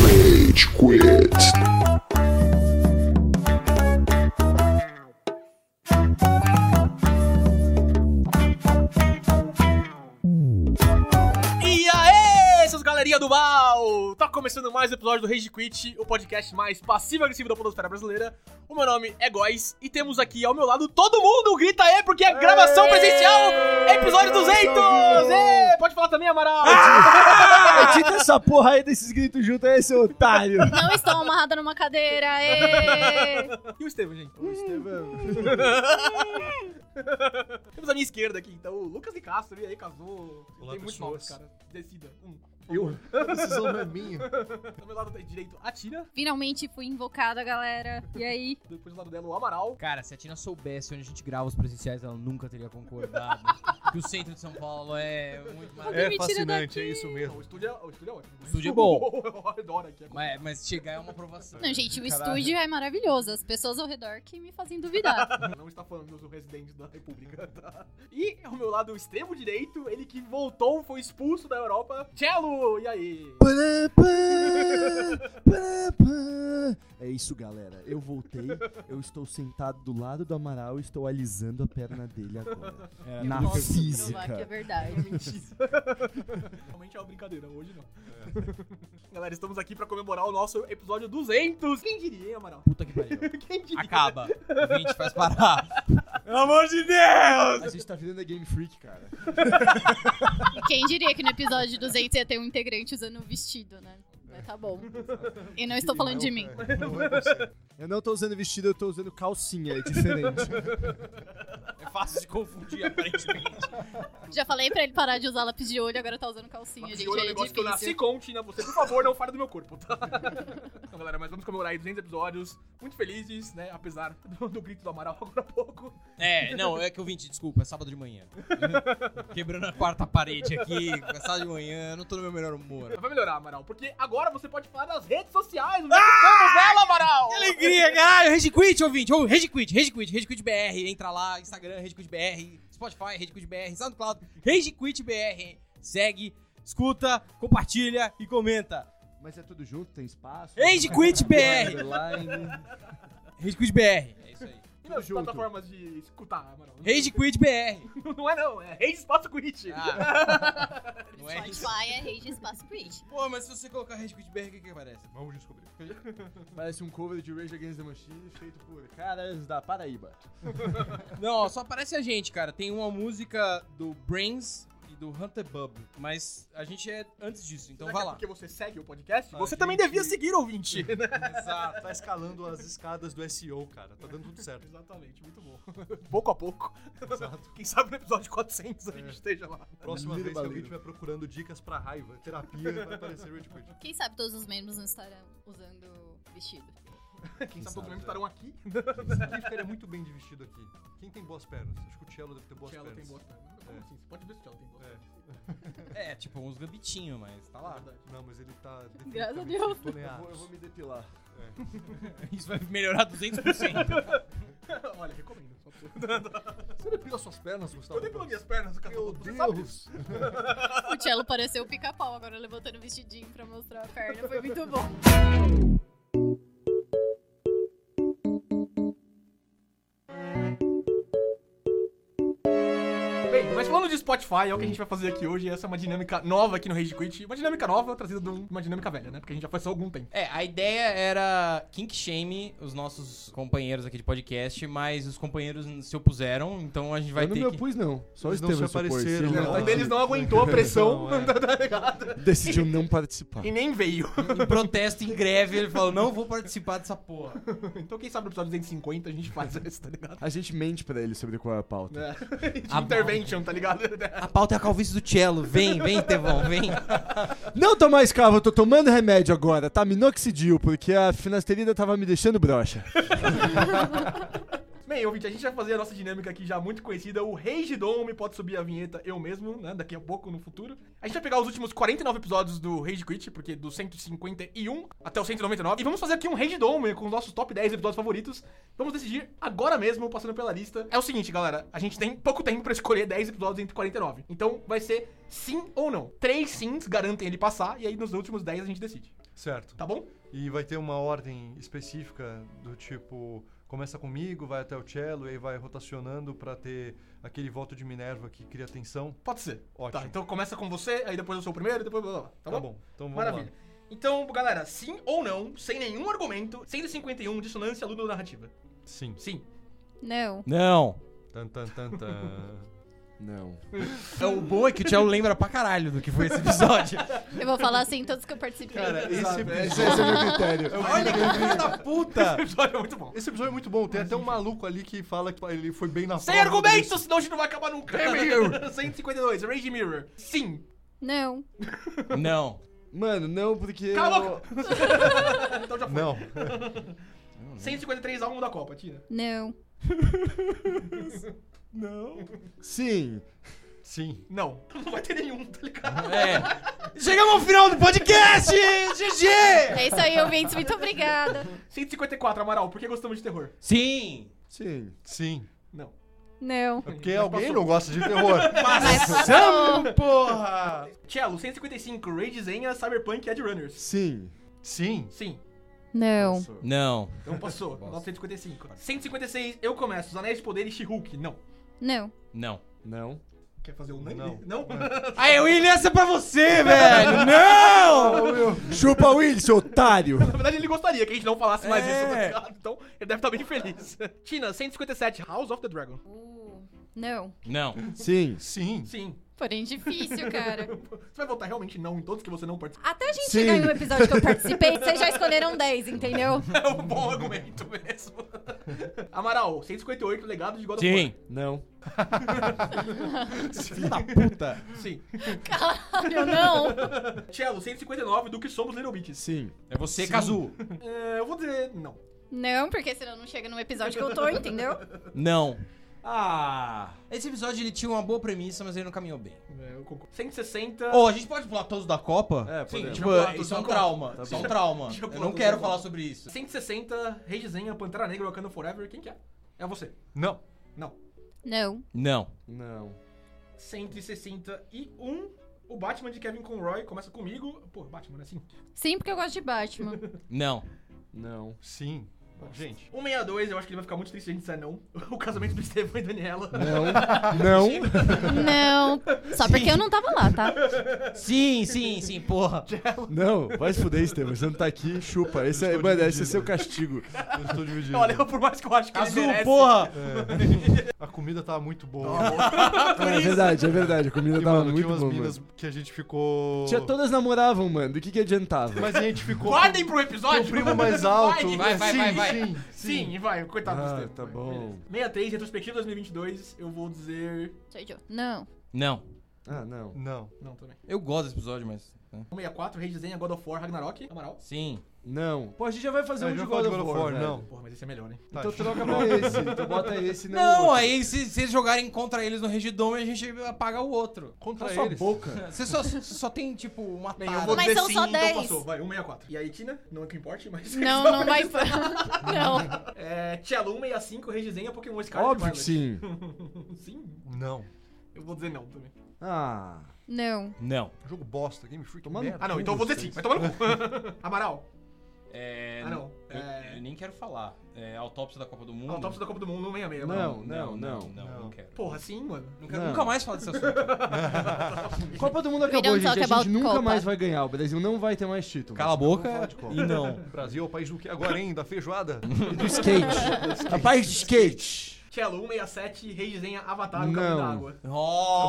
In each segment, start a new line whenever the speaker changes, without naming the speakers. Rage Quit.
E aê, seus galerinha do mal! Tá começando mais um episódio do Rage Quit, o podcast mais passivo-agressivo da produtora brasileira. O meu nome é Góis e temos aqui ao meu lado todo mundo, grita aí, porque é gravação presencial, episódio 200! Ê, pode falar também, Amaral!
Edita essa porra aí desses gritos junto aí, seu otário.
Não estão amarradas numa cadeira. ê!
E o Estevam, gente? Temos a minha esquerda aqui, então o Lucas de Castro, e aí, casou.
Olá,
Tem muito nomes,
pessoas.
cara. Decida, um.
Eu? A decisão não é minha.
Do meu lado direito, a Tina,
Finalmente fui invocada, galera. E aí?
depois do lado dela, o Amaral.
Cara, se a Tina soubesse onde a gente grava os presenciais, ela nunca teria concordado. que o centro de São Paulo é muito maravilhoso.
Alguém
É
me tira
fascinante,
daqui.
é isso
Não,
mesmo.
o estúdio é, o estúdio é ótimo.
O estúdio é bom.
Eu adoro aqui.
Mas, mas chegar é uma aprovação.
Não, gente, o
Caralho.
estúdio é maravilhoso. As pessoas ao redor que me fazem duvidar.
Não está falando do residente da República, tá? E ao meu lado, o extremo direito, ele que voltou, foi expulso da Europa. Cello! E aí?
Pará, pá, pará, pá. É isso, galera. Eu voltei, eu estou sentado do lado do Amaral e estou alisando a perna dele agora.
É,
Na
Eu posso
física.
provar que é verdade.
Realmente é uma brincadeira, hoje não. Galera, estamos aqui pra comemorar o nosso episódio 200. Quem diria, hein, Amaral?
Puta que pariu.
Quem diria?
Acaba. O gente faz parar.
Pelo amor de Deus!
A gente tá virando a Game Freak, cara.
Quem diria que no episódio 200 ia ter um integrante usando um vestido, né? Mas tá bom. E não estou falando de mim.
Não é você.
Eu não tô usando vestido, eu tô usando calcinha, é diferente.
É fácil de confundir, aparentemente.
Já falei pra ele parar de usar lápis de olho, agora tá usando calcinha,
Mas
gente.
olha o
É
negócio que eu nasci
difícil.
com, Tina. Você, por favor, não fale do meu corpo, tá? Então, galera, mas vamos comemorar aí 200 episódios. Muito felizes, né? Apesar do, do grito do Amaral agora há pouco.
É, não, é que eu vim, te- desculpa, é sábado de manhã. Quebrando a quarta parede aqui, é sábado de manhã, não tô no meu melhor humor.
Mas Vai melhorar, Amaral, porque agora você pode falar das redes sociais. Onde é que estamos nela, Amaral?
Ah! Que alegria, caralho! Rede Quit, ouvinte! Ô, Rede Quit, Rede Quit, Rede Quit BR. Entra lá, Instagram, Rede Quit BR, Spotify, Rede Quit BR, SoundCloud, Rede Quit BR. Segue, escuta, compartilha e comenta.
Mas é tudo junto, tem espaço.
Rage Quit BR!
Underline.
Rede Quit BR. É isso aí.
E nas
junto.
plataformas de escutar, Amaral?
Rede Quit BR.
Não é não, é Rage Espaço Quit.
Ah, não é isso.
Spotify é Rage Espaço Bridge.
Pô, mas se você colocar Rede Quit BR, o que que aparece?
Vamos descobrir.
Parece um cover de Rage Against the Machine feito por caras da Paraíba.
Não, só aparece a gente, cara. Tem uma música do Brains e do Hunter Bub, mas a gente é antes disso, então
Será que
vai
é
lá.
porque você segue o podcast?
Ah,
você também
gente.
devia seguir, ouvinte.
Exato. Tá escalando as escadas do SEO, cara. Tá dando tudo certo.
Exatamente, muito bom. Pouco a pouco.
Exato. É.
Quem sabe no episódio 400 a gente esteja lá.
Próxima
Little
vez que alguém
Baloo.
estiver procurando dicas pra raiva, terapia, vai aparecer Rage Quit.
Quem sabe todos os membros não estarão usando vestido.
Quem, sabe todos
sabe,
mesmo
é.
estarão aqui.
Quem ficaria muito bem de vestido aqui? Quem tem boas pernas? Acho que o Cello deve ter boas
Tchelo tem
pernas.
boas pernas. Como
É.
assim? Você pode ver se o Tchelo tem boas pernas.
É, tipo uns gambitinhos, mas tá
Tá
lá.
lá. verdade.
Não, mas ele tá
Graças a
definitivamente
Deus.
Eu vou, eu vou
toneado.
me depilar.
Isso vai melhorar 200%.
Olha, recomendo. Só pra você.
Você depila suas pernas, Gustavo?
Eu depilo minhas pernas, cara.
Meu
Você sabe disso.
Deus!
O Cello pareceu o pica-pau agora levantando o vestidinho pra mostrar a perna. Foi muito bom.
Bem, mas falando de Spotify, é o que a gente vai fazer aqui hoje. Essa é uma dinâmica nova aqui no Rage Quit. Uma dinâmica nova trazida de um- uma dinâmica velha, né? Porque a gente já faz há algum tempo.
é, a ideia era kink shame os nossos companheiros aqui de podcast, mas os companheiros se opuseram, então a gente vai
eu não
ter
me
que...
opus, não. Só o
Eles não se
Estevam se opôs.
apareceram,
Ele
né?
não é. tá
Um
Não,
aqui.
deles não aguentou a pressão,
Não, é.
tá ligado?
Decidiu não participar.
E nem veio.
Em protesto, em greve, ele falou, não vou participar dessa porra.
Então, quem sabe no episódio 250 a gente faz isso, tá ligado?
A gente mente pra ele sobre qual é a pauta.
É.
A
Intervention, tá ligado?
A pauta é a calvície do cello, vem, vem, Tevão, vem.
Não tomar escravo, eu tô tomando remédio agora, tá? Minoxidil, porque a finasterida tava me deixando broxa.
Bem, ouvinte, a gente vai fazer a nossa dinâmica aqui já muito conhecida. O Rei de Dome pode subir a vinheta eu mesmo, né? Daqui a pouco, no futuro. A gente vai pegar os últimos 49 episódios do Rei de Quit, porque do 151 até o 199. E vamos fazer aqui um Rei de Dome com os nossos top 10 episódios favoritos. Vamos decidir agora mesmo, passando pela lista. É o seguinte, galera. A gente tem pouco tempo pra escolher 10 episódios entre 49. Então vai ser sim ou não. Três sims garantem ele passar, e aí nos últimos 10 a gente decide.
Certo.
Tá bom?
E vai ter uma ordem específica do tipo começa comigo, vai até o cello e aí vai rotacionando pra ter aquele voto de Minerva que cria tensão.
Pode ser.
Ótimo.
Tá, então começa com você, aí depois eu sou o primeiro, e depois blá blá. blá. Tá, bom?
Então vamos
Maravilha.
lá.
Então, galera, sim ou não, sem nenhum argumento, 151, dissonância, ludo narrativa.
Sim.
Sim.
Não.
Não.
Tan, tan, tan, tan.
Não.
É, o bom é que o Tchelo lembra pra caralho do que foi esse episódio.
Eu vou falar assim em todos que eu participei.
Cara, esse
Esse, esse é
episódio,
o meu critério.
Olha que filho da puta!
O episódio é muito bom.
esse episódio é muito bom. Tem até um maluco ali que fala que ele foi bem na
Sem
prova
argumentos,
desse-
senão a gente não vai acabar nunca. 152, Rage Mirror. Sim.
Não.
Não.
Mano, não, porque.
Cala a boca. então já foi.
Não.
153 álbum da Copa, tira.
Não.
eu- Sim.
Sim.
Não. Não vai ter nenhum, tá ligado?
É. Chegamos ao final do podcast! GG!
É isso aí, ouvintes. Muito obrigada.
154, Amaral, por que gostamos de terror?
Sim!
Sim.
Sim.
Não.
Não.
É porque
Mas
alguém
passou.
não gosta de terror.
Mas passou.
Passamos, porra!
Cello, 155, Rage Zenha, Cyberpunk e Edge Runners.
Sim.
Sim.
Sim.
Não.
Não.
Então passou. 955. 156, eu começo. Os Anéis de Poder e She-Hulk. Não.
Não.
Não.
Não.
Quer fazer o Nani?
Não.
Não?
Aí, William, essa é pra você, velho! Não!
Chupa Will, seu otário!
Na verdade, ele gostaria que a gente não falasse mais
É.
isso, tá ligado? Então, ele deve estar bem feliz. Tina, 157, House of the Dragon.
Não.
Não.
Sim.
Sim.
Sim.
Porém, difícil, cara.
Você vai votar realmente não em todos que você não participou.
Até a gente
Sim.
chegar em um episódio que eu participei, vocês já escolheram 10, entendeu?
É um bom argumento mesmo. Amaral, 158, legado de God of
Sim.
Não.
Filho da puta!
War. Sim.
Eu não.
Cello, 159, do que somos Little Beats.
Sim.
É você,
Sim.
Kazu.
É, eu vou dizer não.
Não, porque senão não chega num episódio que eu tô, entendeu?
Não. Ah. Esse episódio ele tinha uma boa premissa, mas ele não caminhou bem.
É, eu concordo. 160...
Ou a gente pode pular todos da Copa?
É,
Sim,
podemos.
tipo,
Já
isso é um
pulou.
trauma.
Tá
isso é um
bom.
trauma.
Já
Eu
pulou,
não
tá
quero
bom.
falar sobre isso.
160, Rei Zenha, Pantera Negra, Wakanda Forever. Quem que é? É você.
Não.
Não.
Não.
Não.
Não.
161, o Batman de Kevin Conroy. Começa comigo. Pô, Batman, né? Sim.
Sim, porque eu gosto de Batman.
Não.
Não.
Sim. Gente.
162, eu acho que ele vai ficar muito triste se a gente disser não. O casamento do Estevão e Daniela.
Não.
Não. Só porque eu não tava lá, tá?
Sim, sim, sim, porra.
Não. Vai se fuder, Estevam. Você não tá aqui, chupa. Esse é,
Estou
mano, esse é
dividido.
seu castigo.
Eu estou dividido.
Olha, por mais que eu acho que ele
Kazu,
merece.
porra!
É, A comida tava muito boa.
É verdade, é verdade. A comida
E,
tava
mano,
muito
tinha umas
boa,
minas
mano.
que a gente ficou.
Tinha todas namoravam, mano. Do que que adiantava?
Mas a gente ficou.
Guardem pro episódio.
com o primo mais alto.
Vai, vai,
sim,
vai, vai.
Sim,
Sim, e vai. Coitado do
Ah,
Estevão.
tá
vai,
bom.
beleza. 63, retrospectiva 2022, eu vou dizer...
Sou idiota. Não.
Não.
Ah, não.
Não.
Não, também.
Eu gosto desse episódio, mas. né?
164, Rei Zenha, God of War, Ragnarok. Amaral.
Sim.
Não. Pô, a gente já vai fazer
É,
um
já
de
falou
God
de
of
God of
War,
War,
velho.
não.
Porra, mas esse é melhor, hein?
Tá,
Então troca pra esse. Então bota esse, não.
Não,
o outro.
aí se, se eles jogarem contra eles no Regidome, a gente apaga o outro.
Contra
Cala sua
eles.
boca.
Você só, você só tem, tipo, uma
Bem, eu
tara.
vou
Mas
dizer
são
sim,
só
então
10.
passou. Vai, 164. E aí, Tina? Não é que importe, mas...
Não, não vai. Não.
É, Tchelo 165, Rei Zenha, Pokémon Scarlet
Óbvio que sim.
sim. sim?
Não.
Eu vou dizer não também.
Ah.
Não.
Não.
Jogo bosta, Game Freak.
Tomando-
merda.
Ah, não, então eu vou dizer sim. Vai tomar no cu. Amaral.
É.
Ah, não.
Eu,
É,
eu nem quero falar. É autópsia da Copa do Mundo.
autópsia da Copa do Mundo 166.
Não.
não, não, não,
não.
não quero.
Porra, sim, mano.
Não quero
Não.
nunca mais falar desse assunto.
Copa do Mundo
We
acabou,
don't
gente.
talk
A gente
about
nunca
Copa.
mais vai ganhar. O Brasil não vai ter mais título.
Cala a boca
Copa.
e não.
Brasil é o país do que agora, hein? Da feijoada?
E do skate. a parte de skate.
Cello 167, Rei Zenha, Avatar, o Caminho
Não.
da Água.
Oh,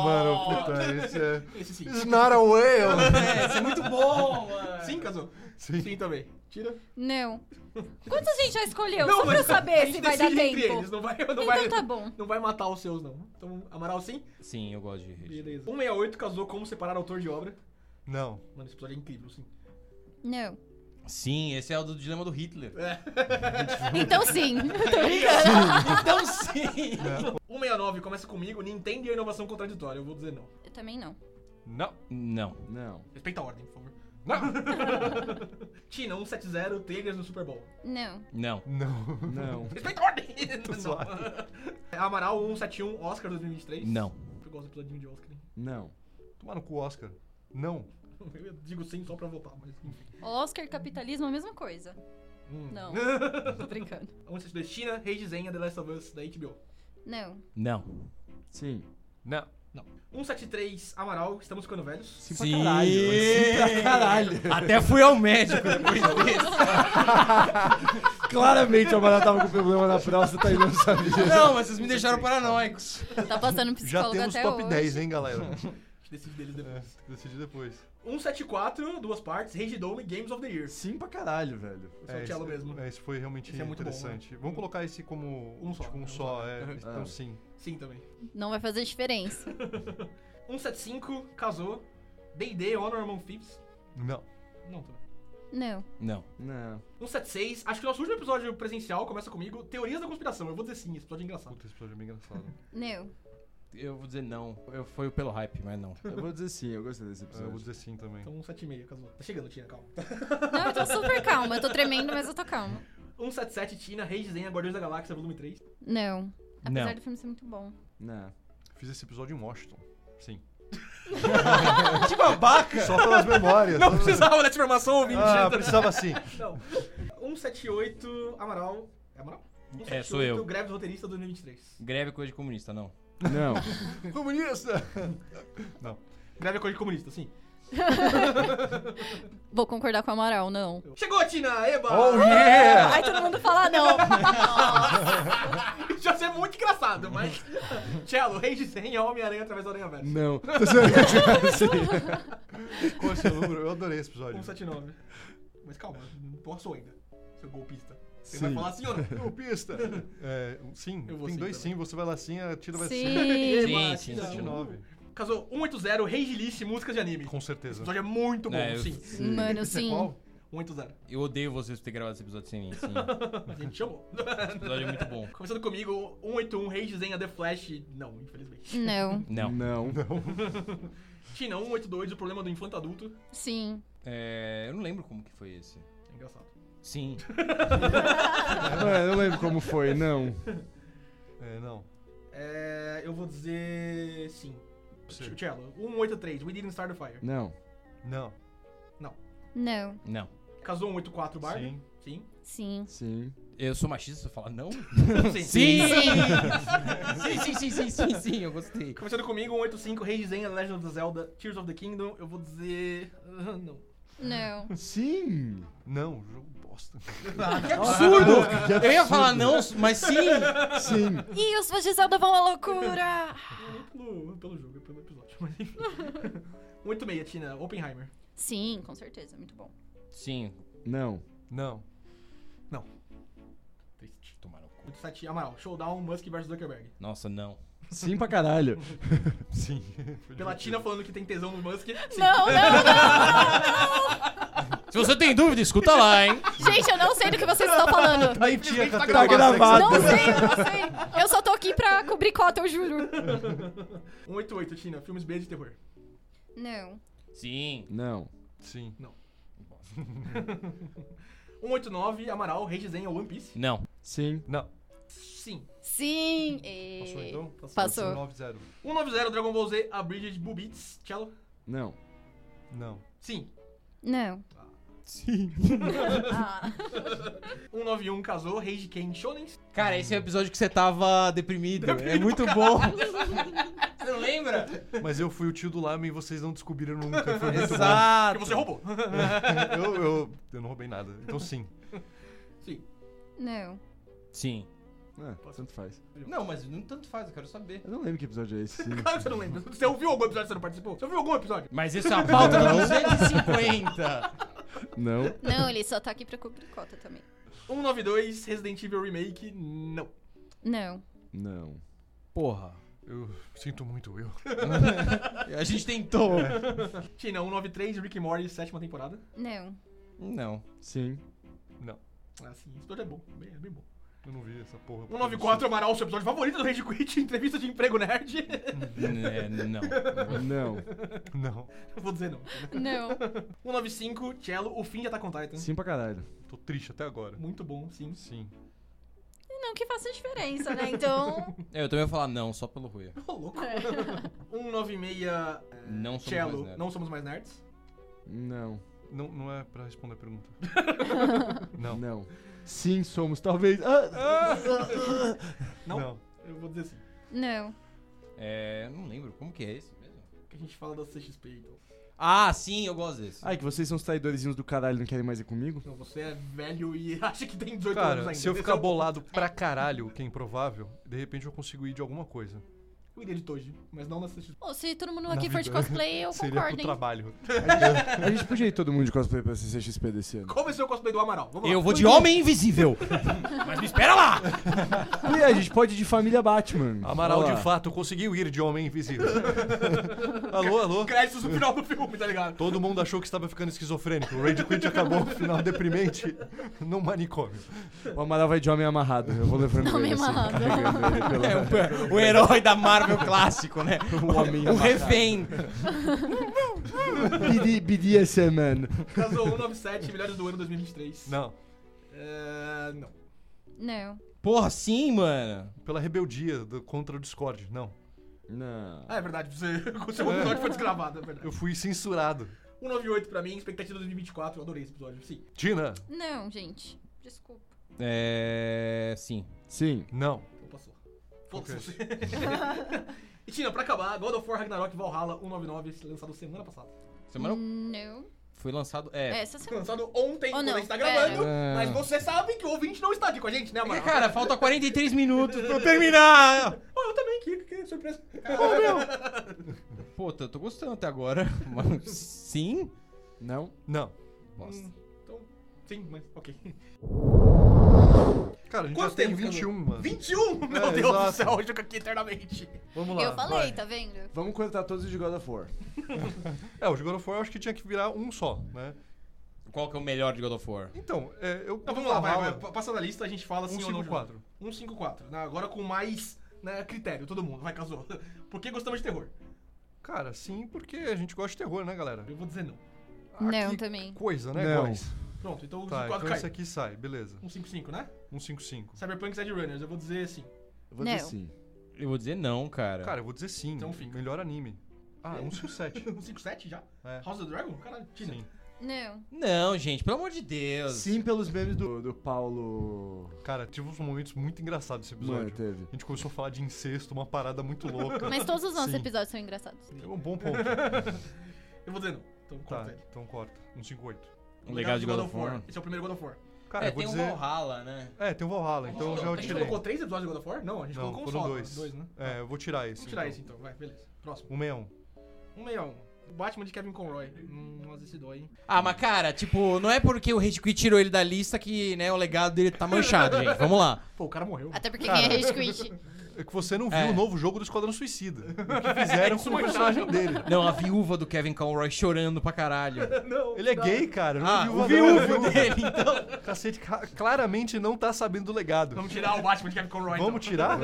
Mano, puta, esse é.
Esse sim.
It's not a whale!
É, isso é muito bom, mano.
Sim, Cazu?
Sim.
também. Tira.
Não. Quantos a gente já escolheu? Só pra
mas
eu
a
saber
gente
se vai dar
decide entre
tempo.
Eles. Não vai, não vai,
Então tá bom.
Não vai matar os seus, não. Então, Amaral sim?
Sim, eu gosto de Regidome.
Beleza. 168, casou como separar autor de obra.
Não.
Mano, esse episódio é incrível, sim.
Não.
Sim, esse é o do dilema do Hitler.
É.
Então sim.
Então sim!
169 começa comigo, Nintendo e a inovação contraditória. Eu vou dizer não.
Eu também não.
Não.
Não.
Não.
Respeita a ordem, por favor. um
Não.
China 170, Tigres no Super Bowl.
Não.
Não.
Não.
Não.
Respeita a ordem!
suave.
Não. É, Amaral 171, Oscar 2023.
Não.
Eu gosto do episódio de né? Oscar. hein?
Não.
Tomar no cu, Oscar. Não.
Eu digo sim só pra votar, mas enfim.
Oscar, capitalismo, a mesma coisa.
Hum.
Não. Tô brincando.
172, China, Rei Desenha, The Last of Us, da HBO.
Não.
Não.
Sim.
Não.
173, Amaral, estamos ficando velhos.
Sim. Pra caralho. Sim, pra caralho.
Até fui ao médico depois disso.
Claramente a Mara tava com problema na próstata e não sabia.
Não, mas vocês me deixaram paranoicos.
Tá passando um
Já
psicólogo
temos
até
top
hoje.
10, hein, galera?
A gente decide deles
é,
depois.
decidi depois.
174, duas partes, Rage Dome, Games of the Year.
Sim pra caralho, velho.
Só o cello
esse-
mesmo.
É, isso foi realmente
Esse é muito bom,
interessante. Vamos colocar esse como
Um
um
só,
tipo, um
um
só,
só.
é.
Uhum.
Então sim.
Sim, também.
Não vai fazer diferença.
175, Casou, D&D, Honor Among Thieves.
Não.
Não, também.
Não.
Não.
Não.
176, acho que o nosso último episódio presencial começa comigo, Teorias da Conspiração. Eu vou dizer sim, esse episódio é engraçado.
Puta, esse episódio é bem engraçado.
Não.
Eu vou dizer não. Eu fui pelo hype, mas não.
Eu vou dizer sim, eu gostei desse
É, eu vou
episódio.
dizer sim também.
Então 176, Casou. Tá chegando, Tina, calma.
Não, eu tô super calma. Eu tô tremendo, mas eu tô calma.
177, Tina, Rei Desenha, Guardiões da Galáxia, volume 3.
Não. Apesar
Não.
do filme ser muito bom.
Não.
Fiz esse episódio em Washington. Sim.
Que babaca!
Só pelas memórias.
Não tá precisava dessa informação, ouvinte.
Ah, precisava sim.
Não. 178, Amaral. É Amaral?
É, sou eu.
178, Greve do roteirista 2023.
Greve é coisa de comunista, não.
Não.
Comunista!
Greve é coisa de comunista, sim.
Vou concordar com o Amaral, não.
Chegou, Tina! Eba!
Oh yeah!
Aí todo mundo fala não.
Já é muito engraçado, mas. Cello, Rei de Zen é Homem-Aranha através da Aranha Versa.
Não.
Tá
Tô zoando. Sim.
Qual é o seu número? Eu adorei esse episódio.
179. Mas calma, não posso ainda. Seu golpista. Você vai
Sim.
falar assim, sim ou não?
Golpista! É, um sim,
Eu vou
tem
sim
dois
também.
sim, você vai lá sim, a tira vai
Sim.
Eba,
sim,
Tina.
sim.
179.
Casou 180, Rei de List, músicas de anime. Esse
Com certeza.
episódio é muito bom,
É, eu-
sim.
Mano,
Esse é
sim.
qual?
180.
Eu odeio vocês por ter gravado esse episódio sem mim, sim.
A gente chamou.
Esse episódio é muito bom.
Começando comigo, 181, Rei de Zen, a The Flash. Não, infelizmente.
Não.
Não.
Não.
Tina 182, o problema do infanto adulto.
Sim.
É, eu não lembro como que foi esse.
É engraçado.
Sim.
Mano, É, eu lembro como foi. Não.
É, não.
É, eu vou dizer sim.
Sim.
Ch- Cello, 183, We Didn't Start the Fire.
Não.
Não.
Não.
Não.
Casou 184 Bar?
Sim.
Sim.
Sim.
Sim.
Eu sou machista, se eu falar não?
Sim.
Sim, sim, sim, sim, sim, sim, eu gostei.
Começando comigo, 185, Rei de Zen, The Legend of Zelda, Tears of the Kingdom. Eu vou dizer. ah, não.
Não.
Sim.
Não, jogo bosta.
que
Ah,
Absurdo.
Eu ia falar não, mas sim.
Sim.
Ih, os fãs de Zelda vão à loucura.
Não é pelo, pelo jogo, é pelo episódio. Mas enfim. 186, Tina, Oppenheimer.
Sim, com certeza. Muito bom.
Sim.
Não.
Não.
Triste.
Tomaram cu.
87, um Amaral, Showdown, Musk vs Zuckerberg.
Nossa, não.
Sim pra caralho.
Sim. Foi
Pela Tina falando que tem tesão no Musk. Sim.
Não, não,
Se você tem dúvida, escuta lá, hein?
não. Gente, eu não sei do que vocês estão falando.
Aí tinha
Tá
Tá gravado.
Não sei, eu não sei. Eu só tô aqui pra cobrir cota, eu juro.
188, Tina, filmes B de terror.
Não.
Sim.
Não.
Sim.
189, Amaral, Rei de Zen, One Piece.
Não.
Sim.
Não.
Sim.
Sim.
Passou
E...
então?
Passou.
90.
190 Dragon Ball Z, a Bridget Bubits, cello.
Não.
Não.
Sim.
Não.
Sim.
Ah.
191 casou, Rage Ken Shonen.
Cara, esse é o episódio que você tava deprimido. É muito bom. Você não lembra?
Mas eu fui o tio do Lame e vocês não descobriram nunca. Foi muito bom.
Que
Exato.
você roubou.
Eu, eu, eu não roubei nada. Então sim.
Sim.
Não.
Sim.
Ah, tanto faz.
Não, mas não tanto faz, eu quero saber.
Eu não lembro que episódio é esse. Sim.
Claro que você não lembra. Você ouviu algum episódio que você não participou? Você ouviu algum episódio?
Mas isso é uma pauta de 250.
Não.
Não, ele só tá aqui pra cobrir cota também.
192 Resident Evil Remake, não.
Não.
Não.
Porra.
Eu sinto muito, eu.
A gente tentou.
um Tina, 193 Rick and Morty, sétima temporada.
Não.
Não.
Sim.
Ah, sim, esse episódio é bom, bem, é bem bom.
Eu não vi essa porra.
194 Amaral, seu episódio favorito do Rage Quit, entrevista de emprego nerd.
É, não.
Não.
Não,
Não Vou dizer não.
Não.
195, Cello, o fim de Attack on Titan.
Sim pra caralho.
tô triste até agora.
Muito bom, sim.
Sim.
Não que faça diferença, né? Então.
É, Eu também vou falar não, só pelo Rui.
Ô, louco. 196,
Não somos mais
Cello,
nerds.
não somos mais nerds.
Não.
Não, não é pra responder a pergunta.
Não.
Não.
Sim, somos, talvez. Ah,
Não?
Não.
Eu vou dizer assim.
Não.
É, não lembro, como que é esse mesmo?
Que a gente fala da CXP, então.
Ah, sim, eu gosto desse.
Ai, que vocês são os traidorzinhos do caralho e não querem mais ir comigo?
Não, você é velho e acha que tem 18 anos
Cara,
ainda.
se eu
Esse
ficar
é o-
bolado pra caralho, que é improvável, de repente eu consigo ir de alguma coisa.
Eu iria de Toji, mas não na CXP.
Ô, se todo mundo
Na
aqui for de
vida. né?
cosplay, eu
Seria pro
concordo, hein?
trabalho.
A gente podia ir todo mundo de cosplay pra CCXP desse ano.
Como é seu cosplay do Amaral? Vamos lá.
Eu vou de homem invisível. Mas me espera lá.
E a gente pode ir de família Batman.
Amaral,
Olha lá.
de fato, conseguiu ir de homem invisível. alô, alô?
Créditos no final do filme, tá ligado?
Todo mundo achou que estava ficando esquizofrênico. O Rage Quit acabou no final deprimente no manicômio.
O Amaral vai de homem amarrado. Eu vou levando
Homem
ele, assim,
amarrado.
carregando ele pela-
É, o, o herói da Marvel clássico, né?
O homem
O refém.
BD, BDSM, é man.
Caso 197, melhores do ano 2023.
Não,
É, não.
Não.
Porra, sim, mano.
pela rebeldia do- contra o Discord, não.
Não.
Ah, é verdade, você, o seu episódio foi desgravado, é verdade.
Eu fui censurado.
198 pra mim, expectativa de 2024, eu adorei esse episódio, sim.
Tina,
Não, gente. Desculpa.
É. Sim.
Sim.
não.
Então passou. Foda-se você. e Tina, pra acabar, God of War Ragnarok Valhalla 199, lançado semana passada.
Semana
Não.
foi lançado. É.
Essa semana.
Lançado ontem,
Ou
quando
não,
a gente tá
pera.
gravando,
Ah.
mas você sabe que o ouvinte não está aqui com a gente, né,
Porque,
Amaral?
cara, falta 43 minutos pra eu terminar.
Oh, eu também, que, que surpresa.
Pô, eu tô gostando até agora. Mas, sim.
Não.
Não.
Bosta.
Então, sim, mas ok.
Cara, a gente
Quanto
já tem
tempo,
21, mano.
21? Meu
É,
Deus do
exato.
céu, eu fico aqui eternamente.
Vamos lá.
Eu falei,
vai.
então.
tá vendo?
Vamos cortar todos os de God of War.
É, o de God of War eu acho que tinha que virar um só, né?
Qual que é o melhor de God of War?
Então, é, eu.
Então vamos lá, vai, vai. Passa da lista, a gente fala sim ou não.
154.
154. né? Agora com mais né, critério, todo mundo. Vai, casou. Por que gostamos de terror?
Cara, sim, porque a gente gosta de terror, né, galera?
Eu vou dizer não.
Não,
que
também.
Coisa, né,
Não.
guys?
Pronto, então o
Tá,
54
então
cai.
esse aqui sai, beleza.
155, né?
155.
Cyberpunk Edge Runners, eu vou dizer assim, sim.
Eu vou
Não.
dizer sim.
Eu vou dizer não,
É.
cara.
Cara, eu vou dizer sim.
Então fica.
Melhor anime. Ah, 157.
157 já?
É.
House of the Dragon? Caralho, Tina.
Sim.
Não.
Não, gente, pelo amor de Deus.
Sim pelos memes do, do Paulo...
Cara, tive uns momentos muito engraçados nesse
Mano,
episódio.
teve.
A gente começou a falar de incesto, uma parada muito louca.
Mas todos os nossos
Sim.
episódios são engraçados.
É um bom ponto.
Eu vou dizer não. Então
tá,
corta ele.
então corta. 158.
O Um legado de God of War.
Esse é o primeiro God of War.
Cara,
é,
eu vou
tem
dizer.
um Valhalla, né?
É, tem um Valhalla, então
a
eu
gente,
já eu
a gente
tirei.
colocou três episódios de God of War? Não, a gente
Não,
colocou um
foram
só.
dois.
Dois, né?
É, eu vou tirar esse.
Vamos
então.
tirar esse então, vai, beleza. Próximo.
161.
161. Batman de Kevin Conroy. Hum, nossa, esse dói, hein?
Ah, mas cara, tipo, não é porque o Rage Quit tirou ele da lista que, né, o legado dele tá manchado, gente. Vamos lá.
Pô, o cara morreu.
Até porque
Cara.
quem é Rage Quit?
É que você não viu
É.
o novo jogo do Esquadrão Suicida. O que fizeram com o personagem dele.
Não, a viúva do Kevin Conroy chorando pra caralho.
Não,
Ele é
não.
gay, cara. Não
Ah,
viu
o
a dela,
viúvo
viu?
dele, então.
Cacete, ca- claramente não tá sabendo do legado.
Vamos tirar o Batman de Kevin Conroy. então.
Vamos tirar?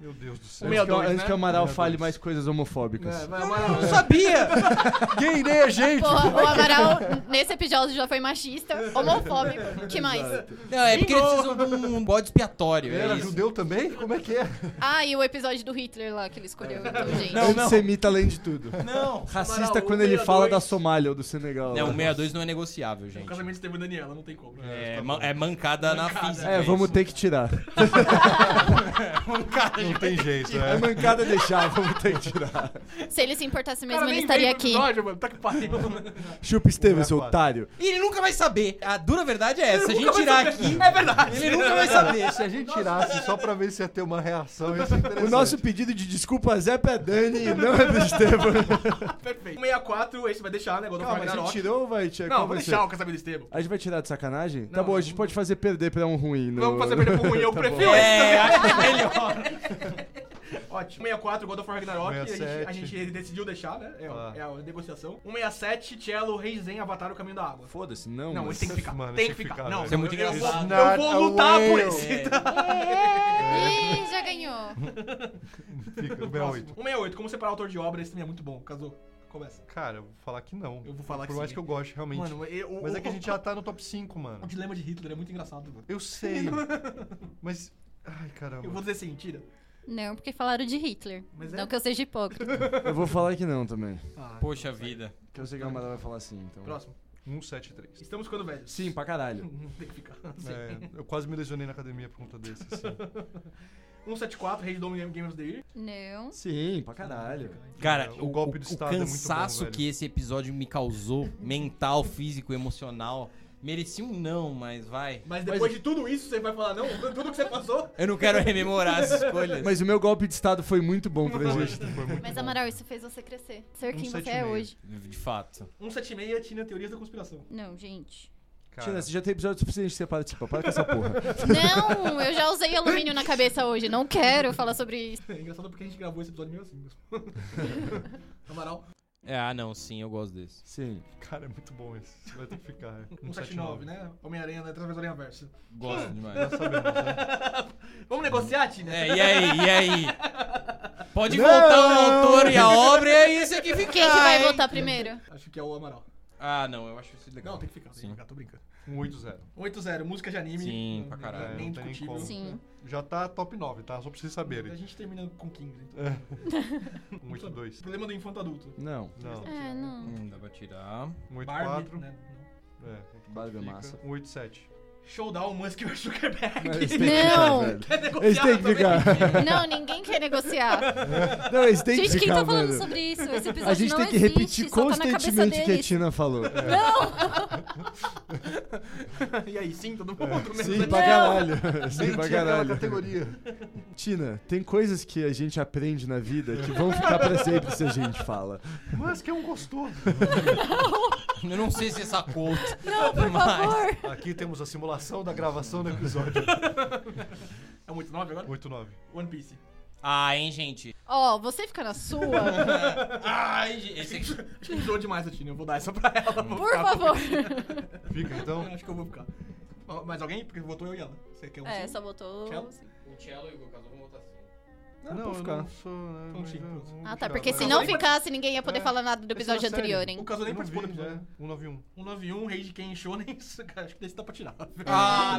Meu Deus do céu.
Meu-
Antes que, o-
62,
antes que
né?
o Amaral
62.
fale mais coisas homofóbicas.
É, vai,
Eu não
né?
Amaral.
sabia! né,
Gay nem a gente!
Porra, o Amaral, nesse episódio, já foi machista, homofóbico. que mais?
Não, é porque ele precisa de um bode expiatório,
Ele
é
era
isso.
judeu também? Como é que é?
Ah, e o episódio do Hitler lá que ele escolheu. Então, gente.
Não, não.
Antissemita além de tudo.
Não. um
Racista
Amaral,
quando ele
62.
fala da Somália ou do Senegal.
Não, o 62 não é negociável,
O
gente.
casamento esteve Daniela, não tem como.
É, man- é mancada, na
Mancada.
física.
É, vamos
isso.
ter que tirar.
mancada
Não tem jeito,
É
né?
mancada deixar, vamos ter que tirar.
Se ele se importasse mesmo,
Cara,
ele
nem
estaria
veio pro
aqui.
episódio, mano. Tá que pariu.
Chupa Estevam,
Vai,
seu
é
quatro.
otário.
E ele nunca vai saber. A dura verdade é essa. Se a gente tirar aqui,
É verdade.
ele nunca vai saber.
Se a gente tirasse só pra ver se ia ter uma reação, ia ser interessante.
O nosso pedido de desculpas é pra Dani e não é pro Estevam.
Perfeito. 164, esse vai deixar, né? Godofrey
Calma, a gente
Ragnarok.
tirou ou vai tirar?
Não,
Qual
vou
vai ser?
deixar o casamento do Esteban.
A gente vai tirar de sacanagem? tá
Não,
bom, a
não.
gente pode fazer perder pra um ruim. No...
Tá
Vamos fazer perder pro ruim, eu
Tá
prefiro
bom.
esse.
É, acho melhor.
Ótimo. 164, God of War Ragnarok, a gente,
167.
a gente decidiu deixar, né? É, a-
Ah.
é a negociação. 167, Cello, Rei Zen, Avatar, O Caminho da Água.
Foda-se, não.
Não,
mas-
esse tem que ficar.
Mano,
tem
esse
que
tem que
ficar.
ficar,
Não,
velho. um
Isso é muito
eu- eu vou-
engraçado.
Eu vou,
Not a
lutar por
whale.
esse.
Ih, já ganhou.
Fica, número
Próximo.
8.
168, como separar autor de obra, esse também é muito bom. Casou. Começa.
Cara, eu vou falar que não.
Eu vou falar
Por
que
mais
sim.
que eu goste, realmente.
Mano, eu, o-
Mas é
o-
que a gente já tá no top 5, mano.
O dilema de Hitler é muito engraçado, mano.
Eu sei. Mas. Ai, caramba.
Eu vou dizer assim, tira.
Não, porque falaram de Hitler.
Mas é-
Não que eu seja hipócrita.
Eu vou falar que não também.
Ah,
Poxa vida.
Que eu sei que a Amada vai falar sim, então.
Próximo.
173.
Estamos ficando velhos.
Sim, pra caralho.
Tem que ficar. Sim.
É, eu quase me lesionei na academia por conta desse. assim.
174, Rei do Dominion Game of the Year.
Não.
Sim, pra caralho.
Cara,
É, o golpe do Estado é
o
muito bom,
cansaço
velho.
que esse episódio me causou, mental, físico, emocional, merecia um não, mas vai.
Mas depois de tudo isso, você vai falar não? Tudo que você passou?
Eu não quero rememorar as escolhas.
Mas o meu golpe de estado foi muito bom pra gente.
Foi muito
Mas,
bom.
Amaral, isso fez você crescer. Ser quem
Um
você
sete
é
e meio.
hoje.
De fato.
176, Tina Teorias da Conspiração.
Não, gente.
Cara,
Tina, você já tem episódio suficiente separado, tipo, para com essa porra.
Não, eu já usei alumínio na cabeça hoje. Não quero falar sobre isso.
É engraçado porque a gente gravou esse episódio meio assim mesmo. Amaral,
É, ah não, sim, eu gosto desse.
Sim.
cara, é muito bom esse. Você vai ter que ficar. é.
179, né? Homem-Aranha, né? Transversal Aranha Verso.
Gosto
Já
demais.
sabemos, né?
Vamos negociar, Tina?
É, e aí, e aí? Pode voltar o autor e a obra e é isso aqui fica.
Quem que vai
hein?
votar primeiro?
Acho que é o Amaral.
Ah, não, eu acho isso legal.
Não, tem que ficar, tem que
Sim.
ficar, tô brincando.
180.
8-0, Um música de anime.
Sim, pra
Não,
caralho,
Nem
não tem nem
discutível.
como.
Sim.
Já tá top 9, tá? Só pra vocês
A
saberem.
gente termina com 15. Então.
182.
Problema do infanto adulto.
Não.
Não,
Ah, não.
Hum, dá pra tirar.
184.
né?
É,
Barbie é massa.
187.
Showdown, Musk vs Zuckerberg.
Mas esse tem que
Não.
ficar, velho.
É negociado
Esse tem que
também.
ficar.
Não, ninguém quer negociar.
Não, esse tem que
Gente, quem
ficar,
tá falando
mano.
sobre isso? Esse episódio
A gente
não
tem que
existe,
repetir
só tá na cabeça
constantemente o que é a
deles.
Tina falou. É.
E aí, sim, todo mundo, né?
Sim, pra caralho. Sim,
Nem
pra
tinha aquela
caralho.
categoria.
Tina, tem coisas que a gente aprende na vida que vão ficar pra sempre se a gente fala.
Mas que é um gostoso.
Eu não sei se essa conta.
Não, por
Mas-
favor.
Aqui temos a simulação da gravação do episódio.
É muito 9 agora?
89.
One Piece.
Ah, hein, gente.
Ó, você fica na sua,
Ah, hein, gente. Esse aqui...
Acho que enjoou demais a Tina, eu vou dar essa pra ela. vou
por
ficar,
favor.
Fica então.
Acho que eu vou ficar. Ó, Mais alguém? Porque votou eu e ela. Você quer um
É,
sim?
só botou.
Tchau.
O Cello e o Gokazu vão votar sim.
Não, pode
eu
ficar.
não sou. Né,
Então,
mas
sim,
eu
pronto.
vou
Ah, tá,
tirar
porque
agora.
se
Mas
não
alguém
ficasse, ninguém ia poder
É.
falar nada
Esse é
do
uma
episódio
série.
anterior,
O
hein?
Caso nem
Eu não
participou do
vi,
episódio.
né? 191.
191, Rei de Ken Shonen. Acho que desse dá pra tirar.
Ah,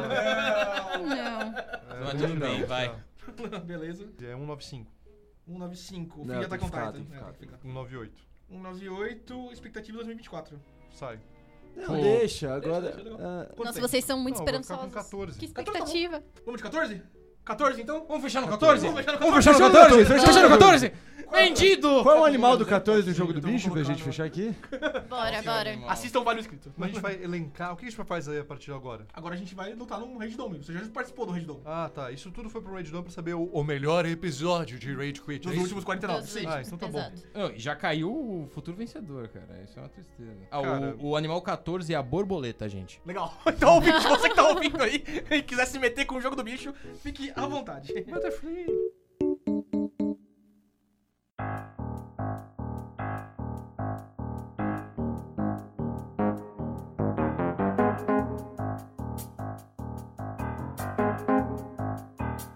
Não.
É,
Mas tudo
um
bem,
não,
vai.
tá.
Beleza.
É 195.
195, o fim
Não,
já
tem
tá
que ficar,
contado.
tem que ficar.
198.
198, expectativa 2024.
Sai.
Não,
Pô.
deixa, agora.
Deixa, deixa,
ah,
Quanto
Nossa,
tem?
vocês são muito
Não, eu vou ficar com
esperançosos.
14.
Que
14 tá bom.
expectativa.
Vamos de 14? 14 então?
Vamos fechar no
14?
14?
Vamos fechar no
Vamos fechar no 14? Fechar no 14? Vendido!
Qual é o animal do 14 do jogo do
Então vou
bicho pra
colocar
gente
no-
fechar aqui?
é
Bora, bora.
Assistam o Vale Escrito.
Mas a gente vai elencar. O que a gente faz aí a partir de agora?
Agora a gente vai lutar num Rage Dome. Você já participou do Rage Dome.
Ah, tá. Isso tudo foi pro Raid Dome pra saber o, o melhor episódio de Raid Quit. é
Nos
isso?
últimos 49.
Dos
Sim.
Ah, então tá bom.
Exato.
Não, e já caiu o futuro vencedor, cara. Isso é uma tristeza. Ah,
Cara-
o, o animal 14 é a borboleta, gente.
Legal. Então, ouvinte, você que tá ouvindo aí e quiser se meter com o jogo do bicho, fique à vontade.
Butterfly.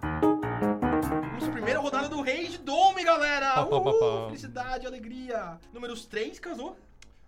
Vamos pra primeira rodada do Rage Dome, galera.
Pá, pá, pá,
Uhul,
pá.
felicidade, alegria. Números 3, casou.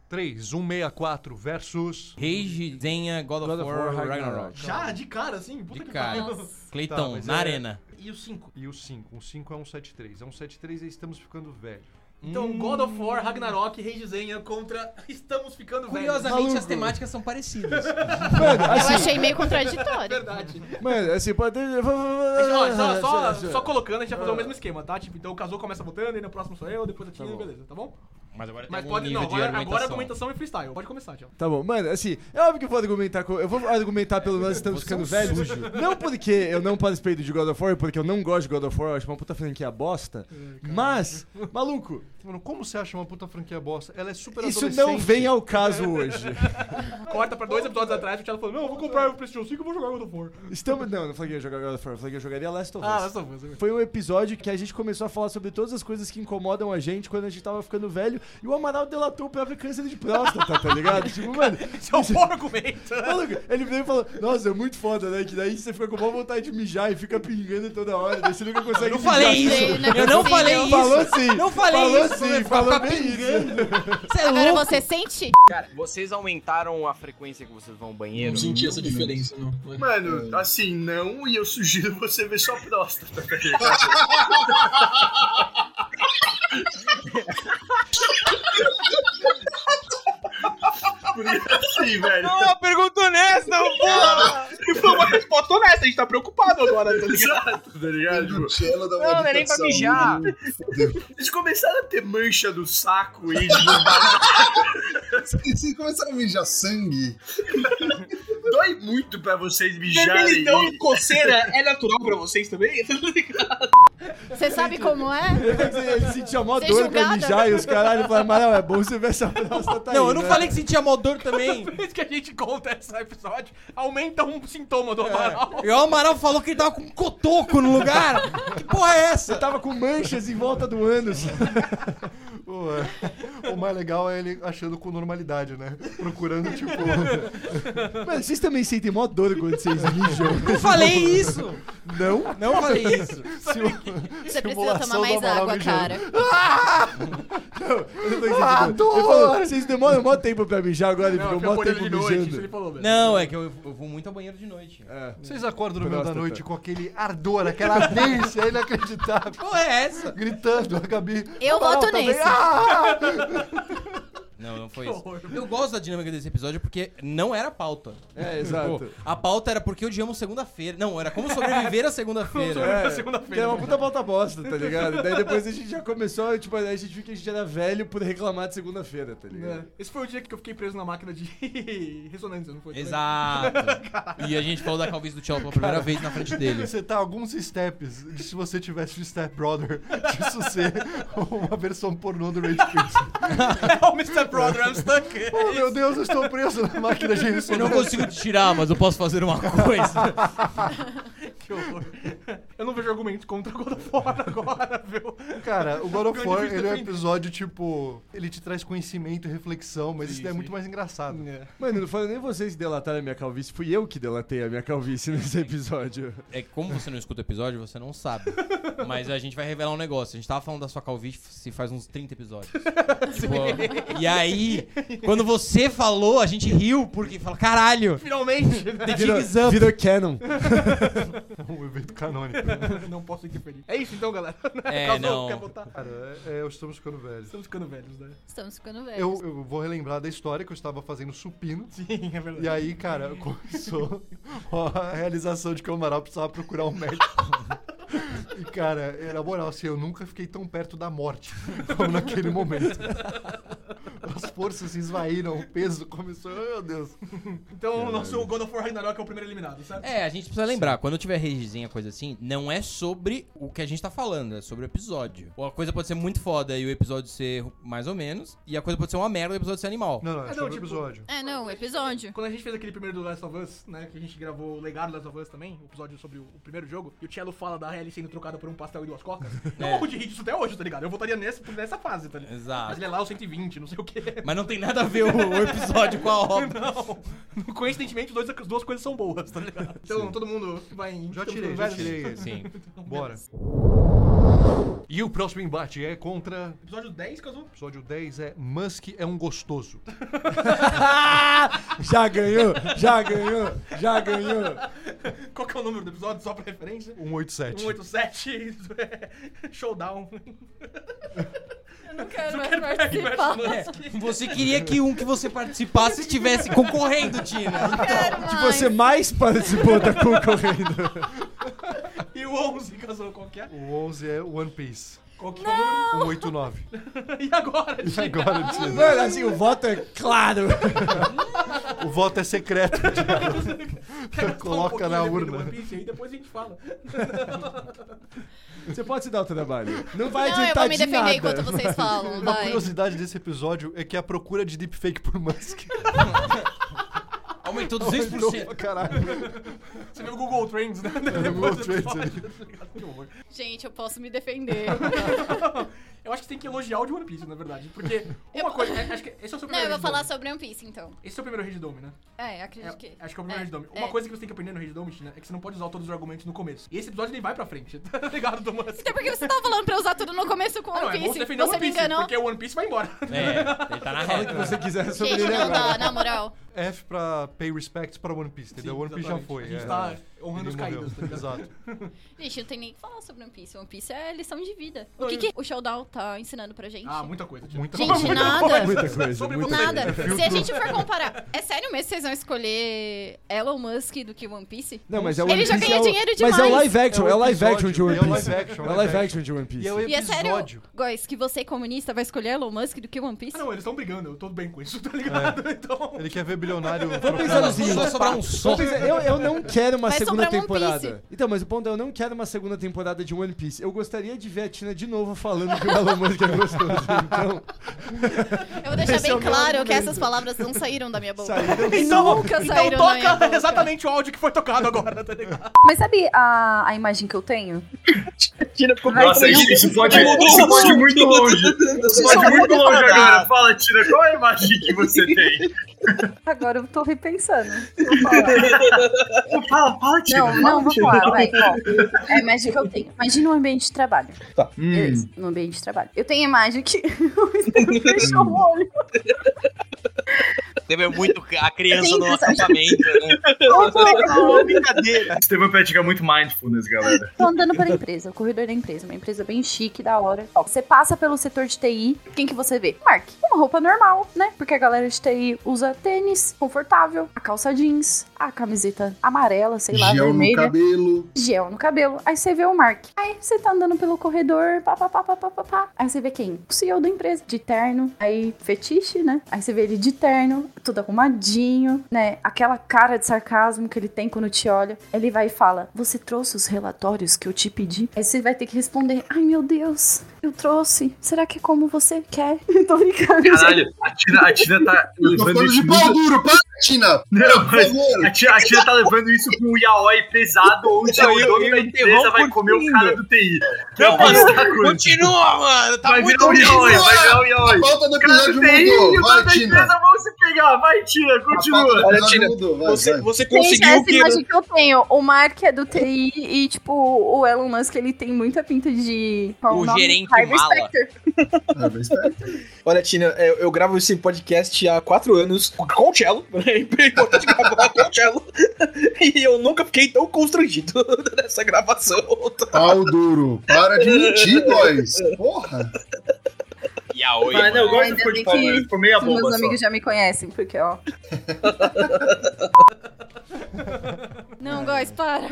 3164 versus.
Rage, Zenha, God,
God
of War, Ragnarok.
Já, de cara, assim? Puta
De
que
cara.
pariu.
Tá,
Cleiton,
mas
na
é-
arena.
E o 5.
E o 5. O 5 é 173. É 173 e estamos ficando velho.
Então, God of War, Ragnarok, Rage Zenha contra Estamos Ficando Velhos.
Curiosamente, as temáticas são parecidas.
Mano,
Eu
assim,
achei meio contraditório.
é Verdade.
mano, assim, pode.
Ó,
É,
só, só, só colocando, a gente vai fazer o mesmo esquema, tá? Tipo, então o Casou começa votando, e no próximo sou eu, depois a Tina,
bom.
beleza, tá bom?
Mas agora tem
um
Mas
algum
pode,
nível
não,
de
agora, agora
argumentação.
argumentação e freestyle. Pode começar, Tiago.
Tá bom, mano, assim, é óbvio que eu vou argumentar com. Eu vou argumentar pelo nós estamos
Você
ficando
é um
velhos.
sujo.
Não porque eu não participei do de God of War, porque eu não gosto de God of War, eu acho uma puta franquia bosta. mas, maluco,
Mano, como você acha uma puta franquia bosta? Ela é super
isso
adolescente.
não vem ao caso hoje.
Corta pra dois episódios atrás, o Thiago falou: Não, eu vou comprar o PlayStation 5 e vou jogar God of War.
Estamos. Não, não falei que eu ia jogar God of War, eu falei que eu jogaria Last of Us.
Ah, essa música.
Foi um episódio que a gente começou a falar sobre todas as coisas que incomodam a gente quando a gente tava ficando velho. E o Amaral delatou o próprio câncer de próstata, tá ligado? Tipo, mano.
Esse é um bom argumento.
Maluco, ele veio e falou, nossa, é muito foda, né? Que daí você fica com boa vontade de mijar e fica pingando toda hora, daí você nunca consegue
Eu não
mijar.
falei isso.
Não é
Eu não
possível.
falei isso.
Falou sim!
Não falei
falou
isso,
Sim,
né?
falou
Ficar
bem isso!
Você é
Agora
louco.
você sente?
Cara, vocês aumentaram a frequência que vocês vão ao banheiro?
Não senti essa diferença, não.
Mano, assim, não, e eu sugiro você ver sua próstata. Porque assim, velho.
Não, perguntou nessa, porra.
Foi uma resposta honesta, a gente tá preocupado agora. tá ligado?
Exato, tá ligado? Tipo,
Não, não é nem pra mijar.
né?
Eles começaram a ter mancha do saco e tipo,
Vocês começaram a mijar sangue.
dói muito pra vocês mijarem.
então,
Vermelhidão
e-
e coceira é natural pra vocês também? Tá ligado?
Você sabe como é?
Ele sentia mó
Ser
dor pra
julgada.
mijar e os caralho falaram, Amaral, é bom você ver essa próstata aí,
Não, eu não
né?"
falei que sentia mal dor também.
vez que a gente conta esse episódio, aumenta um sintoma do Amaral.
E o Amaral falou que ele tava com um cotoco no lugar. Que porra é essa?
Você tava com manchas em volta do ânus.
Pô, é. O mais legal é ele achando com normalidade, né? Procurando, tipo.
Mano, vocês também sentem mó dor quando vocês mijam.
Não falei isso.
Não?
Não falei isso.
se o-
Você precisa
Simulação
tomar
do
mais
Amaral
água,
mijando.
cara.
Eu não tô entendendo. Ele falou, vocês demoram mó tempo pra mijar agora e
Não,
ficam
fica
mó
por ele
tempo
de noite, isso
mijando.
ele falou mesmo.
Não, é que eu, eu vou muito ao banheiro de noite.
Vocês acordam no meio da
Próstata.
noite com aquele ardor, aquela ardência inacreditável.
Que porra é essa?
Gritando, a Gabi.
Eu
"Amaral,
voto
tá bem?"
nesse.
Não, não foi isso. Eu gosto da dinâmica desse episódio porque não era pauta.
É, exato.
Pô, a pauta era porque odiamos segunda-feira. Não, era como sobreviver à segunda-feira.
É,
segunda-feira.
É uma puta pauta bosta, tá ligado? Daí depois a gente já começou, tipo, aí a gente viu que a gente era velho por reclamar de segunda-feira, tá
Né?
ligado?
É. Esse foi o dia que eu fiquei preso na máquina de ressonância, não foi?
É. Exato. E a gente falou da calvície do Tchelo pela primeira vez na frente dele.
Você tá alguns steps de se você tivesse o Step Brother, disso ser uma versão pornô do Rage Quit.
É o Mr. Brother, I'm stuck.
Oh, meu Deus, eu estou preso na máquina de
Eu não
ressonância.
consigo te tirar, mas eu posso fazer uma coisa.
que horror. Eu não vejo argumento contra God of War agora, viu?
Cara, o God of
Fica
War,
difícil
ele é um
defender.
episódio, tipo... Ele te traz conhecimento e reflexão, mas isso daí é muito mais engraçado.
É.
Mano, não foram nem vocês que delataram a minha calvície, fui eu que delatei a minha calvície nesse episódio.
É que como você não escuta o episódio, você não sabe. Mas a gente vai revelar um negócio. A gente tava falando da sua calvície se faz uns 30 episódios. Tipo, e aí, quando você falou, a gente riu, porque fala, caralho,
Finalmente!
the
Virou,
jig is up.
virou canon.
Um evento canônico.
não posso ser feliz. É isso então, galera.
É,
Casou?
não.
Quer botar?
Cara, é, é, eu estamos ficando velhos.
Estamos ficando velhos, né?
Estamos ficando velhos.
Eu, eu vou relembrar da história que eu estava fazendo supino.
Sim, é verdade.
E aí, cara, começou a realização de que o Amaral precisava procurar um médico. E, cara, é, na moral, assim, eu nunca fiquei tão perto da morte como naquele momento. As forças se esvaíram, o peso começou. Meu Deus.
Então o nosso God of War Ragnarok é o primeiro eliminado, sabe?
É, a gente precisa lembrar, quando tiver redesenha coisa assim, não é sobre o que a gente tá falando, é sobre o episódio. Ou a coisa pode ser muito foda e o episódio ser mais ou menos, e a coisa pode ser uma merda e o episódio ser animal.
Não, não, é
não,
sobre o
tipo-
episódio.
É, não, episódio.
Quando a gente fez aquele primeiro do Last of Us, né? Que a gente gravou o legado do Last of Us também, o episódio sobre o, o primeiro jogo, e o Cello fala da Ellie sendo trocada por um pastel e duas cocas. Eu morro de rir disso até hoje, tá ligado? Eu votaria nessa, nessa fase, tá ligado? Mas
É. Exato.
ele é lá o 120, não sei o quê.
Mas não tem nada a ver o, o episódio com a obra.
Não. Coincidentemente, os dois- as duas coisas são boas, tá ligado? Então todo mundo vai em.
Já
estamos
tirei, já
velhos.
tirei esse.
Sim.
Bora. um E o próximo embate é contra.
Episódio 10, Cazu?
Episódio 10 é Musk é um gostoso.
Já ganhou, já ganhou, já ganhou.
Qual que é o número do episódio, só pra referência?
187.
187, showdown.
Eu não quero
Zuckerberg
mais
versus
participar.
Musk.
Você queria que um que você participasse estivesse concorrendo, Tina.
Quero
Que
mais.
Tipo, você mais participou da concorrência.
E o 11, Cazu, qual que é?
O 11 é One Piece.
Qual que qual o número?
189.
E agora?
E agora, Diego?
Mano, assim, o voto é claro.
o voto é secreto.
Cara, só um
Coloca
pouquinho,
na
depende
urna.
do One Piece, aí depois a gente fala.
Você pode se dar o trabalho. Não vai
Não, eu
adiantar
vou me
de
defender
nada.
enquanto vocês falam,
Uma
vai.
curiosidade desse episódio é que a procura de deepfake por Musk é
Aumentou
aumentou
200%.
pra caralho.
Você viu o Google Trends, né?
É,
Depois do
Google Trends
episódio. tá
ali.
Gente, eu posso me defender.
Eu acho que tem que elogiar o de One Piece, na verdade. Porque uma coisa, é- acho que esse é o seu
Não,
primeiro
eu vou
Rage
falar
Dome.
sobre One Piece, então.
Esse é o primeiro Rage Dome, né?
É,
É,
acredito que...
acho que é o primeiro
É,
Rage Dome.
é.
Uma coisa que você tem que aprender no Rage Dome, China, é que você não pode usar todos os argumentos no começo. E esse episódio nem vai pra frente, tá ligado, Thomas?
Até porque você tava falando pra eu usar tudo no começo com
Ah, não,
One
é bom
Piece.
você defender o
você
One
me
Piece,
enganou.
porque o One Piece vai embora.
É, ele tá na
Fala o que
reta.
você
é
quiser sobre
Gente,
ele
né?
não
agora.
dá, na moral.
F pra pay respects pra One Piece, entendeu?
Sim,
One Piece já
exatamente.
foi.
A gente
é.
tá
Ele
honrando os
morreu.
caídos, tá ligado?
Exato.
Gente, não tem nem o que falar sobre One Piece. One Piece é lição de vida.
Não,
O que,
eu-
que o Showdown tá ensinando pra gente?
Ah, muita coisa. Tino.
Muita
Gente,
coisa.
nada.
Muita coisa,
Sobre
muita
você.
Nada. Se a gente for comparar, é sério mesmo que vocês vão escolher Elon Musk do que One Piece?
Não, mas é o
Ele
One
já
Piece
ganha
é o-
dinheiro
Mas é o
demais.
live action,
É
é
o
o live
episódio,
action de
é
One
o
Piece.
live action,
É o
é
live
live
action de One Piece.
E é o
E é sério,
episódio.
Góis, que você comunista vai escolher Elon Musk do que One Piece?
Ah, não, eles estão brigando, eu tô bem com isso, tá ligado?
É.
Então.
Ele quer ver bilionário.
pensar
trocando-
nos-
Só sobrar um só.
Só pra dizer, eu, eu não quero uma
Vai
segunda
sobrar One
temporada.
Piece.
Então, mas o ponto é, eu não quero uma segunda temporada de One Piece. Eu gostaria de ver a Tina de novo falando que o Elon Musk é gostoso. Então,
Eu vou deixar
Esse é o
bem
meu
claro que
argumento.
essas palavras não saíram da minha boca.
Saíram.
Então,
Nunca
então
saíram né? da minha
toca
boca.
exatamente o áudio que foi tocado agora, tá ligado?
Mas sabe a, a imagem que eu tenho?
Tira ficou
Nossa,
Ai,
isso, pode, isso pode muito longe. Isso
Só
pode muito
poder
longe
falar.
agora. Fala, Tira, qual é a imagem que você tem?
Agora eu tô repensando. Vou falar.
Fala, fala, Tira.
Não, não, vou falar, vai. ó. É a imagem que eu tenho. Imagina um ambiente de trabalho. Beleza,
Hum.
no ambiente de trabalho. Eu tenho a imagem que o Estevão fechou o olho.
Teve muito a criança
É
Tem
no
essa-
acampamento, né?
Eu
Brincadeira.
Estevam pratica muito mindfulness, galera.
tô andando pela empresa, o corredor da empresa. Uma empresa bem chique, da hora. Ó, você passa pelo setor de TI, quem que você vê? Mark. Uma roupa normal, né? Porque a galera de TI usa tênis, confortável, a calça jeans, a camiseta amarela, sei lá,
Gel no
vermelha.
cabelo.
gel no cabelo. Aí você vê o Mark. Aí você tá andando pelo corredor, pá, pá, pá, pá, pá, pá, pá. Aí você vê quem? O CEO da empresa, de terno. Aí fetiche, né? Aí você vê ele de terno, tudo arrumadinho, né? Aquela cara de sarcasmo que ele tem quando te olha. Ele vai e fala: Você trouxe os relatórios que eu te pedi? Aí você vai ter que responder: Ai meu Deus, eu trouxe. Será que é como você quer? Tô brincando. gente.
Caralho, a Tina, a Tina tá
Eu tô
levando
falando
isso
de pau
muito...
duro, para, Tina!
Não,
Por
mas
favor!
a tia, a tia tá levando isso com um yaoi pesado, onde
Não,
o
eu-
dono
eu
da empresa
interrompo
vai comer o cara do TI. Que é
Não,
o
mas-
obstáculo.
Continua, mano. Tá
Vai virar
muito
um yaoi,
lindo.
vai virar um
A
yaoi.
pauta do
O cara do
episódio
TI e o
mudou,
dono da
vai, Tina!
empresa vão se pegar. Vai, Tina,
A pauta
continua.
do
Olha,
episódio
Tina,
mudou, vai,
Você,
vai.
você
Gente, é
conseguiu
essa
que.
imagem que eu tenho. O Mark é do TI e, tipo, o Elon Musk, ele tem muita pinta de... qual
O
nome?
gerente
Harvey
mala.
Specter.
Ah, mas espera.
Olha, Tina, eu, eu gravo esse podcast há quatro anos com o Cello. É importante gravar com o Cello. E eu nunca fiquei tão constrangido nessa gravação.
Pau duro, para de mentir, boys! Porra!
Yaoi.
Mas não, eu gosto
Ainda
do ficou de
bem
pau,
que-
mano. Ficou meia
Os meus
bomba só.
amigos já me conhecem, porque, ó.
Não, Góis, para.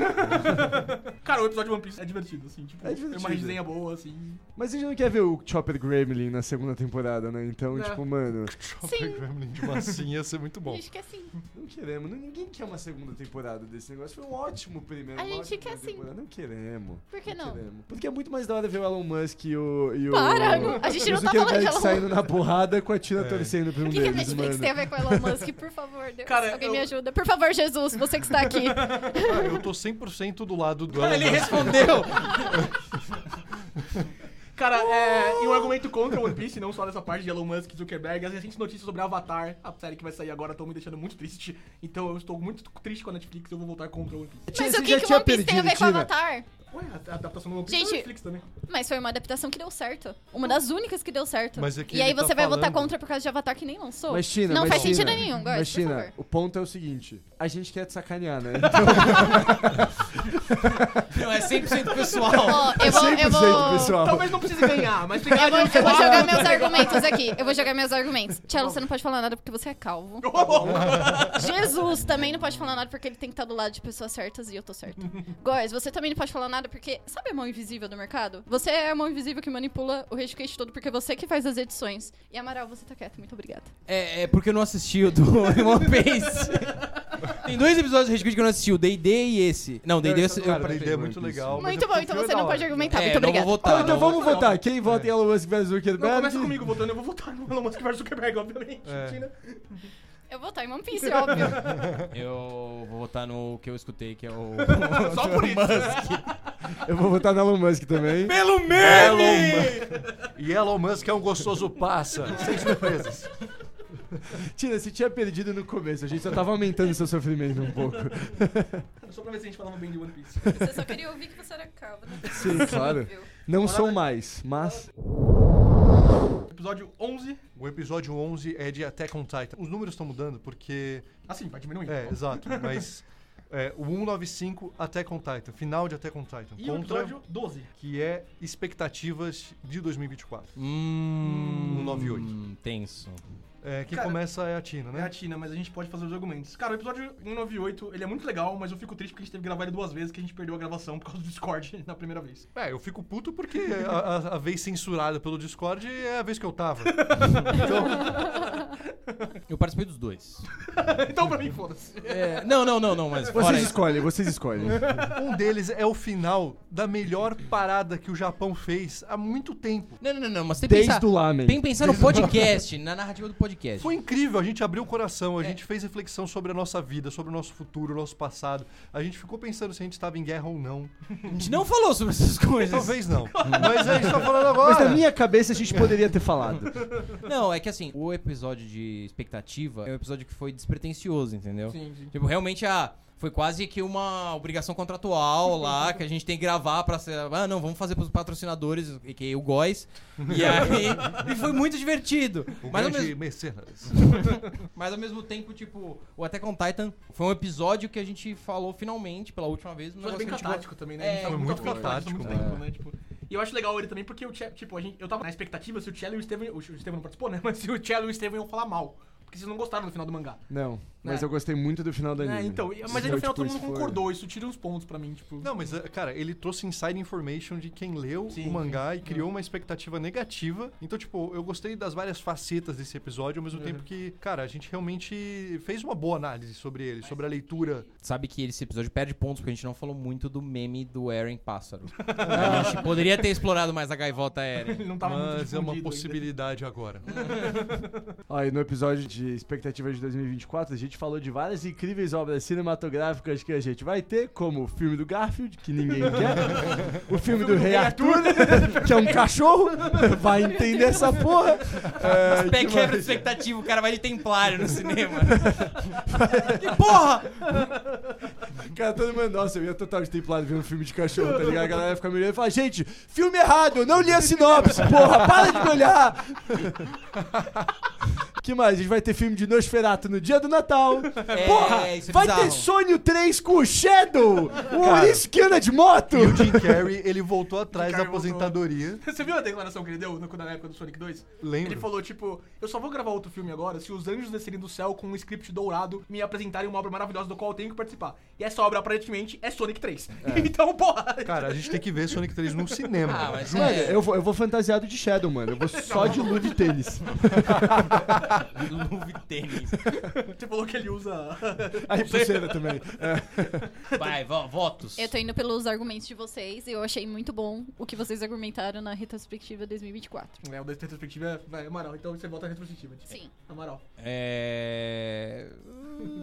Cara, o episódio de One Piece é divertido, assim, tipo,
É divertido.
tem uma resenha boa, assim.
mas a gente não quer ver o Chopper Gremlin na segunda temporada, né? Então,
É.
tipo, mano,
assim.
Chopper Gremlin de massinha ia ser muito
A
bom.
gente quer sim.
não queremos. não- Ninguém quer uma segunda temporada desse negócio. Foi um ótimo primeiro.
A
uma
gente
ótima
quer sim.
temporada. Não queremos.
Por que não?
queremos. Porque é muito mais da hora ver o Elon Musk e o. E o
Para, não- a gente
e o
não tá falando de
Zuckerberg
Elon
saindo na porrada com a Tina
É.
torcendo pra um
O que, que a
deles,
Netflix
mano.
tem a ver com Elon Musk? Por favor, Deus.
Cara,
Alguém
eu-
me ajuda. Por favor, Jesus, você que está aqui.
Ah, eu tô 100% do lado do Elon
Ele
Musk.
respondeu.
Cara, é, e um argumento contra o One Piece, não só dessa parte de Elon Musk e Zuckerberg, as recentes notícias sobre Avatar, a série que vai sair agora, estão me deixando muito triste. Então eu estou muito triste com a Netflix, eu vou voltar contra o One Piece.
Tina,
Mas
você
o
já
que, que o
tinha
One Piece tem a ver com
perdido, Tina.
Avatar?
Ué, a adaptação do One Piece é
Gente,
Netflix também.
Mas foi uma adaptação que deu certo. Uma das únicas que deu certo.
Mas é que
e aí
ele tá
você vai votar
falando-
contra por causa de Avatar que nem lançou.
Mas China,
não
mas
faz
China,
sentido nenhum, Góis,
Mas
por
China,
favor.
o ponto é o seguinte: a gente quer te sacanear, né?
Não, é 100% pessoal.
Ó, eu vou... Eu
100%,
vou...
Ah.
pessoal.
Talvez não precise ganhar, mas tem que
Eu vou, eu vou
adiantar.
jogar meus argumentos aqui. Eu vou jogar meus argumentos. Tchelo, você não pode falar nada porque você é calvo.
Ô, louco.
Jesus também não pode falar nada porque ele tem que estar do lado de pessoas certas e eu tô certa. Góis, você também não pode falar nada, porque sabe a mão invisível do mercado? Você é a mão invisível que manipula o Rage Quit todo, porque é você que faz as edições. E Amaral, você tá quieto, muito obrigada.
É, é porque eu não assisti o do One Piece. Tem dois episódios de Rage Quit que eu não assisti, o D&D e esse. Não, D&D eu, eu,
Cara,
né?
participei.
D&D é muito legal. mas
muito
é
bom,
porque
então
o filme
você
é da
não
hora.
pode argumentar,
É,
muito
não vou
obrigada.
votar,
então
não.
vamos votar. Quem vota em Elon Musk versus
Não,
Zuckerberg?
começa comigo votando, eu vou votar no Elon Musk versus Zuckerberg, obviamente.
É.
Tina.
Eu vou votar em One Piece, é óbvio.
Eu vou votar no que eu escutei, que é o...
Só por isso.
Eu vou votar no Elon Musk também.
Pelo
Elon Musk. E Elon Musk é um gostoso passa. Sem surpresas.
Tira, se tinha perdido no começo, a gente só tava aumentando seu sofrimento um pouco.
Só pra ver se a gente falava bem de One Piece.
Você só queria ouvir que você era calvo, né?
Sim, claro. Não sou mais, mas.
Episódio 11.
O episódio 11 é de Attack on Titan. Os números estão mudando porque...
Assim, vai diminuindo.
É, exato. Mas é, o 195, Attack on Titan. Final de Attack on Titan.
E o episódio 12.
que é expectativas de 2024.
Hum...
198.
Tenso.
É, quem
Cara,
começa é a Tina,
É a
né?
Tina, mas a gente pode fazer os argumentos. Cara, o episódio 198, ele é muito legal, mas eu fico triste porque a gente teve que gravar ele duas vezes, que a gente perdeu a gravação por causa do Discord na primeira vez.
É, eu fico puto porque a, a- a vez censurada pelo Discord é a vez que eu tava. Então,
Eu participei dos dois.
Então, pra mim, foda-se.
É, não, não, não, não, mas fora
Vocês
isso.
escolhem, vocês escolhem.
um deles é o final da melhor parada que o Japão fez há muito tempo.
Não, não, não, não, mas tem que pensar...
Desde o Lamen.
Tem que pensar no podcast, na narrativa do podcast.
Foi incrível, a gente abriu o coração, a gente fez reflexão sobre a nossa vida, sobre o nosso futuro, o nosso passado. A gente ficou pensando se a gente estava em guerra ou não.
A gente não falou sobre essas coisas.
Então
Talvez não. Mas a gente tá falando agora.
Mas na minha cabeça a gente poderia ter falado.
Não, é que assim, o episódio de expectativa é um episódio que foi despretensioso, entendeu? Sim, sim. Tipo, realmente a. Foi quase que uma obrigação contratual lá, que a gente tem que gravar pra ser. Ah, não, vamos fazer pros patrocinadores, que é o Góis. E aí. e foi muito divertido.
O
Mas ao,
grande
mesmo,
Mercenários.
mas ao mesmo tempo, tipo, o Attack on Titan foi um episódio que a gente falou finalmente pela última vez. um
Foi
negócio
bem
que a gente
catártico também, né? A gente
É,
tava
foi muito
aflito disso há muito
catártico,
tempo, né? Tipo, e eu acho legal ele também porque o Che- tipo, a gente, eu tava na expectativa se o Cello e o Estevam. O Estevam não participou, né? Mas se o Cello e o Estevam iam falar mal. Porque vocês não gostaram do final do mangá.
Não, mas
É.
eu gostei muito do final da anime.
É, então. e- Mas aí
Então,
no final
tipo,
todo
isso
mundo
foi-
concordou. Isso tira uns pontos pra mim, tipo.
Não, mas, eh, cara, ele trouxe inside information de quem leu
Sim,
o mangá e criou uma expectativa negativa. Então, tipo, eu gostei das várias facetas desse episódio, ao mesmo tempo que, cara, a gente realmente fez uma boa análise sobre ele, sobre a leitura.
sabe que esse episódio perde pontos porque a gente não falou muito do meme do Eren Pássaro. a gente poderia ter explorado mais a gaivota Eren.
Ele não tava tá
mas é
muito
uma
difundido ainda.
possibilidade agora.
Ó, e no episódio de expectativas de 2024, a gente falou de várias incríveis obras cinematográficas que a gente vai ter, como o filme do Garfield, que ninguém quer, o filme do Rei Arthur, que é um cachorro, vai entender essa porra. É,
Pé quebra
que
de
mais?
expectativa, o cara vai de templário no cinema. que porra!
Cara, todo mundo, nossa, eu ia total de templado ver um filme de cachorro, tá ligado? A galera fica me olhando e fala, gente, filme errado, eu não li a sinopse, porra, para de me olhar! que mais? A gente vai ter filme de Nosferatu no dia do Natal.
É,
porra,
isso é
vai
bizarro.
ter Sonho 3 com o Shadow, o Maurício que anda de moto.
E o Jim Carrey, ele voltou atrás da
Carrey voltou.
aposentadoria.
Você viu a declaração que ele deu no- na época do Sonic 2?
Lembro.
Ele falou, tipo, eu só vou gravar outro filme agora se os anjos descerem do céu com um script dourado me apresentarem uma obra maravilhosa do qual eu tenho que participar. E essa obra, aparentemente, é Sonic 3. Então, porra!
Cara, a gente tem que ver Sonic 3 no cinema.
Ah, mas
Mano,
é,
eu vou, eu vou fantasiado de Shadow, mano. Eu vou só de luva e tênis.
luva e tênis.
Você falou que ele usa.
Aí pulseira também.
Vai, vo- votos.
Eu tô indo pelos argumentos de vocês e eu achei muito bom o que vocês argumentaram na retrospectiva 2024.
É, o da retrospectiva é. Vai, Amaral, então você volta à retrospectiva. Tipo.
Sim.
Amaral.
É...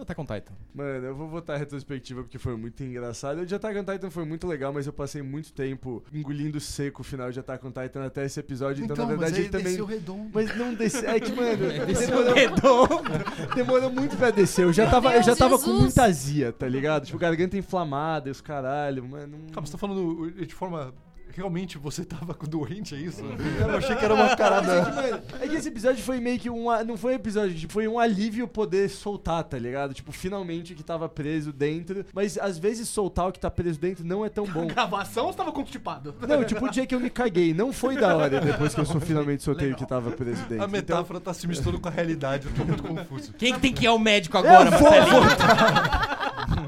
Tá com Titan.
Mano, eu vou votar retrospectiva porque foi muito engraçado. O de Attack on Titan foi muito legal, mas eu passei muito tempo engolindo seco o final de Attack on Titan até esse episódio, então, na verdade ele também.
redondo.
Mas não desceu. É que, mano,
Desceu
demorou,
redondo.
demorou muito pra descer. Eu já
Meu
tava, eu já
Deus,
tava com
Jesus.
muita azia, tá ligado? Tipo, garganta inflamada e os caralho, mano. não-
Calma, você tá falando de forma... Realmente você tava doente, é isso? Eu achei que era uma
Mas é que,
carada...
mano, é que esse episódio foi meio que um. a- Não foi um episódio, tipo, foi um alívio poder soltar, tá ligado? Tipo, finalmente o que tava preso dentro. Mas às vezes soltar o que tá preso dentro não é tão bom.
Gravação ou você tava constipado?
Não, tipo, o dia que eu me caguei, não foi da hora depois que eu sou finalmente solteiro que tava Então, presidente.
A metáfora tá se misturando com a realidade, eu tô muito confuso.
Quem que tem que ir ao médico
Então,
agora,
eu vou
Marcelinho?
votar!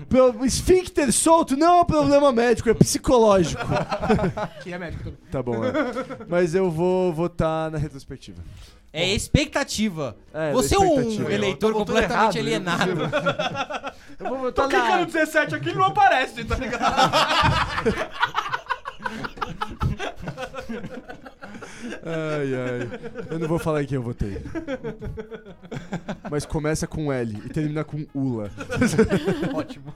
Pro- Esfíncter solto não é um problema médico, é psicológico.
Que é médico também.
Tá bom, é. Mas eu vou votar na retrospectiva.
É expectativa.
É,
Você é
da
um
expectativa.
eleitor
Eu tô votando
completamente
errado, né?
alienado.
Eu vou votar
Clicando
na...
17 aqui ele não aparece, tá ligado?
Ai, ai. Eu não vou falar em quem eu votei. Mas começa com L e termina com Ula.
Ótimo.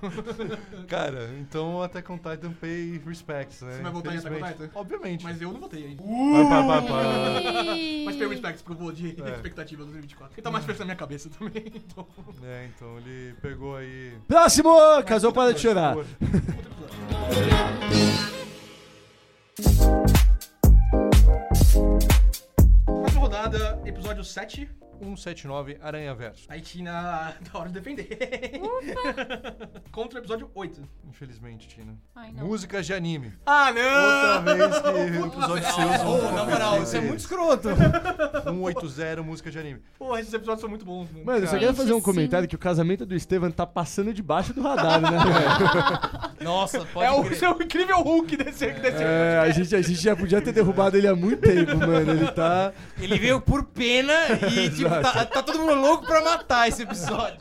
Cara, então até com Titan pay respects, né?
Você vai voltar em Attack on
Infelizmente.
Titan?
Obviamente.
Mas eu não votei ainda.
Pá, pá, pá, pá.
Mas tem respect porque eu vou de expectativa 2024. Ele tá
Uhum.
mais perto da minha cabeça também, então.
É, então ele pegou aí.
Próximo! Casou para de chorar.
Próxima rodada, episódio 7.
179 Aranha Verso.
Aí tinha da hora de defender. Contra o episódio 8.
Infelizmente, Tina.
Ai, não.
Músicas de anime.
Ah, não!
Outra vez que episódios seus.
Ô, na moral, isso é muito escroto.
180 música de anime.
Porra, esses episódios são muito bons, né? mano.
Mano, eu só quero fazer um comentário que o casamento do Estevam tá passando debaixo do radar, né, velho?
Nossa, pode
É o
crer.
seu incrível Hulk desse, desse
É, a gente, a gente já podia ter derrubado ele há muito tempo, mano. Ele tá.
Ele veio por pena e, tipo, tá, tá todo mundo louco pra matar esse episódio.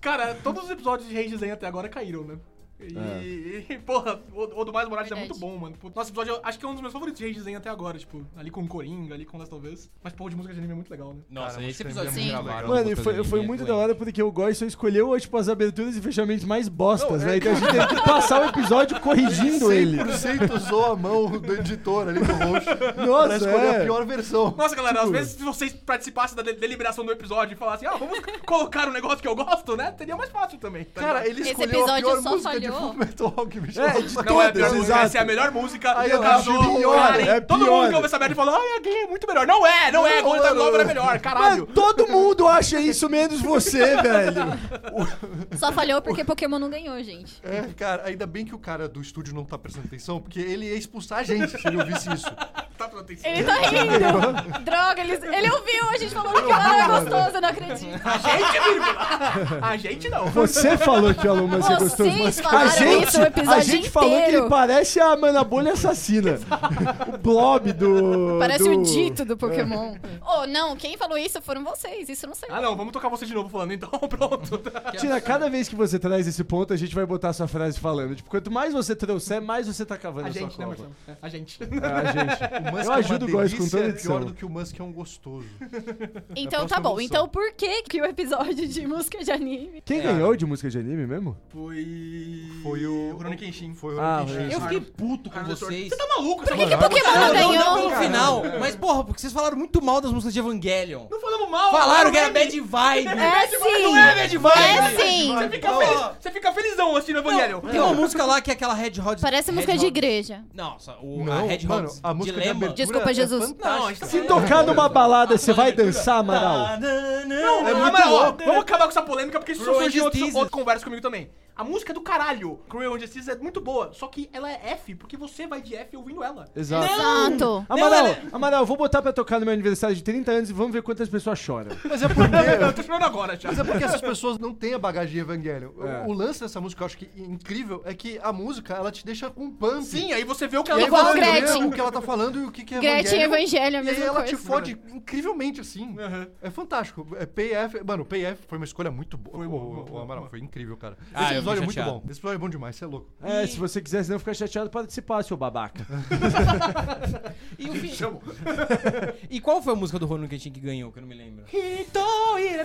Cara, todos os episódios de Rei Zen até agora caíram, né? E, e, porra, o, o do Mais Morales é muito
Verdade.
bom, mano. Pô, Nossa, episódio, eu acho que é um dos meus favoritos de Rei Zen até agora, tipo, ali com Coringa, ali com Last of Us. Mas, porra, de música de anime é muito legal, né?
Nossa,
Cara,
esse
muito
episódio
tempo
é muito
é
muito
legal.
legal.
Mano, e foi, foi muito da hora porque o Goy só escolheu tipo, as aberturas e fechamentos mais bostas, né? Então a gente teve que passar o episódio corrigindo ele.
100% usou a mão do editor ali do roxo pra
Nossa,
escolher
é.
a pior versão.
Nossa, galera, às vezes se vocês participassem da de- deliberação do episódio e falassem, ah, vamos colocar um negócio que eu gosto, né? Seria mais fácil também. tá
Cara,
ligado?
ele
Esse
escolheu a
episódio
pior
só
música de
falhou.
Fullmetal Alchemist.
É, de
não é a pior
todas,
música, essa é a
exato.
melhor música.
Aí
eu
eu acho
casou,
pior,
Karen,
é
Todo
pior.
mundo que ouve essa merda falou, ah, a Gay é muito melhor. Não é, não é, Golden Glover é melhor,
Mano,
caralho.
todo mundo acha isso, menos você, velho.
Só falhou porque Pokémon não ganhou, gente.
É, cara, ainda bem que o cara do estúdio não tá prestando atenção, porque ele ia expulsar a gente se ele ouvisse isso.
Tá prestando atenção.
Ele tá rindo. Droga, ele, ele ouviu a gente falando que ela era gostosa, eu não acredito.
Gente, vírgula. A gente não.
Você falou que o aluno você
Vocês
gostou de música.
falaram isso o
é a
episódio
gente falou que ele
inteiro.
parece a Mana Bolha Assassina. o blob do.
Parece
do...
o dito do Pokémon. oh, não, quem falou isso foram vocês, isso não sei.
Ah, não, vamos tocar você de novo falando, então, pronto.
Tina, cada vez que você traz esse ponto, a gente vai botar sua frase falando. Tipo, quanto mais você trouxer, mais você tá cavando
A
a, sua
gente, né,
cova.
Marcelo? A gente.
É, a gente.
O Musk
Eu ajudo o
é uma
Góis com
delícia,
toda
é pior
edição.
do que o Musk é um gostoso.
Então
Eu
tá
posso
bom.
ter
Então por que que o episódio de música de anime?
Quem ganhou de música de anime mesmo?
Foi.
Foi o-
Rurouni Kenshin.
Foi o
Ah,
Orochi.
Eu fiquei puto com vocês.
Você tá maluco? Por
que Pokémon não
Não,
ganhou?
não pelo final, mas porra, porque vocês falaram muito mal das músicas de Evangelion.
Não falamos mal.
Falaram
mano,
que era
meme.
bad vibe.
É
Não é
sim!
bad vibe.
É sim!
Você fica, feliz, você fica felizão assistindo Evangelho.
Tem uma música lá que é aquela Red Hot.
Parece
Red
música de
Hot-
igreja.
Nossa, o a
Não,
Red Hot
mano, a música de
Dilema.
abertura
Desculpa,
é
Jesus.
fantástica.
Não, a gente tá
Se tocar numa balada, você vai dançar, Amaral?
Não,
Não,
muito
mas, ó,
louco.
vamos acabar com essa polêmica, porque isso
Cruel
surgiu outra,
Justice.
outra conversa comigo também. A música é do caralho, Cruel Justice, é muito boa, só que ela é F, porque você vai de F ouvindo ela.
Exato.
Exato!
Amaral,
Não, ela-
Amaral, eu vou botar pra tocar no meu aniversário de 30 anos e vamos ver quantas pessoas choram.
Mas é porque...
Eu tô esperando agora já.
Mas é porque essas pessoas não têm a bagagem de Evangelion. O-
É.
O lance dessa música, eu acho que é incrível, é que a música, ela te deixa com um pump.
Sim, aí você vê o que
E aí
ela
Igual
você
a
vê
Gretchen.
o que ela tá falando e o que, que é
Gretchen e
Evangelion.
Evangelho é a
E aí
mesma
ela te
coisa.
fode incrivelmente, assim.
Aham.
É fantástico. É PF. Mano, o PF foi uma escolha muito boa. Foi o, o Amaral foi incrível, cara.
Ah,
Esse episódio
eu
é
fiquei
muito
chateado.
bom. Esse episódio é bom demais, você é louco.
É, se você quiser, senão ficar chateado, participar, seu babaca.
E, o fim- e qual foi a música do Ronan Kenshin que ganhou, que eu não me lembro?
né,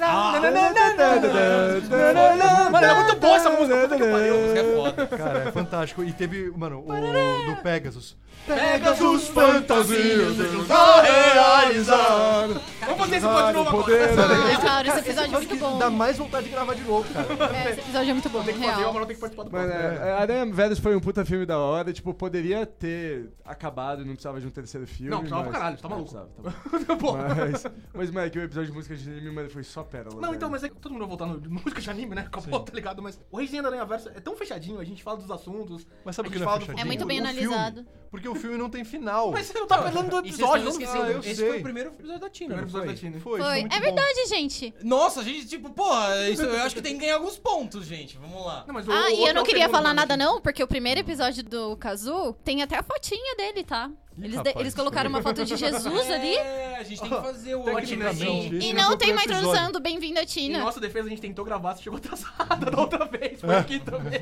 Mano, é muito boa essa música, puta que pariu.
Essa é foda.
Cara, é fantástico. E teve, mano, o do Pegasus.
Pegasus
fantasias realizar.
Vamos fazer esse pod de novo agora.
né?
Cara, esse episódio é muito bom.
Dá mais vontade de gravar de novo, cara.
É, Esse episódio é muito bom,
Tem que fazer, o
real.
Amaral tem que participar do
Mano,
podcast.
é, é, Aranha Velhos foi um puta filme da hora. Tipo, poderia ter acabado, não precisava de um terceiro filme.
Não, precisava
mas...
pra caralho, você tá
Não,
maluco.
precisava, tá
Pô.
bom. mas, mas, moleque, o episódio de música de anime, mano, foi só pérola.
Não, então,
velho.
mas é que todo mundo vai voltar no no música de anime, né? Acabou, tá ligado? Mas o Reizinha da Aranha Versa é tão fechadinho,
a gente fala dos assuntos.
Mas sabe
a
o que
gente
não é
fala do
É
fechadinho?
muito bem
O filme.
analisado.
Porque o filme não tem final.
Mas você não tá falando do
E vocês estão
episódio, não
esquecendo,
Ah, eu
esse
sei.
foi o primeiro episódio da Tina.
Primeiro
não foi?
episódio da Tina.
Foi,
Foi.
muito
É
bom.
verdade, gente.
Nossa, gente, tipo, porra, isso, eu acho que tem que ganhar alguns pontos, gente. Vamos lá.
Não, mas o- o
Ah, e
outro
eu
é
não
o
queria
segundo,
falar
né?
nada não, porque o primeiro episódio do Kazu tem até a fotinha dele, tá? Eles, de-
rapaz.
eles colocaram uma foto de Jesus ali
É, a gente tem que fazer o
Tecnicamente,
ótimo.
e
Esse
não
foi
tem
o
uma
episódio.
introdução do Bem-vindo à
Em
Tina.
nossa defesa, a gente tentou gravar, você chegou atrasada da outra vez, foi
É.
aqui também.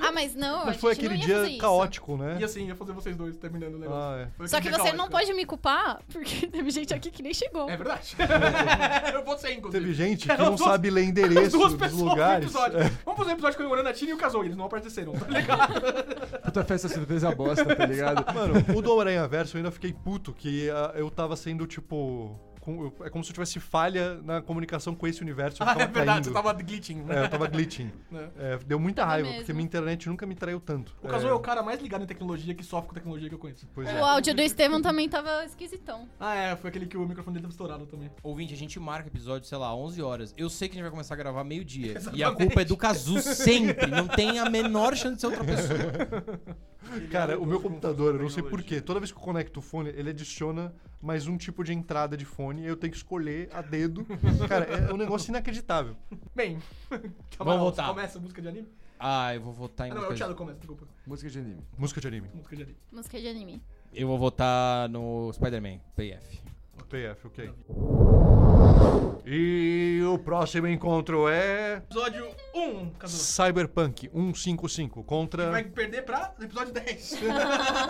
Ah, mas não,
Mas
a
foi
gente
aquele
não ia fazer
dia
isso.
caótico, né?
E assim, ia fazer vocês dois terminando o negócio.
Ah, é.
Foi
Só
aquele
que
dia
você não
caótico.
pode me culpar, porque teve gente aqui que nem chegou.
É verdade. eu vou ser, inclusive.
Teve gente que
Eram
não
duas-
sabe ler
As
endereço
duas
dos
pessoas no
lugares. É.
episódio. Vamos fazer um episódio comemorando a Tina e o Casou, eles não apareceram, tá ligado?
Puta festa surpresa bosta, tá ligado?
Mano, o do Aranha Verso eu ainda fiquei puto, que ah, eu tava sendo, tipo. com- eu- é como se eu tivesse falha na comunicação com esse universo. Eu
Ah,
tava
é verdade, você
caindo.
tava glitching, né?
É, eu tava glitching. É, deu muita raiva,
mesmo.
porque minha internet nunca me traiu tanto.
O Casou é. o cara mais ligado em tecnologia que sofre com tecnologia que eu conheço.
Pois
O
é.
áudio do Estevam também tava esquisitão.
Ah, é, foi aquele que o microfone dele tava estourado também.
Ouvinte, a gente marca episódio, sei lá, 11 horas. Eu sei que a gente vai começar a gravar meio-dia. E a
Exatamente.
culpa é do Cazu sempre. Não tem a menor chance de ser outra pessoa.
Cara, o meu
com
computador, eu não sei
tecnologia.
porquê, toda vez que eu conecto o fone, ele adiciona mais um tipo de entrada de fone e eu tenho que escolher a dedo. Cara, é um negócio inacreditável.
Bem, Amaral,
voltar.
Começa a música de anime?
Ah, eu vou votar em
Ah, não, é o
música.
Thiago começa, desculpa.
Música de anime.
Música de anime.
Música de anime.
Música de anime.
Eu vou votar no Spider-Man, PF.
PF, ok. E o próximo encontro é
Episódio 1, Casou.
Cyberpunk 155 contra
Vai perder pra episódio 10.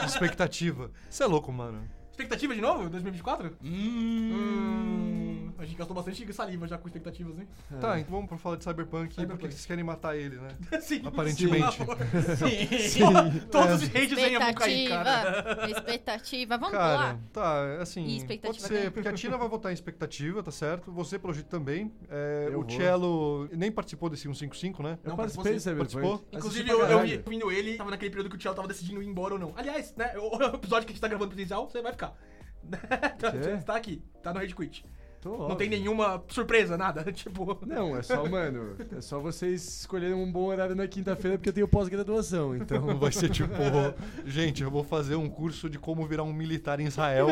expectativa. Você é louco, mano.
Expectativa de novo? 2024?
Hum.
Hum, a gente gastou bastante saliva já com expectativas, hein?
Tá, então vamos pra falar de Cyberpunk,
Cyberpunk.
porque vocês querem matar ele, né?
Sim,
Aparentemente. É.
por favor. Só- Todos os redes aí vão cair, cara.
Expectativa. Expectativa. Vamos
Cara,
lá.
tá, assim.
E expectativa
pode ser,
dele.
porque a Tina vai votar em expectativa, tá certo? Você, pelo jeito, também. É, o
Eu vou.
Cello nem participou desse 155, né?
Eu
Não,
participei
você
desse evento.
participou?
assisti
Inclusive,
pra
eu, eu
caralho.
vi ouvindo ele, tava naquele período que o Thiago tava decidindo ir embora ou não. Aliás, né, o o episódio que a gente tá gravando presencial, você vai ficar. Então,
Quê?
Você tá aqui, tá no Red Quit.
Tô
Não
óbvio.
tem nenhuma surpresa, nada, tipo...
Não, é só, mano, é só vocês escolherem um bom horário na quinta-feira porque eu tenho pós-graduação, então.
Vai ser tipo, gente, eu vou fazer um curso de como virar um militar em Israel.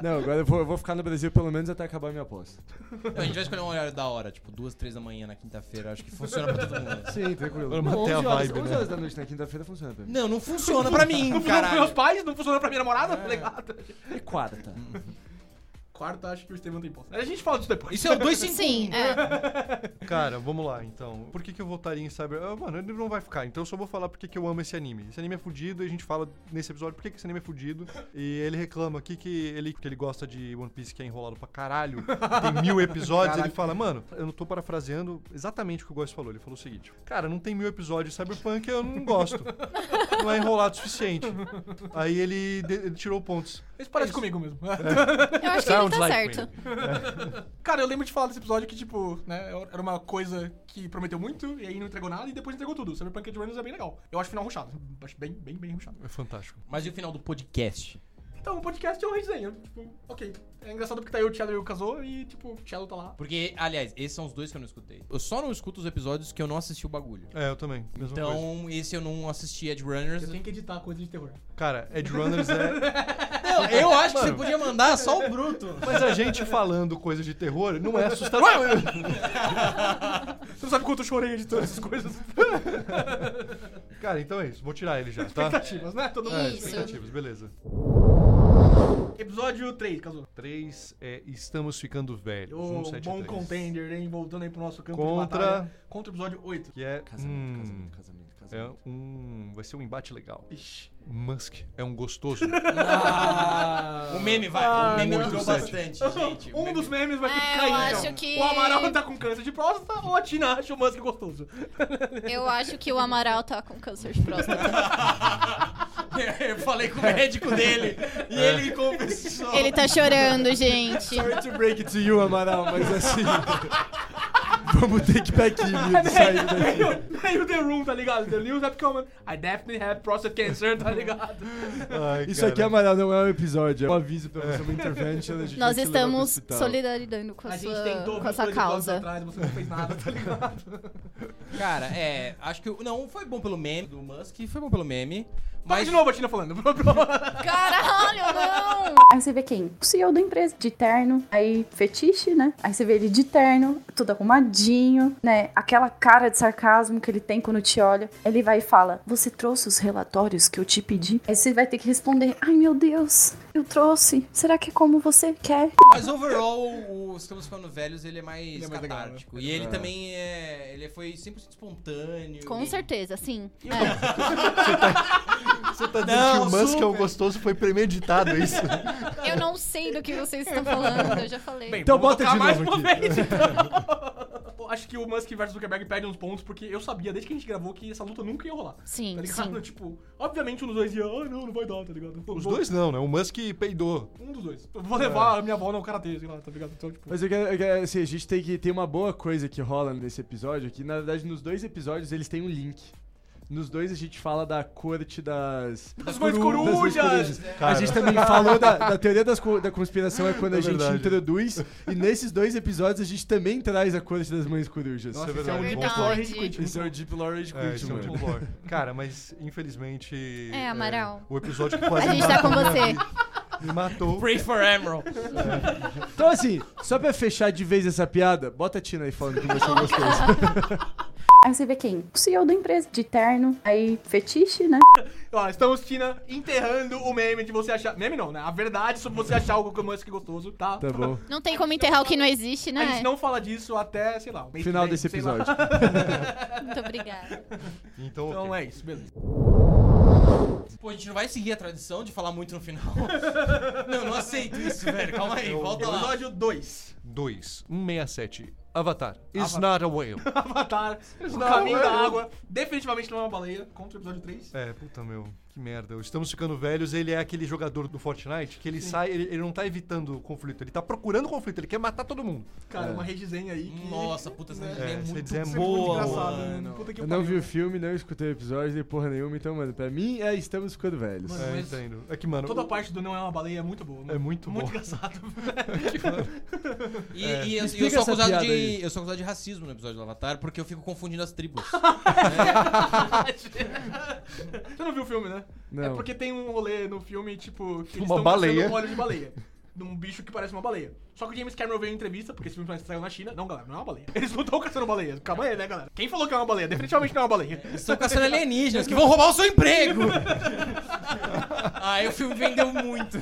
Não, agora eu vou, eu vou ficar no Brasil pelo menos até acabar minha pós.
Não, a gente vai escolher um horário da hora, tipo, duas, três da manhã na quinta-feira. Acho que funciona pra todo mundo.
Sim, tranquilo.
Pra manter a
11 horas,
vibe,
11
né?
horas da noite na quinta-feira funciona pra mim.
Não, não funciona pra mim,
Não funcionou pros meus
caralho.
pais, não funcionou pra minha namorada, tá ligado?
E quarta.
Quarta, acho que o Estevam tem posse. A gente fala disso depois.
Isso é o 251.
Sim, é.
Cara, vamos lá, então. Por que, que eu votaria em Cyber... Ah, Mano, ele não vai ficar, então eu só vou falar porque que eu amo esse anime. Esse anime é fudido e a gente fala nesse episódio por que, que esse anime é fudido. E ele reclama aqui que ele, que ele gosta de One Piece que é enrolado pra caralho. Tem mil episódios. Ele fala, mano, eu não tô parafraseando exatamente o que o Góis falou. Ele falou o seguinte. Cara, não tem mil episódios de Cyberpunk, eu não gosto. Não é enrolado o suficiente. Aí ele, de- ele tirou pontos.
Isso parece comigo mesmo.
É.
Eu acho que ele
Sounds
tá
like
certo.
Cara, eu lembro de falar desse episódio que, tipo, né, era uma coisa que prometeu muito, e aí não entregou nada, e depois entregou tudo. Cyberpunk Edge Runners é bem legal. Eu acho o final ruchado. assim, Acho bem, bem, bem ruchado.
É fantástico.
Mas e o final do podcast?
Então, o podcast é um resenha. Tipo, ok. É engraçado porque tá eu, o Cello e o Casou, e, tipo, o Cello tá lá.
Porque, aliás, esses são os dois que eu não escutei. Eu só não escuto os episódios que eu não assisti o bagulho.
É, eu também. Mesma coisa.
Então, esse eu não assisti Ed Runners.
Eu tenho que editar coisa de terror.
Cara, Ed Runners é...
Não, eu acho que você podia mandar só o bruto.
Mas a gente falando coisas de terror não é assustador.
Você não sabe quanto eu chorei editando essas coisas.
Cara, então é isso. Vou tirar ele já, tá?
Expectativas, né? Todo mundo.
É,
Isso.
expectativas, beleza.
Episódio 3, Casou.
3 é Estamos Ficando Velhos.
Ô,
173.
bom contender, hein? Voltando aí pro nosso campo de
Contra-
batalha. Contra o episódio 8.
Que é.
Casamento,
hum,
casamento, casamento, casamento.
É um. Vai ser um embate legal.
Ixi.
Musk é um gostoso.
Um
o meme vai.
Ah,
Ah,
o meme
muito
entrou
sete.
bastante, gente. O
um
meme-
dos memes vai ter
É,
que
eu
cair, então.
acho que-
O Amaral tá com câncer de próstata ou a Tina acha o Musk gostoso?
Eu acho que o Amaral tá com câncer de próstata.
Eu falei com o médico dele e ele me confessou.
Ele tá chorando, gente.
Sorry to break it to you, Amaral, mas assim. Vamos ter que ir daqui,
Tá
menino, sair
Aí
daqui.
o- aí o The Room, tá ligado? The news have come. I definitely have prostate cancer, tá ligado?
Ai,
Isso
cara.
aqui, Amaral, não é um episódio, é um aviso pra você, uma intervention. a gente
Nós
vai te levar pro
estamos
hospital.
solidarizando com a,
A gente
sua,
tentou
com a sua causa.
atrás, você não fez nada, tá ligado?
Cara, é. Acho que. o- Não, foi bom pelo meme do Musk, foi bom pelo meme.
Mas
Mas
de novo a Tina falando.
Então
Caralho, não!
Aí você vê quem? O CEO da empresa, de terno, aí fetiche, né? Aí você vê ele de terno, tudo arrumadinho, né? Aquela cara de sarcasmo que ele tem quando te olha. Ele vai e fala: Você trouxe os relatórios que eu te pedi? Aí você vai ter que responder: Ai meu Deus, eu trouxe. Será que é como você quer?
Mas overall, o Estamos Ficando Velhos, ele é mais
Ele é mais legal,
catártico. E ele também é... Ele foi 100% espontâneo.
Com
E-
certeza, sim. É.
Você tá dizendo que o Musk é um gostoso, foi premeditado, é isso?
É. Eu não sei do que vocês estão falando, eu já falei.
Bem,
Então
vamos
bota
tocar
de
mais
novo
uma
aqui.
vez, então. Eu Acho que o Musk versus Zuckerberg perde uns pontos, porque eu sabia desde que a gente gravou que essa luta nunca ia rolar.
sim,
Tá ligado?
sim.
Tipo, obviamente um dos dois ia, ah, não, não vai dar, tá ligado?
Os
Vou-
dois não, né? O Musk peidou.
Um dos dois. Eu vou levar
É.
a minha avó no karatê, sei lá, tá ligado? Então, tipo.
Mas eu quero, eu quero, assim, a gente tem que tem uma boa coisa que rola nesse episódio, que na verdade nos dois episódios eles têm um link. Nos dois a gente fala da corte das...
Das mães
coru- das mães
corujas!
A gente também falou da, da teoria das co- da conspiração, é quando
É
a gente
verdade.
introduz. E nesses dois episódios a gente também traz a corte das mães corujas.
Nossa,
Esse
isso é um
verdade.
bom plot.
Verdade.
Esse é o Deep Lore de
É,
Quint,
isso é um
mano.
bom lore. Cara, mas infelizmente.
É, Amaral.
o episódio que quase
A
me
gente tá com
matou,
você.
Me matou.
Pray for Emerald.
Então, assim, só pra fechar de vez essa piada, bota a Tina aí falando que você gostou.
Aí você vê quem? O CEO da empresa, de terno, aí fetiche, né?
Ó, estamos, Tina, enterrando o meme de você achar. Meme não, né? A verdade sobre você achar o Musk gostoso, tá?
Tá bom.
Não tem como enterrar o que não existe,
A gente
né?
não fala disso até, sei lá, o mês que
Final
vem,
desse
sei lá.
episódio.
Muito obrigada.
Então,
Então
ok.
é isso, beleza.
Pô, a gente não vai seguir a tradição de falar muito no final. não, não aceito isso, velho. Calma aí, volta lá.
Episódio 2.
2. 167. Avatar. Is not a whale.
Avatar, o caminho da água, definitivamente não é uma baleia, contra o episódio 3.
É, puta meu, que merda. O Estamos ficando velhos, ele é aquele jogador do Fortnite que ele sai, ele, ele não tá evitando conflito, ele tá procurando conflito, ele quer matar todo mundo.
É.
Cara, uma redesenha aí que...
Nossa, puta, essa
É,
é, é
essa
muito
desenho é
Isso é muito
Boa,
engraçado,
mano.
mano. Puta que
Eu não vi
pariu.
o filme, não escutei o episódio, nem porra nenhuma, então, mano, pra mim é estamos ficando velhos.
Mano,
É,
mas-
entendo. É que, mano.
Toda a
o-
parte do não é uma baleia é muito boa, mano.
É muito
Muito
bom.
engraçado.
E, e eu,
Explica
eu sou
essa
acusado
piada
de,
aí.
eu sou acusado de racismo no episódio do Avatar, porque eu fico confundindo as tribos.
Você não viu o filme, né?
Não.
É porque tem um rolê no filme, tipo, que eles
Uma
estão
baleia.
caçando um óleo de baleia. De um bicho que parece uma baleia. Só que o James Cameron veio em entrevista, porque esse filme saiu na China. Não, galera, não é uma baleia. Eles não estão caçando baleia. Calma aí, né, galera? Quem falou que é uma baleia? Definitivamente não é uma baleia.
Estão caçando alienígenas que vão roubar o seu emprego! Aí o filme vendeu muito.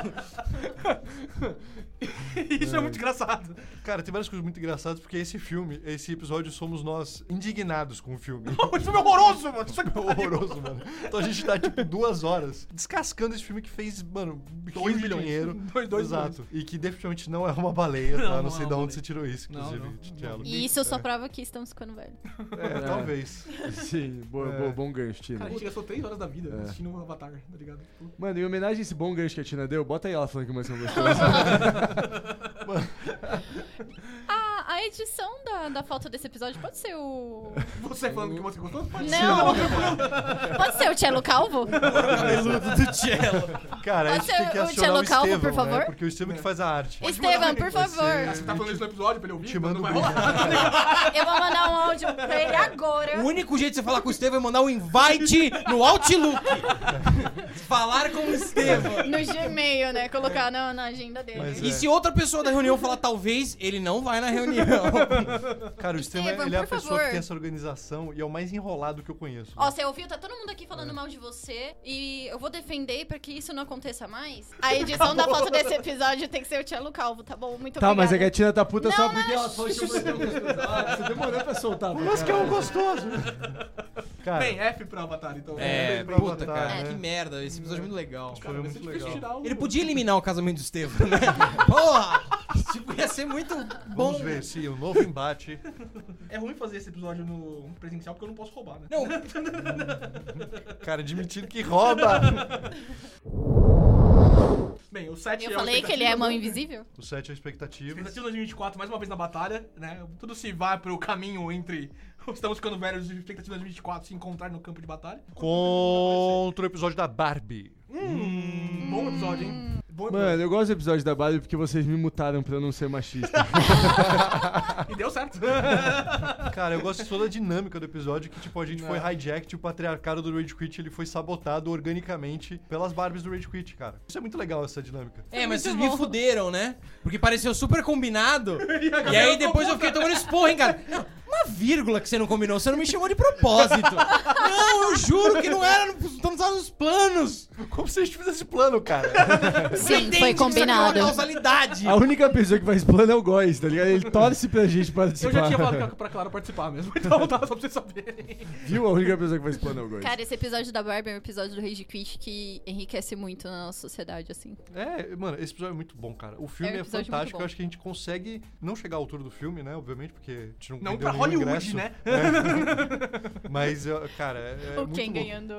Isso é muito engraçado.
Cara, tem várias coisas muito engraçadas, porque esse filme, esse episódio, somos nós indignados com o filme.
Esse filme é horroroso, mano. Isso é
Horroroso, mano. Então a gente tá, tipo, duas horas descascando esse filme que fez, mano,
Dois
rios de
milhões.
dinheiro.
Dois- dois
Exato. E que definitivamente não é uma baleia, tá?
Não,
Não,
não
sei
é
de
uma
onde
baleia.
você tirou isso,
Não,
inclusive,
não.
Tiago.
E isso só prova que estamos ficando velhos.
É, talvez.
Sim, boa, boa- bom gancho, Tina.
Cara, a gente gastou três horas da vida
É.
assistindo um Avatar, tá ligado? Tipo,
Mano, em homenagem a esse bom gancho que a Tina deu, bota aí ela falando que uma são gostosa.
A, a edição da, da falta desse episódio pode ser o.
Você é falando que você gostou? Pode ser.
Não! Pode ser o Tchelo Calvo?
Cabeludo do Cello.
Cara, a
Pode
gente
ser
tem que
o
acionar o
Tchelo Calvo, por
Estevam, né?
favor?
Porque o Estevam que faz a arte.
Estevam, por favor.
Você tá falando isso no episódio pra ele ouvir?
Te mando
não vai
um beijo.
rolar.
Eu vou mandar um áudio pra ele agora.
O único jeito de você falar com o Estevam é mandar um invite no Outlook. Falar com o Estevam.
No Gmail, né? Colocar na, na agenda dele.
Mas é.
E se outra pessoa da reunião falar talvez, ele não vai na reunião.
Cara, o Estevam,
Estevam,
ele é a
por
pessoa
favor.
que tem essa organização e é o mais enrolado que eu conheço.
Ó, você ouviu? Tá todo mundo aqui
É.
falando mal de você. E eu vou defender pra que isso não aconteça mais. A edição da foto desse episódio tem que ser o Tchelo Calvo, tá bom? Muito
tá, mas é que a
obrigada.
Tina tá puta só
Não,
porque
não.
ela falou
Tipo,
que eu mandei um gostoso. Ah, Você demorou pra soltar, mano.
Mas que é um gostoso! Cara,
Tem F pra Avatar, então.
É,
pra
puta,
Avatar,
cara,
né?
que merda. Esse episódio é muito legal.
foi muito legal.
Tirar o...
Ele podia eliminar o casamento do Estevam, né? Porra! Tipo, ia ser muito bom.
Vamos ver se o novo embate.
É ruim fazer esse episódio no presencial porque eu não posso roubar, né?
Não,
Cara, admitindo que rouba!
Bem, o 7
Eu
é uma
falei que ele é
expectativa,
mão
né?
invisível?
O 7 é expectativa.
Expectativa 2024, mais uma vez na batalha, né? Tudo se vai pro caminho entre estamos ficando velhos e expectativa 2024 se encontrar no campo de batalha.
Contra o episódio da Barbie.
Hum, bom episódio, hein? Bom episódio.
Mano, eu gosto do episódio da Barbie porque vocês me mutaram pra eu não ser machista.
E deu certo.
Cara, eu gosto de toda a dinâmica do episódio que, tipo, a gente foi hijacked, o patriarcado do Rage Quit, ele foi sabotado organicamente pelas Barbies do Rage Quit, cara. Isso é muito legal, essa dinâmica.
É, mas
Muito
vocês me
bom.
fuderam, né? Porque pareceu super combinado. e
galera
aí depois eu fiquei tomando esporro, hein, cara. Não, uma vírgula que você não combinou, você não me chamou de propósito. não, eu juro que não era, não não estava nos planos.
Como se a gente fizesse plano, cara?
Sim,
Entende
foi
que isso aqui é uma
combinado.
causalidade.
A
um-
única pessoa que vai explanar é o Góis, tá ligado? Ele torce pra gente
Eu
participar.
já tinha falado pra, pra Clara participar mesmo, então tá, só pra vocês saberem.
Viu? A única pessoa que vai explanar é o Góis.
Cara, esse episódio da Barbie é um episódio do Rage Quit que enriquece muito na nossa sociedade, assim.
é, mano, esse episódio é muito bom, cara. O filme
É um
é,
episódio muito
fantástico,
bom.
eu acho que a gente consegue não chegar à altura do filme, né? Obviamente, porque a gente não
Não
vendeu
pra
nenhum
Hollywood,
ingresso.
né?
É. Mas, eu- cara, é, é
o
muito
Ken
bom.
ganhando.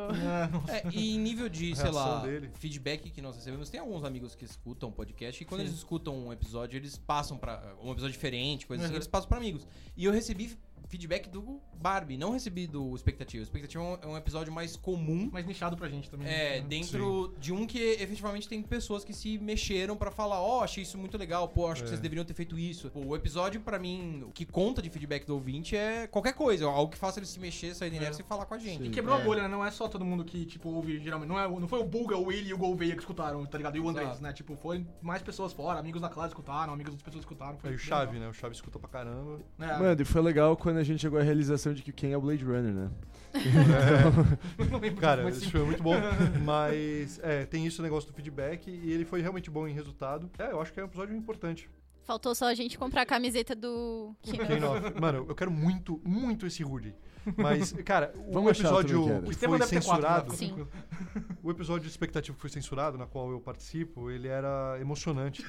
É, e em nível de, sei lá,
Reação dele.
feedback que nós recebemos, tem alguns amigos que escutam podcast e quando eles escutam um episódio, eles passam para um episódio diferente, coisas assim, eles passam pra amigos. E eu recebi feedback do Barbie, não recebi do Expectativa. Expectativa é um- é um episódio mais comum.
Mas nichado pra gente também.
É, dentro de um que efetivamente tem pessoas que se mexeram pra falar, ó, achei isso muito legal, pô,
É.
acho que vocês deveriam ter feito isso. Pô, o episódio, pra mim, o que conta de feedback do ouvinte é qualquer coisa, algo que faça ele se mexer, sair da inércia e falar com a gente.
E quebrou
É.
a bolha, né? Não é só todo mundo que, tipo, ouve geralmente. Não, é, não foi o Bulga, o Willy e o Golveia que escutaram, tá ligado? E o Andrés,
Exato.
né? Tipo, foi mais pessoas fora, amigos da Clara escutaram, amigos das pessoas escutaram. Foi
Aí o
bem
Chave, né? O Chave escuta pra caramba.
legal. É,
Mano, e foi legal quando a gente chegou à realização de que quem é o Blade Runner, né?
não lembro
Cara,
como assim.
esse filme é muito bom, mas é, tem isso, o negócio do feedback, e ele foi realmente bom em resultado. É, eu acho que é um episódio importante.
Faltou só a gente comprar a camiseta do
Quem
Ken.
não- Mano, eu quero muito, muito esse Rudy. Mas, cara, o
Vamos achar outro
episódio
brinquedo.
que
O Estevam
foi
deve ter
censurado,
quatro. né?
Sim.
o episódio expectativo que foi censurado, na qual eu participo, ele era emocionante.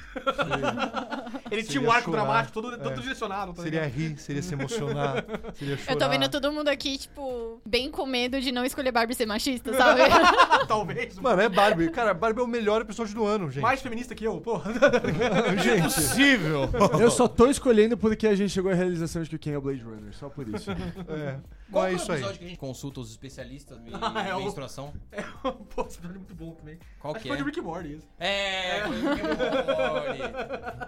Ele
Seria
tinha um arco
chorar.
dramático todo, todo
É.
direcionado. Tá
Seria
ligado?
rir, seria se emocionar, seria chorar.
Eu tô vendo todo mundo aqui, tipo, bem com medo de não escolher Barbie ser machista, sabe?
Talvez.
Mano, é Barbie. Cara, Barbie é o melhor episódio do ano, gente.
Mais feminista que eu, porra.
gente. Impossível.
Eu só tô escolhendo porque a gente chegou à realização de que quem é o Blade Runner, só por isso.
É.
Qual
Mas é
que é o
isso aí.
episódio que a gente consulta os especialistas em
Ah, é o-
menstruação?
É, pô, esse episódio é muito bom também.
Qual
Acho que
que
foi de
é?
Rick and Morty isso.
É, foi o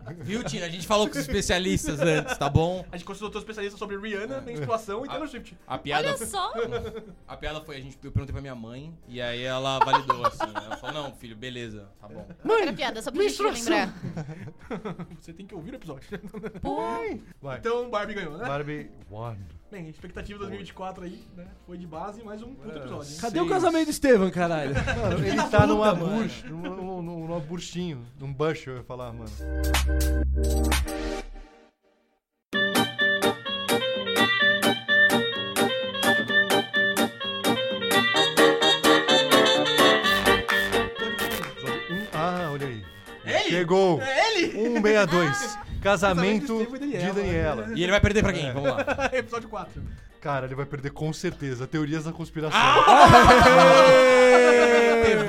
Rick Viu, Tina? A gente falou com os especialistas antes, tá bom?
A gente consultou os especialistas sobre
É.
Rihanna, menstruação e
Ah.
Taylor Swift.
A piada,
Olha só!
a piada foi, a gente, eu perguntei pra minha mãe e aí ela validou, assim, né? Ela falou, não, filho, beleza, tá bom.
Era piada, só pra gente lembrar.
Tipo, Você tem que ouvir o episódio.
Vai.
Então, Barbie ganhou, né?
Barbie One.
Bem, expectativa 2024 aí, né? Foi de base, mais um puto episódio. hein?
Cadê o casamento do Estevam, caralho?
Mano, ele tá numa bush, num, num, num, numa burstinho, num bush, eu ia falar, mano. Ah, olha aí.
Ele?
Chegou!
É ele! Ah,
162.
Casamento
Casamento
de Steve e
de
Daniela.
Daniela.
E ele vai perder pra quem? Vamos lá.
episódio 4.
Cara, ele vai perder com certeza. Teorias da conspiração.
Ah!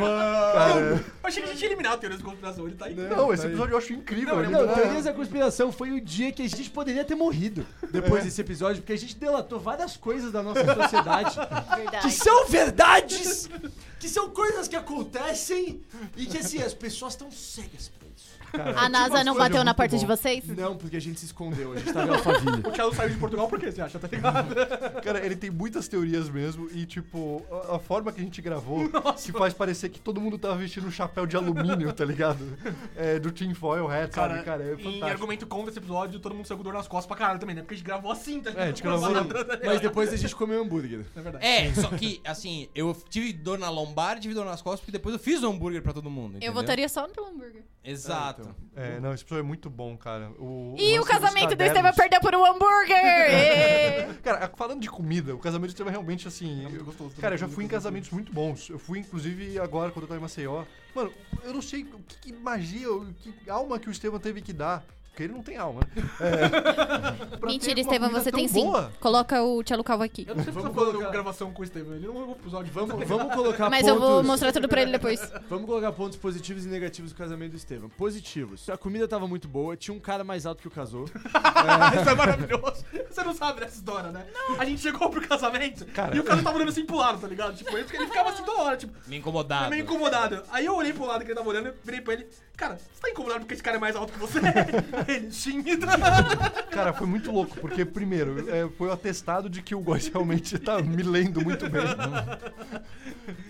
Cara,
Eu achei que a gente ia eliminar o Teorias da Conspiração, ele tá aí.
não, esse episódio eu acho incrível.
Não, tá.
ele é
Não,
muito legal.
Teorias da Conspiração foi o dia que a gente poderia ter morrido
É.
depois desse episódio, porque a gente delatou várias coisas da nossa sociedade
Ah,
que
Verdade.
são verdades, que são coisas que acontecem e que assim, as pessoas estão cegas pra isso.
A NASA
Tipo,
não
coisa
bateu na
muito
porta
bom.
de vocês?
Não, porque a gente se escondeu, a gente tava em Alphaville.
O Thiago saiu de Portugal por quê, você acha? Tá ligado?
Cara, ele tem muitas teorias mesmo e, tipo, a, a forma que a gente gravou que faz parecer que todo mundo tava vestindo um chapéu de alumínio, tá ligado? É, do Team Foil Hat, sabe? Cara, é
em
fantástico.
argumento contra esse episódio, todo mundo saiu com dor nas costas pra caralho também, né? Porque a gente gravou assim, tá
É,
ligado?
a gente gravou
Gravado, tá ligado?
Mas depois a gente comeu hambúrguer.
É verdade.
É, só que, assim, eu tive dor na lombar, tive dor nas costas, porque depois eu fiz o hambúrguer pra todo mundo, entendeu?
Eu votaria só no hambúrguer.
Exato.
É, não, esse episódio é muito bom, cara. O,
E o
lance dos
casamento do
cadernos. é
Estevam perdeu por um hambúrguer! Ê!
Cara, falando de comida, o casamento do Estevam é realmente assim. eu-
gostoso,
cara, eu já fui em casamentos muito bons. Eu fui, inclusive, agora, quando eu tava em Maceió. Mano, eu não sei o que, que magia, o que alma que o Estevam teve que dar Porque ele não tem alma, né? É, pra ter
Mentira,
uma
Estevam,
comida
você
tão
tem sim.
boa,
Coloca o Tchelo Calvo aqui.
Eu não sei se você
Vamos
falando
colocar-
gravação com o Steven. Ele não ouviu o episódio. Vamos,
Vamos, vamos colocar
Mas eu
pontos.
vou mostrar tudo pra ele depois.
Vamos colocar pontos positivos e negativos do casamento do Estevam. Positivos. A comida tava muito boa, tinha um cara mais alto que o casou.
Isso é maravilhoso. Você não sabe dessa história, né? A gente chegou pro casamento e o cara tava olhando assim pro lado, tá ligado? Tipo, ele, ele ficava assim toda hora, tipo,
Me incomodado.
meio incomodado. Aí eu olhei pro lado que ele tava olhando, virei pra ele, cara, você tá incomodado porque esse cara é mais alto que você? ele, sim.
Cara, foi muito louco, porque, primeiro, é, foi o atestado de que o Góis realmente tá me lendo muito bem.
A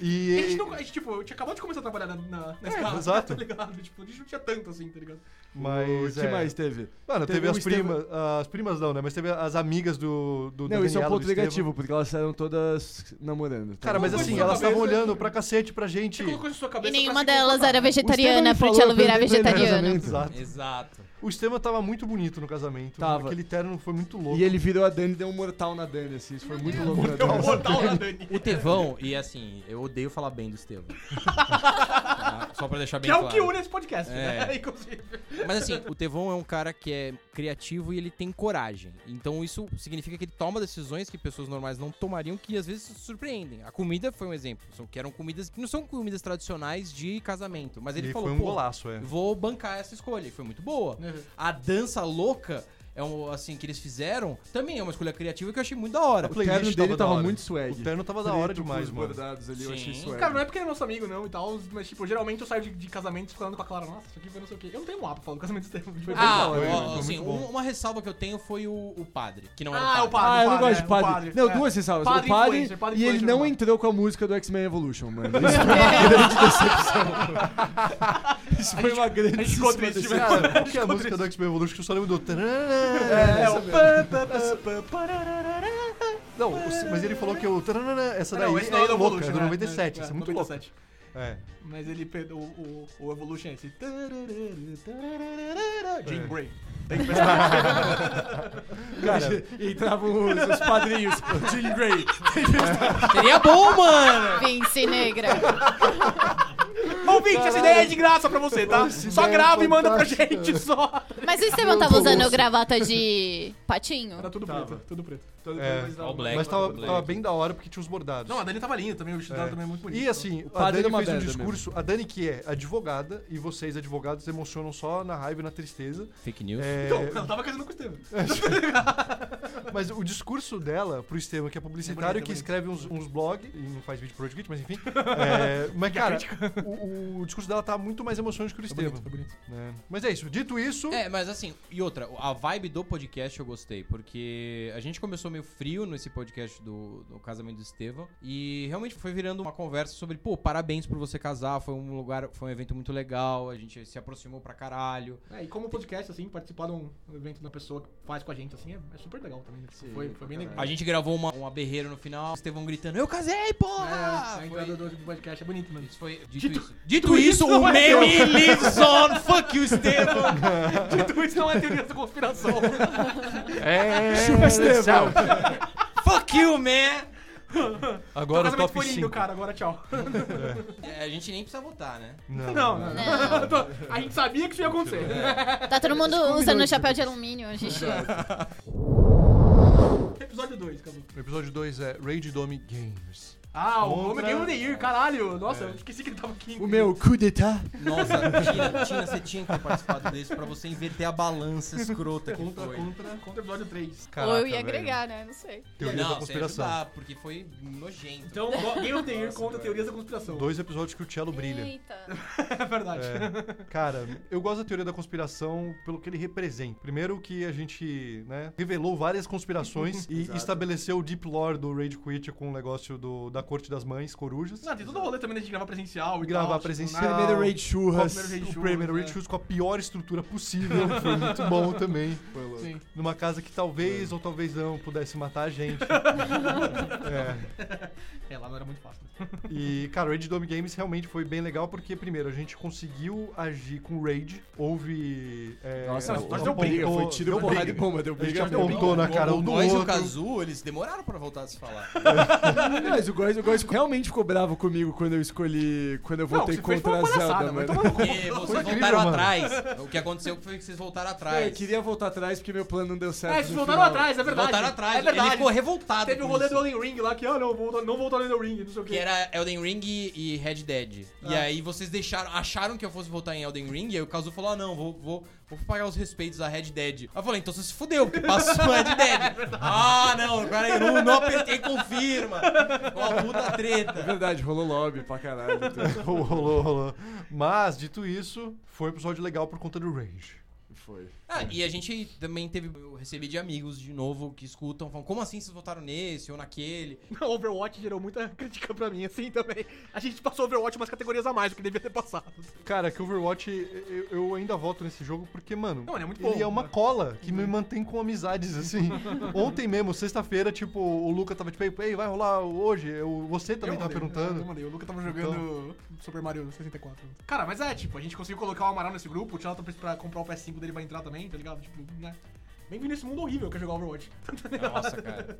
E.
gente, não, a gente, tipo, eu tinha acabado de começar a trabalhar na, na, na escala,
exato.
tá ligado? Tipo, a gente não tinha tanto assim, tá ligado?
Mas.
o que
é,
mais teve?
Mano, teve,
Teve o
as
Estevam-
primas. As primas não, né? Mas teve as amigas do. do da
não, isso é um
Daniela,
ponto
do Estevam.
negativo, porque elas saíram todas namorando. tá
Cara, mas
Não foi
assim,
sua
elas estavam
cabeça.
olhando pra cacete pra gente.
Você colocou isso na sua cabeça.
E
pra
nenhuma
se
delas
confortar.
era vegetariana pro Tchelo virar
Então.
vegetariano.
Exato.
Exato.
O Estevam tava muito bonito no casamento.
Tava.
Aquele terno foi muito louco.
E ele virou a Dani e deu um mortal na Dani, assim. Isso foi muito louco. na
Deu uma
Dani.
mortal na Dani.
O Tevão, e assim, eu odeio falar bem do Estevão. Tá? Só pra deixar bem
Que é o
claro.
que une esse podcast,
É.
né? Inclusive.
Mas assim, o Tevão é um cara que é criativo e ele tem coragem. Então isso significa que ele toma decisões que pessoas normais não tomariam, que às vezes surpreendem. A comida foi um exemplo. São, que eram comidas que não são comidas tradicionais de casamento. Mas ele
E
falou,
foi um
"Pô,
golaço, é.
vou bancar essa escolha. E foi muito boa.
É.
A dança louca... É um, assim, que eles fizeram, também é uma escolha criativa que eu achei muito da hora.
O terno dele
da
tava
hora.
muito swag.
O terno tava da hora
Preto com
demais,
os
mano.
bordados ali, eu achei
Sim.
swag.
Cara, não é porque ele é nosso amigo, não, e tal, mas, tipo, geralmente eu saio de, de casamento falando com a Clara, nossa, isso aqui foi não sei o quê. Eu não tenho um app pra falar do casamento do Estevam. tipo,
Ah,
bom,
ó,
foi
assim,
muito bom.
um- uma ressalva que eu tenho foi o, o padre, que não
Ah,
era
é o padre.
Ah, eu não
padre,
gosto
é,
de
o
padre.
padre,
Não,
é.
duas ressalvas.
Padre
o padre,
influencer, padre
e ele
influencer,
não
mano.
entrou com a música do X-Men Evolution, mano. Isso foi uma grande decepção. Isso foi uma grande
a gente ficou
decepção.
triste, velho.
Cara, qual que é a música do X-Men Evolution que eu só lembro do...
É, o pã, pã, pã, pã, pararara.
Não, o- mas ele falou que o... Essa daí
Não, esse não é
é
do
louca, é
Evolution.
do
né?
97,
É,
isso é muito louco.
97.
É.
Mas ele perdeu o, o, o Evolution, é esse. tararara, tararara, Jim Gray. Tem que pensar.
Cara, e entravam os, os padrinhos. Jim Gray.
Seria bom, mano!
Vince Negra.
Ouvinte, essa ideia é de graça pra você, tá? Só
ideia é
grava e manda pra
fantástica.
gente, só.
Mas o Estevam tava usando gravata de patinho?
Tá
Era tudo preto, Tá, tudo preto.
É.
All black.
Mas tava,
all black.
tava bem da hora porque tinha os bordados.
Não, a Dani tava linda também, o vestido dela
É.
também é muito bonito.
E assim, a
padre
Dani
é uma
fez um
merda
discurso. A Dani, que é advogada, e vocês, advogados, emocionam só na raiva e na tristeza.
Fake news.
É,
Então, ela tava casando com o Estevam.
mas o discurso dela pro Estevam, que é publicitário,
É bonito,
que
é
escreve uns, uns blogs, e não faz vídeo pro Outfit, mas enfim. é, mas, cara, o, o discurso dela tá muito mais emocionante que
É
o do Estevam. né? Mas é isso. Dito isso.
É, mas assim, e outra, a vibe do podcast eu gostei, porque a gente começou meio frio nesse podcast do, do casamento do Estevão, e realmente foi virando uma conversa sobre, pô, parabéns por você casar, foi um lugar, foi um evento muito legal, a gente se aproximou pra caralho.
É, e como podcast, assim, participar de um evento da pessoa que faz com a gente, assim, é, é super legal também. né? Tipo, foi, foi bem legal.
A gente gravou uma, uma berreira no final, o Estevão gritando, eu casei, porra!
É, a
Foi-
entrada do do podcast é bonito, mano.
isso foi, dito,
Dito-
isso. Dito,
dito
isso,
isso,
o
não é
meme lives on, fuck you, Estevão!
Dito isso, não é teoria da conspiração.
É,
Chupa, Estevam.
fuck you, man!
Agora o
casamento
top
foi lindo,
5.
cara, agora tchau.
É, a gente nem precisa votar, né?
Não,
Não, não,
Não.
não. A gente sabia que isso ia acontecer.
Tá todo mundo usando chapéu de alumínio, a gente.
Episódio 2, Cazu.
O episódio 2 é Raid Dome Games.
Ah, o
Contra- É.
Homem Game of the Year, caralho. Nossa, eu esqueci que ele tava aqui.
O meu coup d'etat.
Nossa, Tina, Tina, você tinha que ter participado desse pra você inverter a balança escrota que
Contra,
foi.
contra, contra o episódio 3.
Ou eu
velho.
ia agregar, né? Não sei.
Teoria da
Não, você ia
conspiração.
ajudar, porque foi nojento.
Então, Go- Game of the Year contra teorias da conspiração.
Dois episódios que o Cello brilha.
Eita.
É verdade.
É. Cara, eu gosto da teoria da conspiração pelo que ele representa. Primeiro que a gente, né, revelou várias conspirações e estabeleceu o deep lore do Rage Quit com o negócio do, da corte das mães, corujas.
Não, Ah, tem todo o rolê também da gente gravar presencial e
Gravar
tal, tipo,
presencial.
nada-
Primeiro Raid Churras.
Qual o primeiro Rage
o
Shoes,
primeiro
é.
né?
Rage Shoes com a pior estrutura possível. Foi muito bom também.
Sim.
Numa casa que talvez ou talvez não pudesse matar a gente. é.
É, lá não era muito fácil. né?
E, cara, o Raid Dome Games realmente foi bem legal porque, primeiro, a gente conseguiu agir com o Raid. Houve. é,
Nossa,
Não, mas
mas
deu
deu briga.
apontou-
Foi tiro,
deu
porrada e
briga.
bomba. Deu
A gente
briga.
né?
apontou na cara um do
Nós e o
outro.
Kazu, eles demoraram pra voltar a se falar.
Mas o Góis Mas o Góis realmente ficou bravo comigo quando eu escolhi. Quando eu
Não,
votei
você fez
contra
uma
a Zelda,
palhaçada, vai
mano.
tomar no cu.
Porque vocês
incrível,
voltaram
mano.
atrás. O que aconteceu foi que vocês voltaram atrás.
Eu É, queria voltar atrás porque meu plano não deu certo.
É,
no
vocês voltaram
final.
atrás, é verdade.
Voltaram atrás.
É verdade.
Ele ficou revoltado.
Teve o
com
rolê
isso. É.
do Elden Ring lá que, ah, não, vou, não voltou no Elden Ring, não sei o
Que
quê.
era Elden Ring e Red Dead. E aí vocês deixaram, acharam que eu fosse voltar em Elden Ring, e aí o Kazu falou: ah, não, vou, vou, vou pagar os respeitos a Red Dead. Aí eu falei, então você se fudeu, porque passou Red Dead. ah, não, peraí, não, não apertei, confirma. Uma puta
É
treta.
verdade, rolou lobby pra caralho. então, tudo.
rolou, rolou. Mas, dito isso, foi um episódio legal por conta do Rage.
Foi.
Ah, e a gente também teve. Eu recebi de amigos de novo que escutam, falam, como assim vocês votaram nesse ou naquele?
Overwatch gerou muita crítica pra mim, assim, também. A gente passou Overwatch umas categorias a mais do que devia ter passado.
Cara, que Overwatch, eu, eu ainda voto nesse jogo porque, mano,
Não, ele é muito bom,
é uma
né?
cola que me mantém com amizades, assim. Ontem mesmo, sexta-feira, tipo, o Luca tava tipo, ei, vai rolar hoje? Eu, você também tava perguntando.
mandei, o Luca tava jogando Super Mario 64. Cara, mas é, tipo, a gente conseguiu colocar o Amaral nesse grupo, o Jonathan pra comprar o PS5 dele vai entrar também, tá ligado? Tipo, né? Bem-vindo nesse mundo horrível que é jogar Overwatch.
Nossa, cara.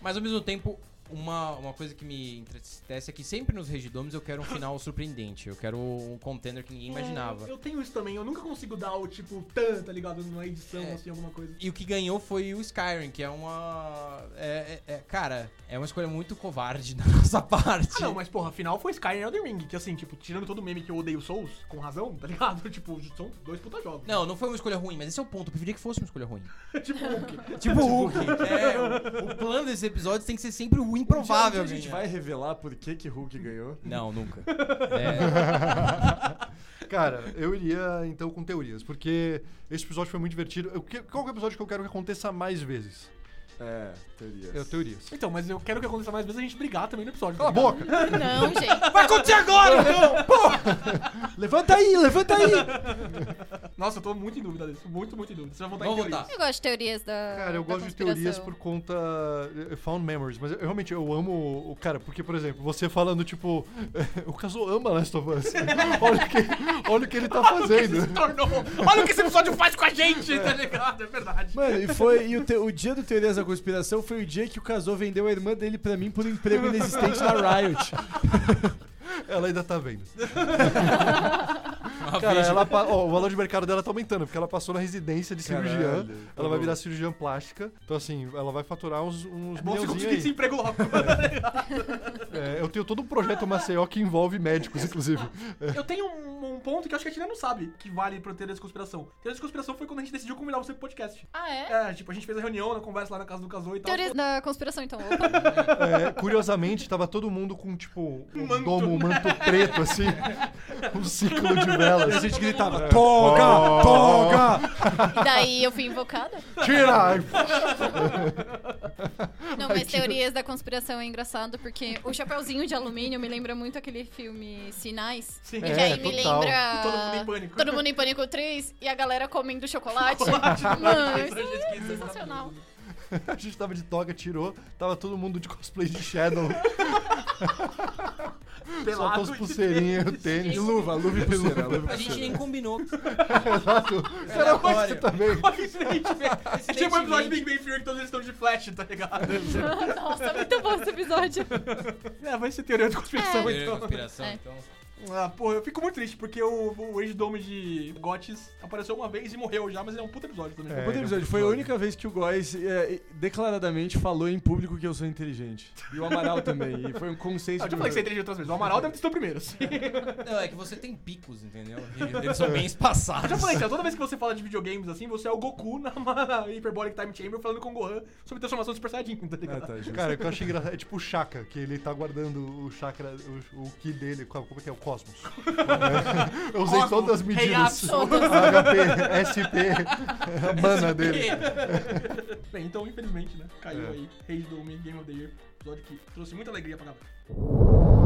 Mas ao mesmo tempo, uma, uma coisa que me entristece é que sempre nos Regidomes eu quero um final surpreendente. Eu quero um contender que ninguém imaginava.
É, eu tenho isso também, eu nunca consigo dar o tipo, tan, tá ligado? Numa edição,
É.
assim, alguma coisa.
E o que ganhou foi o Skyrim, que é uma. É, é- é- cara, é uma escolha muito covarde da nossa parte.
Ah, não, mas porra, afinal foi Skyrim e Elden Ring, que assim, tipo, tirando todo o meme que eu odeio Souls, com razão, tá ligado? Tipo, são dois puta jogos.
Não, não foi uma escolha ruim, mas esse é o ponto. Eu preferia que fosse uma escolha ruim.
tipo, o
Tipo o Hulk. É, o, o plano desse episódio tem que ser sempre o improvável.
Um dia a gente
ganhar.
vai revelar por que, que Hulk ganhou.
Não, nunca. É,
Cara, eu iria então com teorias, porque esse episódio foi muito divertido. Eu, que- qual que é o episódio que eu quero que aconteça mais vezes?
É, teoria.
É o teorias.
Então, mas eu quero que aconteça mais vezes a gente brigar também no episódio.
Cala a
tá ligado?
boca!
Não, gente.
vai acontecer agora, então!
Levanta aí, levanta aí!
Nossa, eu tô muito em dúvida disso. Muito, muito em dúvida. Você vai voltar
Vamos
em teoria.
voltar.
Eu gosto de teorias da.
Cara, eu
da
gosto de teorias
conspiração.
por conta. eh, Found Memories, mas eu, realmente eu amo. o- o Cara, porque, por exemplo, você falando, tipo. o Caso ama Last of Us. olha, o que, olha o que ele tá fazendo.
Tornou. Olha o que esse episódio faz com a gente, tá ligado? É verdade.
Mano, e foi. E o, te- o dia do Teorias da Conspiração foi o dia que o Casou vendeu a irmã dele pra mim por um emprego inexistente na Riot.
Ela ainda tá vendo.
Uma
Cara,
vez-
ela, pa- ó, o valor de mercado dela tá aumentando, porque ela passou na residência de cirurgiã.
Caralho, tá
ela vai
bom.
virar cirurgiã plástica. Então, assim, ela vai faturar uns, uns
É bom você
milhãozinhos
conseguir esse
aí.
emprego logo.
É, eu tenho todo um projeto Maceió que envolve médicos, inclusive.
eu tenho um, um ponto que eu acho que a Tina não sabe que vale pro Teoria da Conspiração. Teoria da Conspiração foi quando a gente decidiu combinar você pro podcast.
Ah, é?
É, tipo, a gente fez a reunião, na conversa lá na casa do Casou e tal.
Teorias da conspiração, então. Opa.
É, curiosamente, tava todo mundo com, tipo, um
Manto.
domo, um manto preto, assim. Um ciclo de velas.
E a gente gritava: Toga! Toga!
E daí eu fui invocada?
Tira!
Não, mas teorias da conspiração é engraçado porque o Chapeuzinho de Alumínio me lembra muito aquele filme Sinais.
Sim.
E que
É,
aí me
total.
lembra.
Todo Mundo em Pânico.
Todo mundo em Pânico 3 e a galera comendo chocolate.
Eu
Mano,
já
isso
esqueci.
é sensacional.
A gente tava de toga, tirou. Tava todo mundo de cosplay de Shadow. Só com as
e
pulseirinhas, o tênis.
E luva, luva e pulseira, luva
A
e
gente
pulseira.
nem combinou.
Exato.
É
Era você
aleatório.
também.
É tipo o episódio de Big Bang Theory que todos eles estão de flash, tá ligado?
Nossa, muito bom esse episódio.
É, vai ser teoria da conspiração
Teoria da
então.
conspiração,
É.
então.
Ah, porra, eu fico muito triste porque o, o Age Dome de Gotes apareceu uma vez e morreu já, mas ele é um puta episódio também.
É.
Puta episódio, foi a única vez que o Góis é, declaradamente falou em público que eu sou inteligente. E o Amaral também. E foi um consenso.
Ah, Eu já
do-
falei que você é entende outras vezes. O Amaral deve ter sido o primeiro. assim.
Não, é que você tem picos, entendeu? E Eles são bem espaçados.
Eu já falei que toda vez que você fala de videogames assim, você é o Goku na na Hyperbolic Time Chamber falando com o Gohan sobre transformação do Super Saiyajin, tá
Ah,
ligado?
tá, justo.
Cara, o que eu achei engraçado é tipo o Chaka, que ele tá guardando o chakra, o, o ki dele, qual- como é que é? O Cosmos. Eu usei
Cosmos,
todas as medidas. HP,
Heihachi.
SP, a mana dele.
Bem, então, infelizmente, né? Caiu
É.
aí. Rage Dome, Game of the Year. Episódio que trouxe muita alegria pra galera.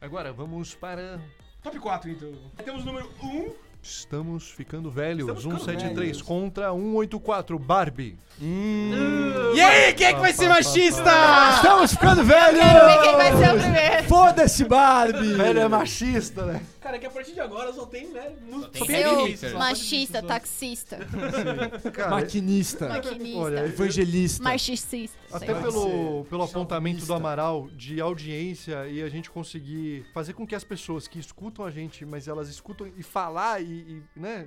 Agora vamos para.
Top 4, então. Temos o número 1.
Estamos ficando velhos.
Estamos ficando
173 contra 184. Barbie. Hum.
Uh.
E aí, quem é que vai ser machista?
Estamos ficando
Quero ver
velhos!
quem vai ser o primeiro.
Esquece Barbie!
Velho é machista, né?
Cara, é que a partir de agora só tem, né? Só
tem
difícil,
Seu
só
machista, tá?
pode né?
taxista,
Cara,
Maquinista.
olha,
maquinista,
Evangelista.
marxista. É
Até pelo, pelo apontamento do Amaral de audiência e a gente conseguir fazer com que as pessoas que escutam a gente, mas elas escutam e falar e, e, né,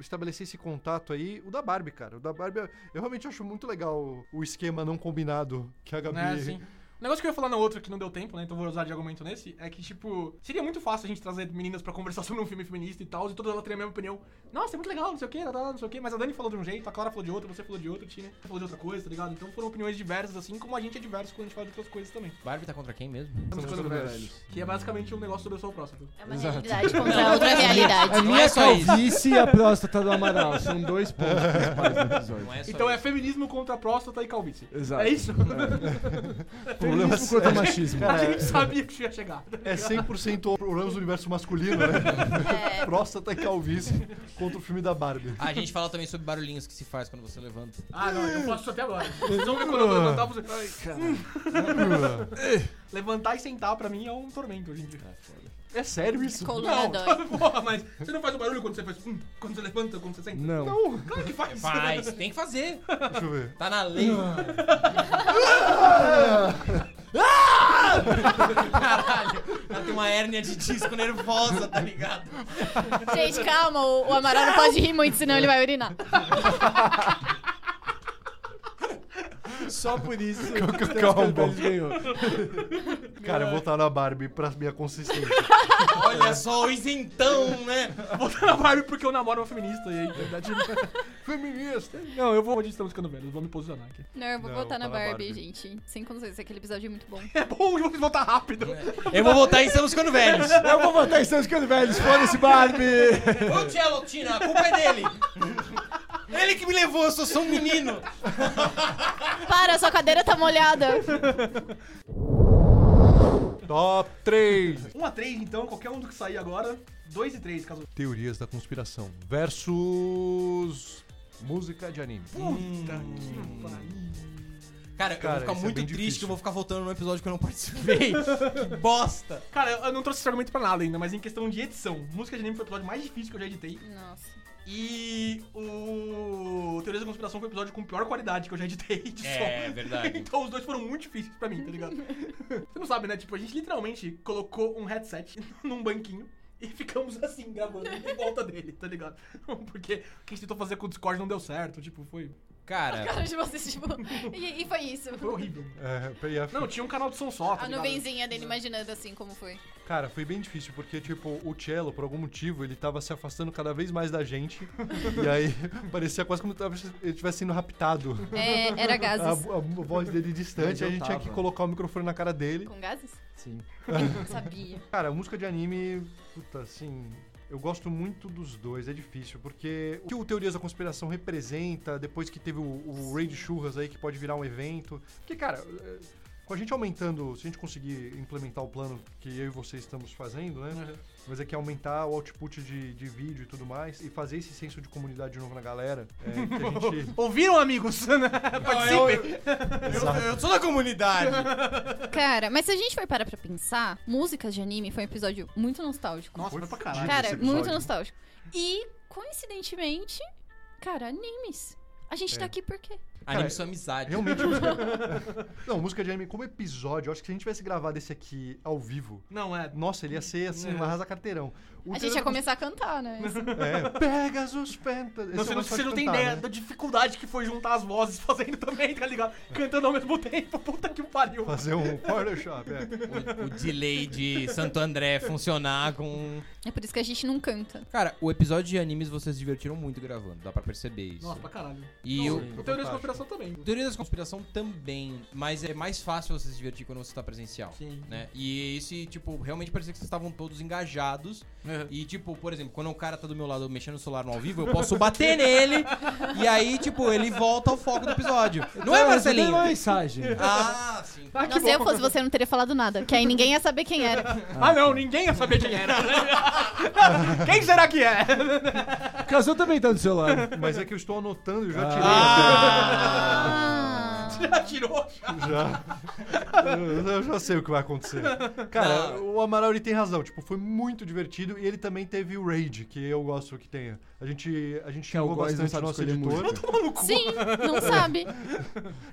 estabelecer esse contato aí, o da Barbie, cara. O da Barbie, eu realmente acho muito legal o esquema não combinado que a Gabi...
É, sim. O negócio que eu ia falar na outra que não deu tempo, né? Então eu vou usar de argumento nesse, é que, tipo, seria muito fácil a gente trazer meninas pra conversar sobre um filme feminista e tal, e todas elas teriam a mesma opinião. Nossa, é muito legal, não sei o quê, tá, tá, não sei o quê, mas a Dani falou de um jeito, a Clara falou de outro, você falou de outro, a Tina falou de outra coisa, tá ligado? Então foram opiniões diversas, assim como a gente é diverso quando a gente fala de outras coisas também.
Barbie tá contra quem mesmo?
Somos todos velhos. Que é basicamente um negócio sobre eu sou o próximo.
É uma realidade contra outra realidade.
Não
A minha
é só isso.
calvície e a próstata do Amaral. São dois pontos principais do episódio.
Não é só
Então é
isso.
feminismo contra a próstata e calvície.
Exato. É.
É isso?
Problema
Feminismo contra machismo.
a gente sabia que isso ia chegar.
É 100% problemas do universo masculino, né?
É,
Próstata e calvície contra o filme da Barbie.
A gente fala também sobre barulhinhos que se faz quando você levanta.
Ah, não, eu faço isso até agora. Vocês vão ver quando eu vou levantar, você...
É.
Levantar e sentar pra mim é um tormento hoje em dia.
É sério isso?
coluna dói.
porra, mas você não faz o barulho quando você faz. hum, quando você levanta, quando você senta?
Não.
Claro que faz.
Faz, tem que fazer.
Deixa eu ver.
Tá na lei. Ah. Caralho, ela tem uma hérnia de disco nervosa, tá ligado?
Gente, calma, o, o Amaral não pode rir muito, senão ele vai urinar.
Só por isso
Calma.
que o ganhou.
Cara, eu vou estar na Barbie pra minha consistência.
Olha só o isentão, né?
Voltando a Barbie porque eu namoro uma feminista e aí, na verdade.
Feminista!
Não, eu vou onde estamos ficando velhos, vou me posicionar aqui.
Não, eu vou
Não,
botar na
fala
Barbie,
Barbie.
gente. Sem condições, aquele episódio é muito bom.
É bom que vocês voltar rápido.
Eu vou votar em Estamos Ficando Velhos.
Eu vou votar em Santos Cano Velhos, foda-se Barbie!
Ô, Tchelo, Tina, a culpa é dele. Ele que me levou, eu sou só um menino.
Para, sua cadeira tá molhada.
Top 3!
1 a 3, então, qualquer um do que sair agora. 2 e 3, caso.
Teorias da conspiração versus música de anime.
Puta que pariu.
Cara,
Cara, isso
eu vou ficar
é
muito
bem
triste
difícil.
que eu vou ficar voltando num episódio que eu não participei. que bosta.
Cara, eu eu não trouxe esse argumento pra nada ainda, mas em questão de edição, música de anime foi o episódio mais difícil que eu já editei.
Nossa.
E o Teoria da Conspiração foi o episódio com pior qualidade que eu já editei de
É,
som.
verdade.
Então os dois foram muito difíceis pra mim, tá ligado? Você não sabe, né? Tipo, a gente literalmente colocou um headset num banquinho e ficamos assim, gravando em volta dele, tá ligado? Porque o que a gente tentou fazer com o Discord não deu certo, tipo, foi,
Cara,
Cara de vocês, tipo. E, e foi isso.
foi horrível.
É, foi- é,
Não, tinha um canal de som só, tá
A
ligado?
nuvenzinha dele imaginando assim como foi.
Cara, foi bem difícil, porque, tipo, o cello, por algum motivo, ele tava se afastando cada vez mais da gente. e aí, parecia quase como se ele estivesse sendo raptado.
É, era
A,
gases.
a voz dele distante,
Mas eu
a gente tinha que
tava.
colocar o microfone na cara dele.
Com gases?
Sim.
Não sabia.
Cara, música de anime, puta, assim. Eu gosto muito dos dois, é difícil, porque o que o Teorias da Conspiração representa, depois que teve o, o Raid Churras aí, que pode virar um evento. Porque, cara, é, com a gente aumentando, se a gente conseguir implementar o plano que eu e você estamos fazendo, né?
Uhum.
Mas é que aumentar o output de, de vídeo e tudo mais, e fazer esse senso de comunidade de novo na galera, é, que a gente.
Ouviram, amigos? é, Participem!
eu, eu sou da comunidade.
Cara, mas se a gente for parar pra pensar, músicas de anime foi um episódio muito nostálgico.
Nossa, foi pra caralho.
Cara,
esse episódio.
muito nostálgico. E, coincidentemente, cara, animes. A gente tá aqui por quê?
Anime sua amizade.
Realmente. música- Não, música de anime como episódio, eu acho que se a gente tivesse gravado esse aqui ao vivo,
Não, é.
Nossa, ele ia ser assim,
É.
um arrasa carteirão. O
A gente ia começar a cantar, né?
É, Pegasus Penta.
Não, você não, você não tem ideia
né?
né?
da dificuldade que foi juntar as vozes fazendo também, tá ligado? Cantando ao mesmo tempo, puta que pariu.
Fazer um Photoshop, é.
O, o delay de Santo André funcionar com.
É por isso que a gente não canta.
Cara, o episódio de animes vocês se divertiram muito gravando, dá pra perceber isso.
Nossa, pra caralho.
E
Não,
o,
o Teoria da Conspiração também.
Teoria da conspiração também, mas é mais fácil você se divertir quando você tá presencial.
Sim.
Né? E esse, tipo, realmente parecia que vocês estavam todos engajados. E, tipo, por exemplo, quando o cara tá do meu lado mexendo no celular no ao vivo, eu posso bater nele. e aí, tipo, ele volta ao foco do episódio. Não é,
Marcelinho?
Marcelinho?
uma mensagem.
Ah, sim.
Não sei, eu fosse você, não teria falado nada. Que aí ninguém ia saber quem era.
Ah, não, ninguém ia saber quem era. quem será que é?
O Casou também tá no celular. Ah.
Mas é que eu estou anotando e eu já tirei.
Ah.
Ah,
Já tirou?
Já. Eu, eu já sei o que vai acontecer. Cara, o Amaral ele tem razão. Tipo, foi muito divertido e ele também teve o Raid, que eu gosto que tenha. A gente, a gente
Que é o
xingou
Góis, não
bastante o
sabe
nosso
escolher
editor.
música.
Sim, não sabe.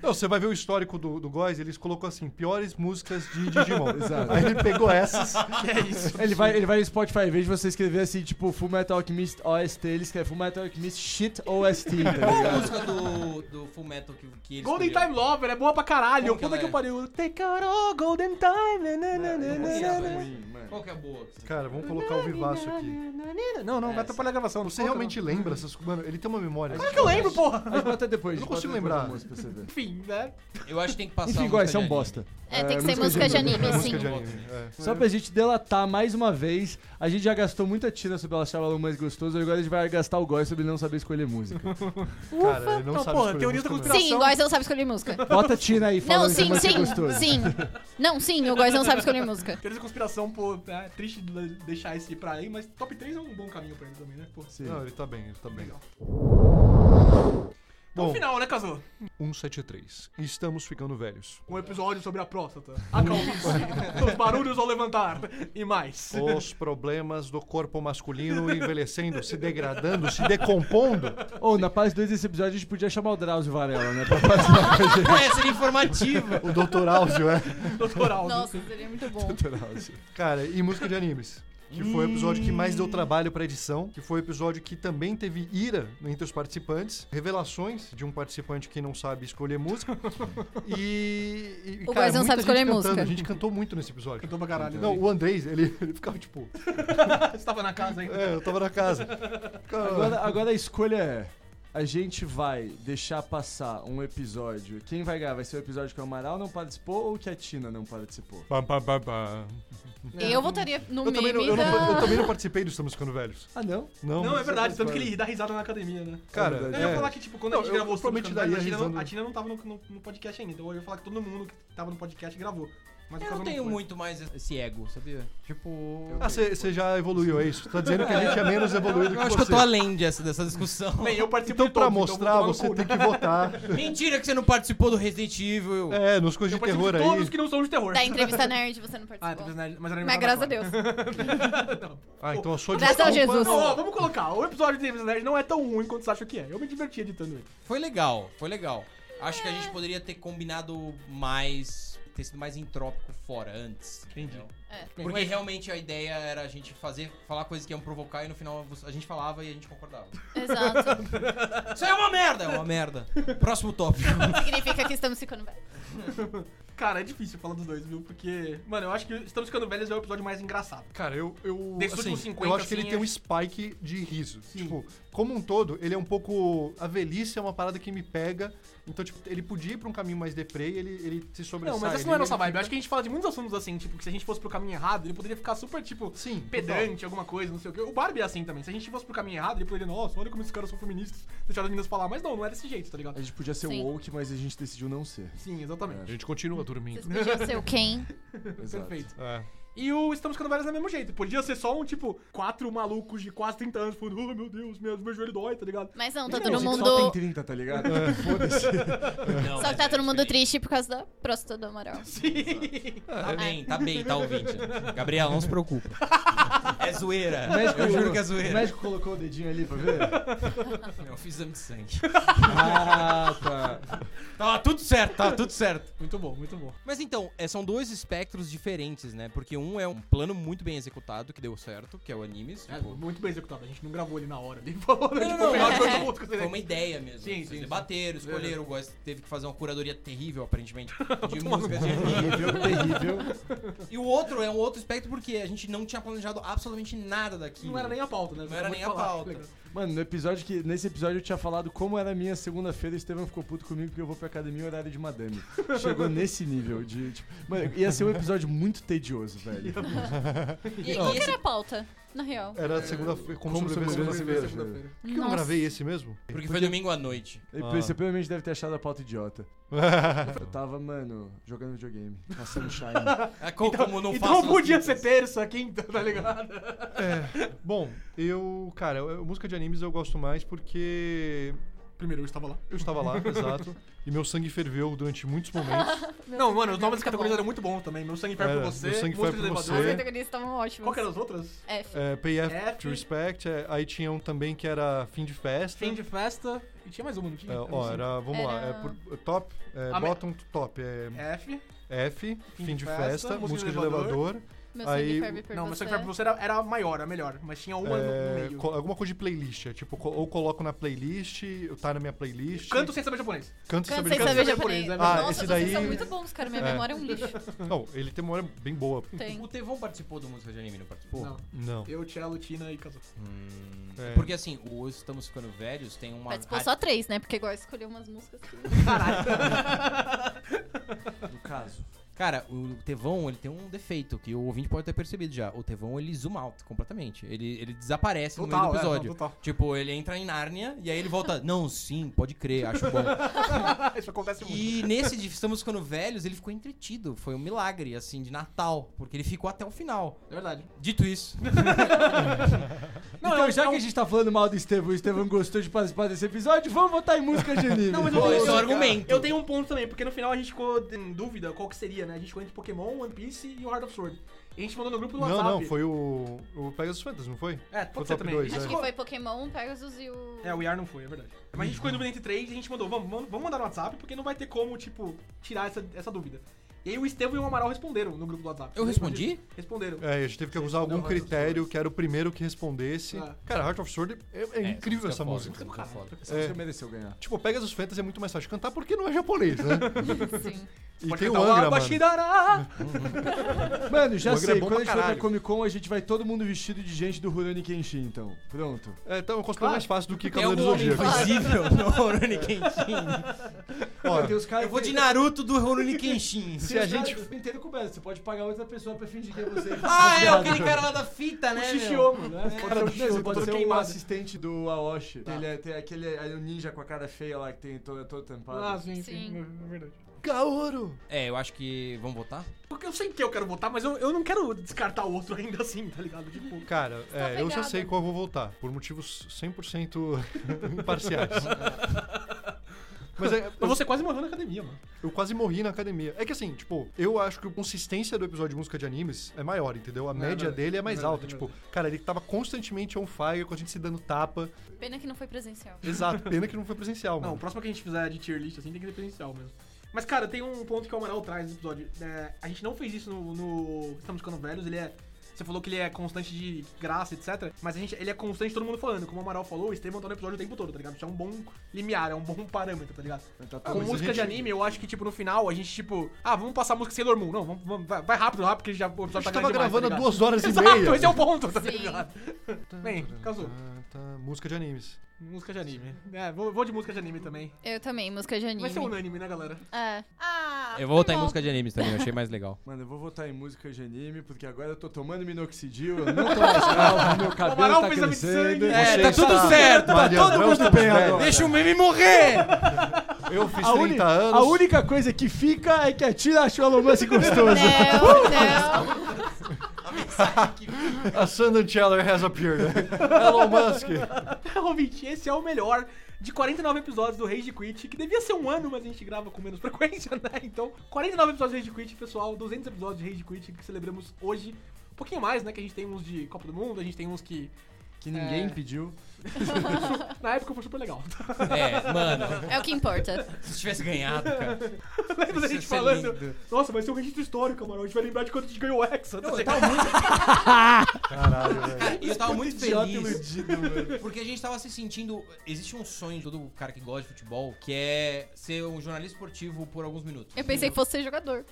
Não, você vai ver o histórico do, do Góis, eles colocou assim, piores músicas de Digimon.
Exato.
Aí ele pegou essas.
Que é isso?
Ele vai, ele vai no Spotify, em vez de você escrever assim, tipo, Full Metal Alchemist OST, ele escreve Full Metal Alchemist Shit OST, tá
Qual a
ligado?
música do, do Full Metal que, que eles
Golden
escolheram?
Time Lover é boa pra caralho.
Como que
Puta
ela
que
é?
eu pariu. Take out Golden Time.
Qual que é a boa?
Cara, vamos colocar o Vivaço aqui.
Não, não, vai atrapalhar a gravação.
Você realmente lembra essas coisas? Mano, ele tem uma memória.
Como é que eu lembro, porra?
A gente bota depois.
Eu não
a gente
consigo lembrar.
bota depois da música pra você ver.
Enfim, né?
Eu acho que tem que passar
Enfim,
a música
Góis, você é um
de anime.
bosta.
É, tem que ser
música
música
de
de anime, sim.
Música de anime. é.
Só pra gente delatar mais uma vez, a gente já gastou muita tira sobre ela achar o Alan mais gostoso, agora a gente vai gastar o Góis sobre ele não saber escolher música.
Cara, ele não
Então,
sabe
porra,
escolher
teoria
um
da
música,
conspiração.
Sim, Góis não sabe escolher música.
Bota a Tina aí, falando
Não,
que
sim,
você
sim,
gostoso.
sim. Não, sim, o Góis não sabe escolher música.
Teoria da conspiração, pô, é triste de deixar esse pra aí, mas top 3 é um bom caminho pra ele também, né? Pô.
Sim.
não. Não, ele tá bem, ele tá bem.
Legal. No
Então,
Bom,
final, né, Casou?
173. Estamos ficando velhos.
Um episódio sobre a próstata, a calvície, os barulhos ao levantar e mais.
Os problemas do corpo masculino envelhecendo, se degradando, se decompondo.
Ou, na parte 2 desse episódio, a gente podia chamar o Drauzio Varela, né? Pra
É, seria informativa.
O Dr. Áuzio, é.
Doutoral.
Nossa, seria muito bom.
Cara, e música de animes. Que foi o episódio que mais deu trabalho pra edição. Que foi o episódio que também teve ira entre os participantes. Revelações de um participante que não sabe escolher música. E. e
O Góis não
muita
sabe
gente
escolher
cantando.
música.
A gente cantou muito nesse episódio.
Cantou pra caralho.
Não, o Andrés, ele, ele ficava tipo.
Você tava na casa ainda.
É, eu tava na casa. Cara,
Agora, agora a escolha é: a gente vai deixar passar um episódio. Quem vai ganhar? Vai ser o episódio que o Amaral não participou ou que a Tina não participou?
Pam, pam, pam, pam.
Eu votaria no
Eu também, não,
meme
eu, não- eu
da...
também não participei do Estamos Ficando Velhos.
Ah, não?
Não,
Não, é
mas-
verdade, tanto que ele dá risada na academia, né?
Cara,
É
Eu
verdade.
ia
é,
falar que, tipo, quando
Não,
a gente
eu
gravou sobre
prometi
o
daí
Candomblé,
a
a, Tina não,
risada.
a Tina não tava no, no- no podcast ainda. Então eu ia falar que todo mundo que tava no podcast gravou. Mas o
Eu
Casão
não tenho
foi.
muito mais esse ego, sabia? Tipo.
Ah, você já evoluiu, é isso? Tá dizendo que a gente é menos evoluído
Eu
que
acho que eu
você.
tô além dessa, dessa discussão.
Bem, eu participo
Então,
de
pra
todos,
mostrar,
eu vou tomar
você
no cu,
tem
né?
que votar.
Mentira que você não participou do Resident Evil.
É, nos coisas
Eu
de
participo
terror
de
aí.
todos que não são de terror.
Da entrevista nerd, você não
Ah, tá
participou.
pensando, mas era
Mas graças a Deus.
Ah, então a sua
Graças a
desculpa-
Jesus.
Não, ó, vamos colocar. O episódio de Davis Nerd não é tão ruim quanto você acha que é. Eu me diverti editando ele.
Foi legal, foi legal. Acho que a gente poderia ter combinado mais. Ter sido mais entrópico fora antes.
Entendi.
entendeu?
É.
Porque realmente a ideia era a gente fazer, falar coisas que iam provocar e no final a gente falava e a gente concordava.
Exato.
Isso aí é uma merda! É uma merda. Próximo tópico.
Significa que estamos ficando velhos.
Cara, é difícil falar dos dois, viu? Porque, mano, eu acho que Estamos Ficando Velhos é o episódio mais engraçado.
Cara, eu. eu
Desses
assim,
últimos 50,
eu acho que ele
assim,
tem um
eu-
spike de riso. Tipo, como um todo, ele é um pouco. A velhice é uma parada que me pega. Então, tipo, ele podia ir pra um caminho mais deprê e ele, ele se sobressai.
Não, mas essa
ele-
não é a nossa
ele
vibe. Eu acho
fica-
que a gente fala de muitos assuntos assim, tipo, que se a gente fosse pro caminho errado, ele poderia ficar super, tipo,
Sim. total.
pedante, alguma coisa, não sei o quê. O Barbie é assim também. Se a gente fosse pro caminho errado, ele poderia, nossa, olha como esses caras são feministas, deixaram as meninas falar. Mas não, não é desse jeito, tá
A
ligado?
gente podia ser
Sim.
woke, mas a gente decidiu não ser.
Sim, exatamente.
A gente continua
Vocês
dormindo.
podiam ser o Ken.
Exato.
Perfeito.
É.
E o Estamos Ficando Velhos é do mesmo jeito. Podia ser só um, tipo, quatro malucos de quase 30 anos falando, oh meu Deus, meu, meu joelho dói, tá ligado?
Mas não, tá
Não,
todo
você que Então, Só tem
mundo...
30, tá ligado? Foda-se.
Não,
Só que
mas
tá
é
todo mundo
diferente.
triste por causa da próstata do Amaral.
Tá bem, tá bem, tá ouvinte. Gabriel, não se preocupa. É zoeira. Eu juro que é
O
zoeira.
médico colocou o dedinho ali pra ver?
Eu fiz exame de sangue.
Ah, tá.
Tava tudo certo, tava tudo certo.
Muito bom, muito bom.
Mas então, é, são dois espectros diferentes, né? Porque um é um plano muito bem executado, que deu certo, que é o animes.
É,
tipo,
muito bem executado. A gente não gravou ele na hora. Ele falou, né?
não,
Tipo,
não,
foi a melhor
é.
coisa do mundo que você
foi uma ideia mesmo.
Sim,
Vocês
sim, É. sim.
debateram, escolheram, o Góes teve que fazer uma curadoria terrível, aparentemente, de
tomar no
músicas de anime.
Terrível, terrível.
E o outro é um outro espectro porque a gente não tinha planejado absolutamente nada daqui.
Não era nem a pauta, né?
Não era
Vamos
nem a
falar.
pauta.
Legal.
Mano, no episódio que. Nesse episódio eu tinha falado como era a minha segunda-feira, o Estevão ficou puto comigo porque eu vou pra academia em horário de madame. Chegou nesse nível de. Tipo, mano, ia ser um episódio muito tedioso, velho.
E,
Qual
e
que
esse-
era a pauta, na real?
Era segunda-feira. Como,
Como
sobreviver na
sobreviver
segunda-feira.
na segunda-feira.
Por que eu não
Nossa.
gravei esse mesmo?
porque foi domingo à noite.
E
Ah.
Você provavelmente deve ter achado a pauta idiota. Eu tava, mano, jogando videogame. Na Sunshine.
É co- como não
Então
faço
podia
as
ser
fitas.
terça, quinta, tá ligado?
Bom, eu, cara, eu- música de animes eu gosto mais porque
Primeiro, eu estava lá.
Eu estava lá, exato. E meu sangue ferveu durante muitos momentos.
não, mano, os nomes das categorias eram muito bons também. Meu sangue ferve
Era,
por você,
É, Meu Sangue
Monstros
Ferve Por
Elevadores.
As
Você.
categorias estavam ótimas.
Qual que eram as outras?
F.
É, pay F
F.
to respect. é, aí tinha um também que era fim de festa.
Fim de festa. E tinha mais uma, não tinha?
É,
Eu não
ó,
sei.
era, vamos lá, é
Era-
por, top, é,
Ah, me-
bottom to top, é
F.
F, fim, de festa, música de elevador,
Meu sangue
aí-
ferve por
Não,
você.
mas só que pra você era, era maior, era melhor. Mas tinha uma no-
é,
no meio.
co- alguma coisa de playlist, é, tipo, co- ou coloco na playlist, eu tá na minha playlist,
Canto sem saber japonês.
canto
Canto
sobre
sem
canto.
saber
Canto
japonês.
japonês, é
verdade. Ah,
Nossa,
esse
vocês
daí-
são muito bons, cara. Minha
É.
memória é um lixo.
Não, ele tem uma hora bem boa.
Tem.
O Tevão participou do Música de Anime, não participou?
Não.
Não.
Eu, Cello, Tina e Kazu.
Hum,
É.
Porque assim, o Estamos Ficando Velhos tem uma...
Participou só três, né? Porque igual escolheu umas músicas que...
No caso.
Cara, o Tevão, ele tem um defeito que o ouvinte pode ter percebido já. O Tevão, ele zoom out completamente. Ele, ele desaparece no meio do
é,
episódio.
não, total.
Tipo, ele entra em Nárnia e aí ele volta. Não, sim, pode crer, acho bom.
Ah, Isso acontece muito.
E nesse de Estamos Ficando Velhos, ele ficou entretido. Foi um milagre, assim, de Natal. Porque ele ficou até o final.
É verdade.
Dito isso.
Não,
então,
é um-
já
é um-
que a gente tá falando mal do Estevão, o Estevão gostou de participar desse episódio, vamos votar em música de anime.
Não, mas
Pô,
eu tenho
esse é um argumento.
Eu tenho um ponto também, porque no final a gente ficou em dúvida qual que seria, né? A gente ficou entre Pokémon, One Piece e o Heart of Sword. E a gente mandou no grupo do
Não, não,
WhatsApp.
foi o, o Pegasus Fantasy, não foi?
É,
foi
pode
o
ser
top né? 2,
também. A
Acho
gente
que
ficou-
foi Pokémon, Pegasus e o...
É, o Yar não foi, é verdade. Mas a gente ficou em dúvida entre três e a gente mandou, vamos, vamos, vamos mandar no WhatsApp, porque não vai ter como, tipo, tirar essa, essa dúvida. E aí o Estevão e o Amaral responderam no grupo do WhatsApp.
Eu respondi?
Responderam.
É, a gente teve que usar algum
respondeu Heart of
critério que era o primeiro que respondesse.
Ah.
Cara, Heart of Sword é, é incrível essa música.
Tá foda.
Essa música mereceu ganhar.
Tipo, Pegasus Fantasy é muito mais fácil de cantar porque não é japonês, né?
Sim.
E
Pode
tem o
cantar
Angra, mano.
Abashidara!
Mano, já
O Angra é
sei,
bom
quando
pra
a gente for pra
caralho.
Comic Con, a gente vai todo mundo vestido de gente do Rurouni Kenshin, então. Pronto.
É, então eu considero
Claro.
mais fácil do que
Tem
Cavaleiro
algum
do
É um homem
Zodíaco.
invisível no Rurouni Kenshin.
Ó,
Tem os caras
Eu vou
que-
de Naruto do Rurouni Kenshin.
Se a gente. Inteiro coberto, você pode pagar outra pessoa pra fingir que é você.
Ah, é aquele cara lá da fita, né, meu?
Shishiomo, né? Pode ser, o Shishiomo, pode ser o assistente do Aoshi. Que Ele é, tem aquele é um ninja com a cara feia lá que tem todo, todo tampado.
Ah, sim, sim,
Sim.
é verdade.
Kaoru!
É, eu acho que... Vamos votar?
Porque eu sei que eu quero votar, mas eu, eu não quero descartar o outro ainda assim, tá ligado? Tipo,
Cara, é, eu já
pegada.
sei qual eu vou voltar, por motivos 100% imparciais. Mas é,
mas
eu,
você quase morreu na academia, mano.
eu quase morri na academia. É que assim, tipo, eu acho que a consistência do episódio de música de animes é maior, entendeu? A média
verdade.
dele é mais
Verdade,
alta. Tipo, cara, ele tava constantemente on fire com a gente se dando tapa.
Pena que não foi presencial.
Exato, pena que não foi presencial,
Não, o
mano.
próximo que a gente fizer de tier list assim tem que ser presencial mesmo. Mas, cara, tem um ponto que o Amaral traz no episódio. né? a gente não fez isso no, no Estamos Ficando Velhos, ele é. Você falou que ele é constante de graça, etc. Mas a gente, ele é constante todo mundo falando. Como o Amaral falou, o Estevam tá no episódio o tempo todo, tá ligado? Isso é um bom limiar, é um bom parâmetro, tá ligado?
Tá
Com
Ah, mas a
música de
gente-
anime, eu acho que, tipo, no final, a gente, tipo, ah, vamos passar a música Sailor Moon. Não, vamos, vamos- vai, vai rápido, rápido, porque já, o
a
episódio
gente
tá
tava
grande demais,
gravando
tá
há
ligado?
duas horas e meia.
Exato, esse é o ponto, tá
Sim.
ligado? Bem, casou.
Música de animes.
Música de anime. É, vou, vou de música de anime também.
Eu também, música de anime.
Vai ser
um,
unânime, né, galera?
É. Ah,
Eu vou votar em música de animes também, eu achei mais legal.
Mano, eu vou votar em música de anime, porque agora eu tô tomando minoxidil, eu não tô mais calmo, meu cabelo
Amaral
tá
fez exame de
crescendo.
sangue.
É,
Você
tá
está
tudo certo, tá
malhando,
todo
eu
mundo
estou
bem
velho.
agora.
Deixa o meme morrer!
Eu fiz
A,
30
uni-
anos.
a única coisa que fica é que a Tira achou a Lomance gostoso.
Não, não.
A Sandra Chandler has appeared. Elon Musk.
Ouvinte, esse é o melhor de 49 episódios do Rage Quit, que devia ser um ano, mas a gente grava com menos frequência, né? Então, 49 episódios de Rage Quit, pessoal, 200 episódios de Rage Quit que celebramos hoje. Um pouquinho mais, né? Que a gente tem uns de Copa do Mundo, a gente tem uns que.
Que ninguém
É.
pediu.
Na época foi super legal.
É, mano,
É o que importa.
se tivesse ganhado, cara.
Lembra da
Isso
gente
ia ser
falando?
é lindo.
Nossa, vai ser um registro histórico, mano. A gente vai lembrar de quando a gente ganhou o Hexa. Tá ligado?
Caralho, velho.
E eu tava muito
Idiota
feliz.
iludido, mano.
Porque a gente tava se sentindo. Existe um sonho de todo cara que gosta de futebol, que é ser um jornalista esportivo por alguns minutos.
Eu pensei que fosse ser jogador.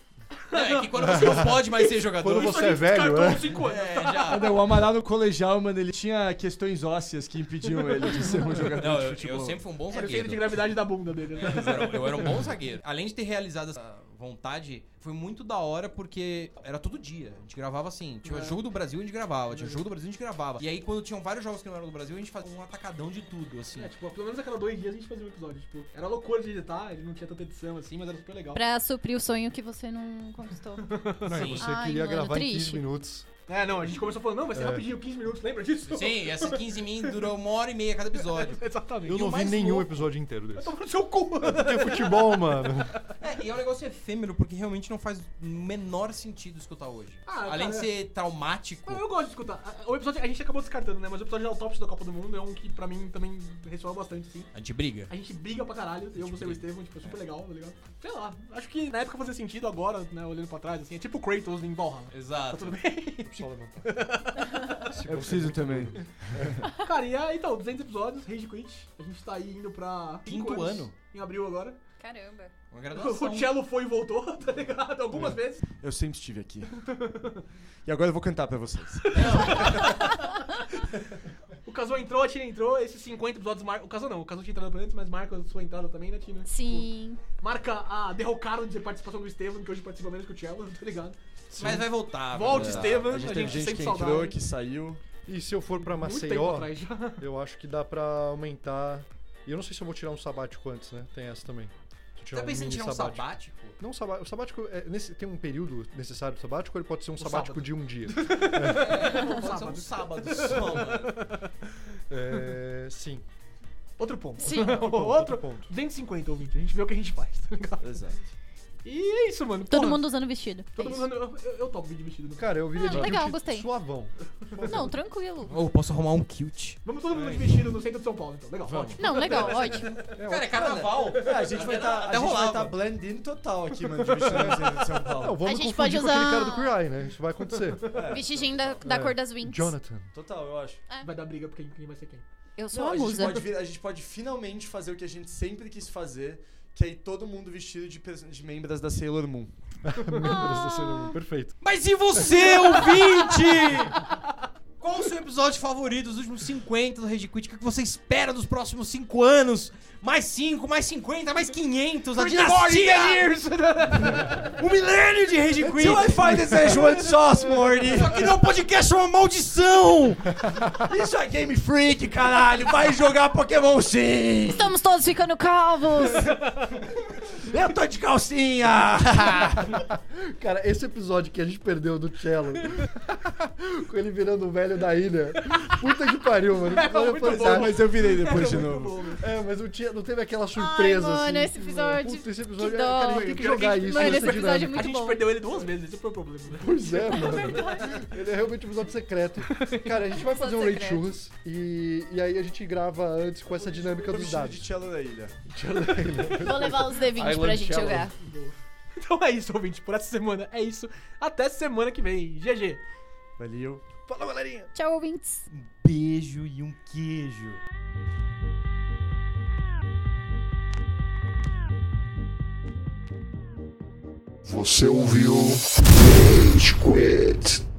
Não, é que quando você não pode mais ser jogador,
Quando
você.
você é velho,
Cartão
né?
5 anos.
É, já.
Ah, não, o Amaral no colegial, mano, ele tinha questões ósseas que impediam ele de ser um jogador
Não,
de
eu,
futebol.
eu sempre fui um
Era
bom
o centro de
zagueiro.
gravidade da bunda dele, né?
Eu era, eu era um bom zagueiro. Além de ter realizado essa vontade, foi muito da hora porque era todo dia. A gente gravava assim. Tinha
Uhum.
jogo do Brasil, a gente gravava. Tinha jogo do Brasil, a gente gravava. E aí, quando tinham vários jogos que não eram do Brasil, a gente fazia um atacadão de tudo, assim.
É, tipo, pelo menos a cada dois dias a gente fazia um episódio. Tipo, era loucura de editar, ele não tinha tanta edição assim, mas era super legal.
Pra suprir o sonho que você não conquistou.
Não, e
Sim.
você
Ai,
queria
mano,
gravar em
triste.
15 minutos.
É, não, a gente começou falando, não, vai ser rapidinho, 15 minutos, lembra disso?
Sim, essa 15 min durou uma hora e meia cada episódio.
Exatamente.
Eu
o
não vi
mais
nenhum
louco-
episódio inteiro desse.
Toma no seu cu.
Porque é futebol, mano.
É, e é um negócio efêmero, porque realmente não faz o menor sentido escutar hoje.
Ah,
Além
cara,
de ser traumático.
Mas eu gosto de escutar. O episódio, a gente acabou descartando, né? Mas o episódio de autópsia da Copa do Mundo é um que pra mim também ressoa bastante, assim.
A gente briga.
A gente briga pra caralho, eu, você e o Estevam, tipo, é super legal, tá ligado? Sei lá, acho que na época fazia sentido, agora, né, olhando pra trás, assim, é tipo Kratos em Valhalla. Tá
Exato.
tudo bem?
Só levantar.
Eu preciso também.
Cara, e aí, então, 200 episódios, Rage Quit. A gente tá aí indo pra. cinco
Quinto
anos,
ano. um
Em abril agora.
Caramba.
Uma graduação.
O Cello foi e voltou, tá ligado? Algumas vezes.
Eu sempre estive aqui. E agora eu vou cantar pra vocês.
O Caso entrou, a Tina entrou. Esses 50 episódios marcam. O Caso não, o Caso tinha entrado pra antes, mas marca a sua entrada também, né, Tina? Tipo,
Sim.
Marca a derrocaram de participação do Estevam, que hoje participa menos que o Cello, tá ligado?
Mas vai voltar. vai
Volte,
voltar.
Estevam,
Ah, A gente tem gente
sempre
que
saudade.
entrou, que saiu.
E se eu for pra
Muito tempo
Maceió,
atrás já.
eu acho que dá pra aumentar. E eu não sei se eu vou tirar um sabático antes, né? Tem essa também. Se eu
Tá pensando em
mini
tirar um sabático?
Não, sabá- o sabático é, nesse, tem um período necessário do sabático ou ele pode ser um sabático
sábado.
de um dia?
Pode ser um sábado só, mano.
é, sim.
Outro ponto.
Sim.
Outro
ponto.
250, ouvinte. A gente vê o que a gente faz, tá ligado?
Exato.
E é isso, mano.
Todo
Porra,
mundo usando vestido.
Todo
É
mundo
isso.
usando. Eu, eu, eu topo vídeo vestido. né?
Cara, eu vi
Ah, legal, gostei.
suavão.
Não, tranquilo.
Ou posso arrumar um kilt.
Vamos todo
É.
mundo de vestido no centro de São Paulo, então. Legal, ótimo.
Não, legal, ótimo.
Cara, é carnaval.
É, a gente vai estar
Até rolava.
tá blend in total aqui, mano, de Michelin de São
Não,
Paulo.
vou
A
me confundir
gente pode
com aquele
usar-
cara do Cry, né? Isso vai acontecer.
Vestidinho da, da
É.
cor das wings.
Jonathan.
Total, eu acho.
Vai dar briga porque quem vai ser quem.
Eu sou
Não,
a
a, gente
musa.
pode vir- a gente pode finalmente fazer o que a gente sempre quis fazer, que é ir todo mundo vestido de, pers- de membros da Sailor Moon.
Membros do cinema. Perfeito.
Mas e você, ouvinte? Qual o seu episódio favorito dos últimos 50 do Rage Quit? O que você espera dos próximos 5 anos? Mais 5, mais 50, mais 500, a dinastia! O milênio de Rage Quit!
Wi-Fi deseja one sauce, Morty!
Isso aqui não é um podcast, é uma maldição!
Isso é Game Freak, caralho! Vai jogar Pokémon sim!
Estamos todos ficando calvos.
Eu tô de calcinha!
Cara, esse episódio que a gente perdeu do Cello, com ele virando o velho da ilha. Puta que pariu, mano. Que episódio
muito bom,
fantástico.
É, mas eu virei depois de
Muito
novo.
bom, meu.
É, mas não, tinha, não teve aquela surpresa.
mano,
assim.
esse episódio,
Puta, esse episódio.
que
é, cara, a gente
dó.
tem que
Pior que a
jogar
gente-
isso.
Mano,
nessa
esse episódio é
dinâmica.
A
muito
gente
bom.
perdeu ele duas vezes, esse foi o problema. né?
Pois é, mano. Ele é realmente um episódio secreto. Cara, a gente vai fazer um Raid
secreto.
Churras e, e aí a gente grava antes com essa dinâmica
Tô
dos
vestido
dados.
de Cello da Ilha.
Vou levar os D20 pra
Island
gente
Shallow.
jogar.
Então é isso, ouvinte. Por essa semana é isso. Até semana que vem. GG.
Valeu.
Falou, galerinha!
Tchau, ouvintes.
Um beijo e um queijo.
Você ouviu Rage Quit.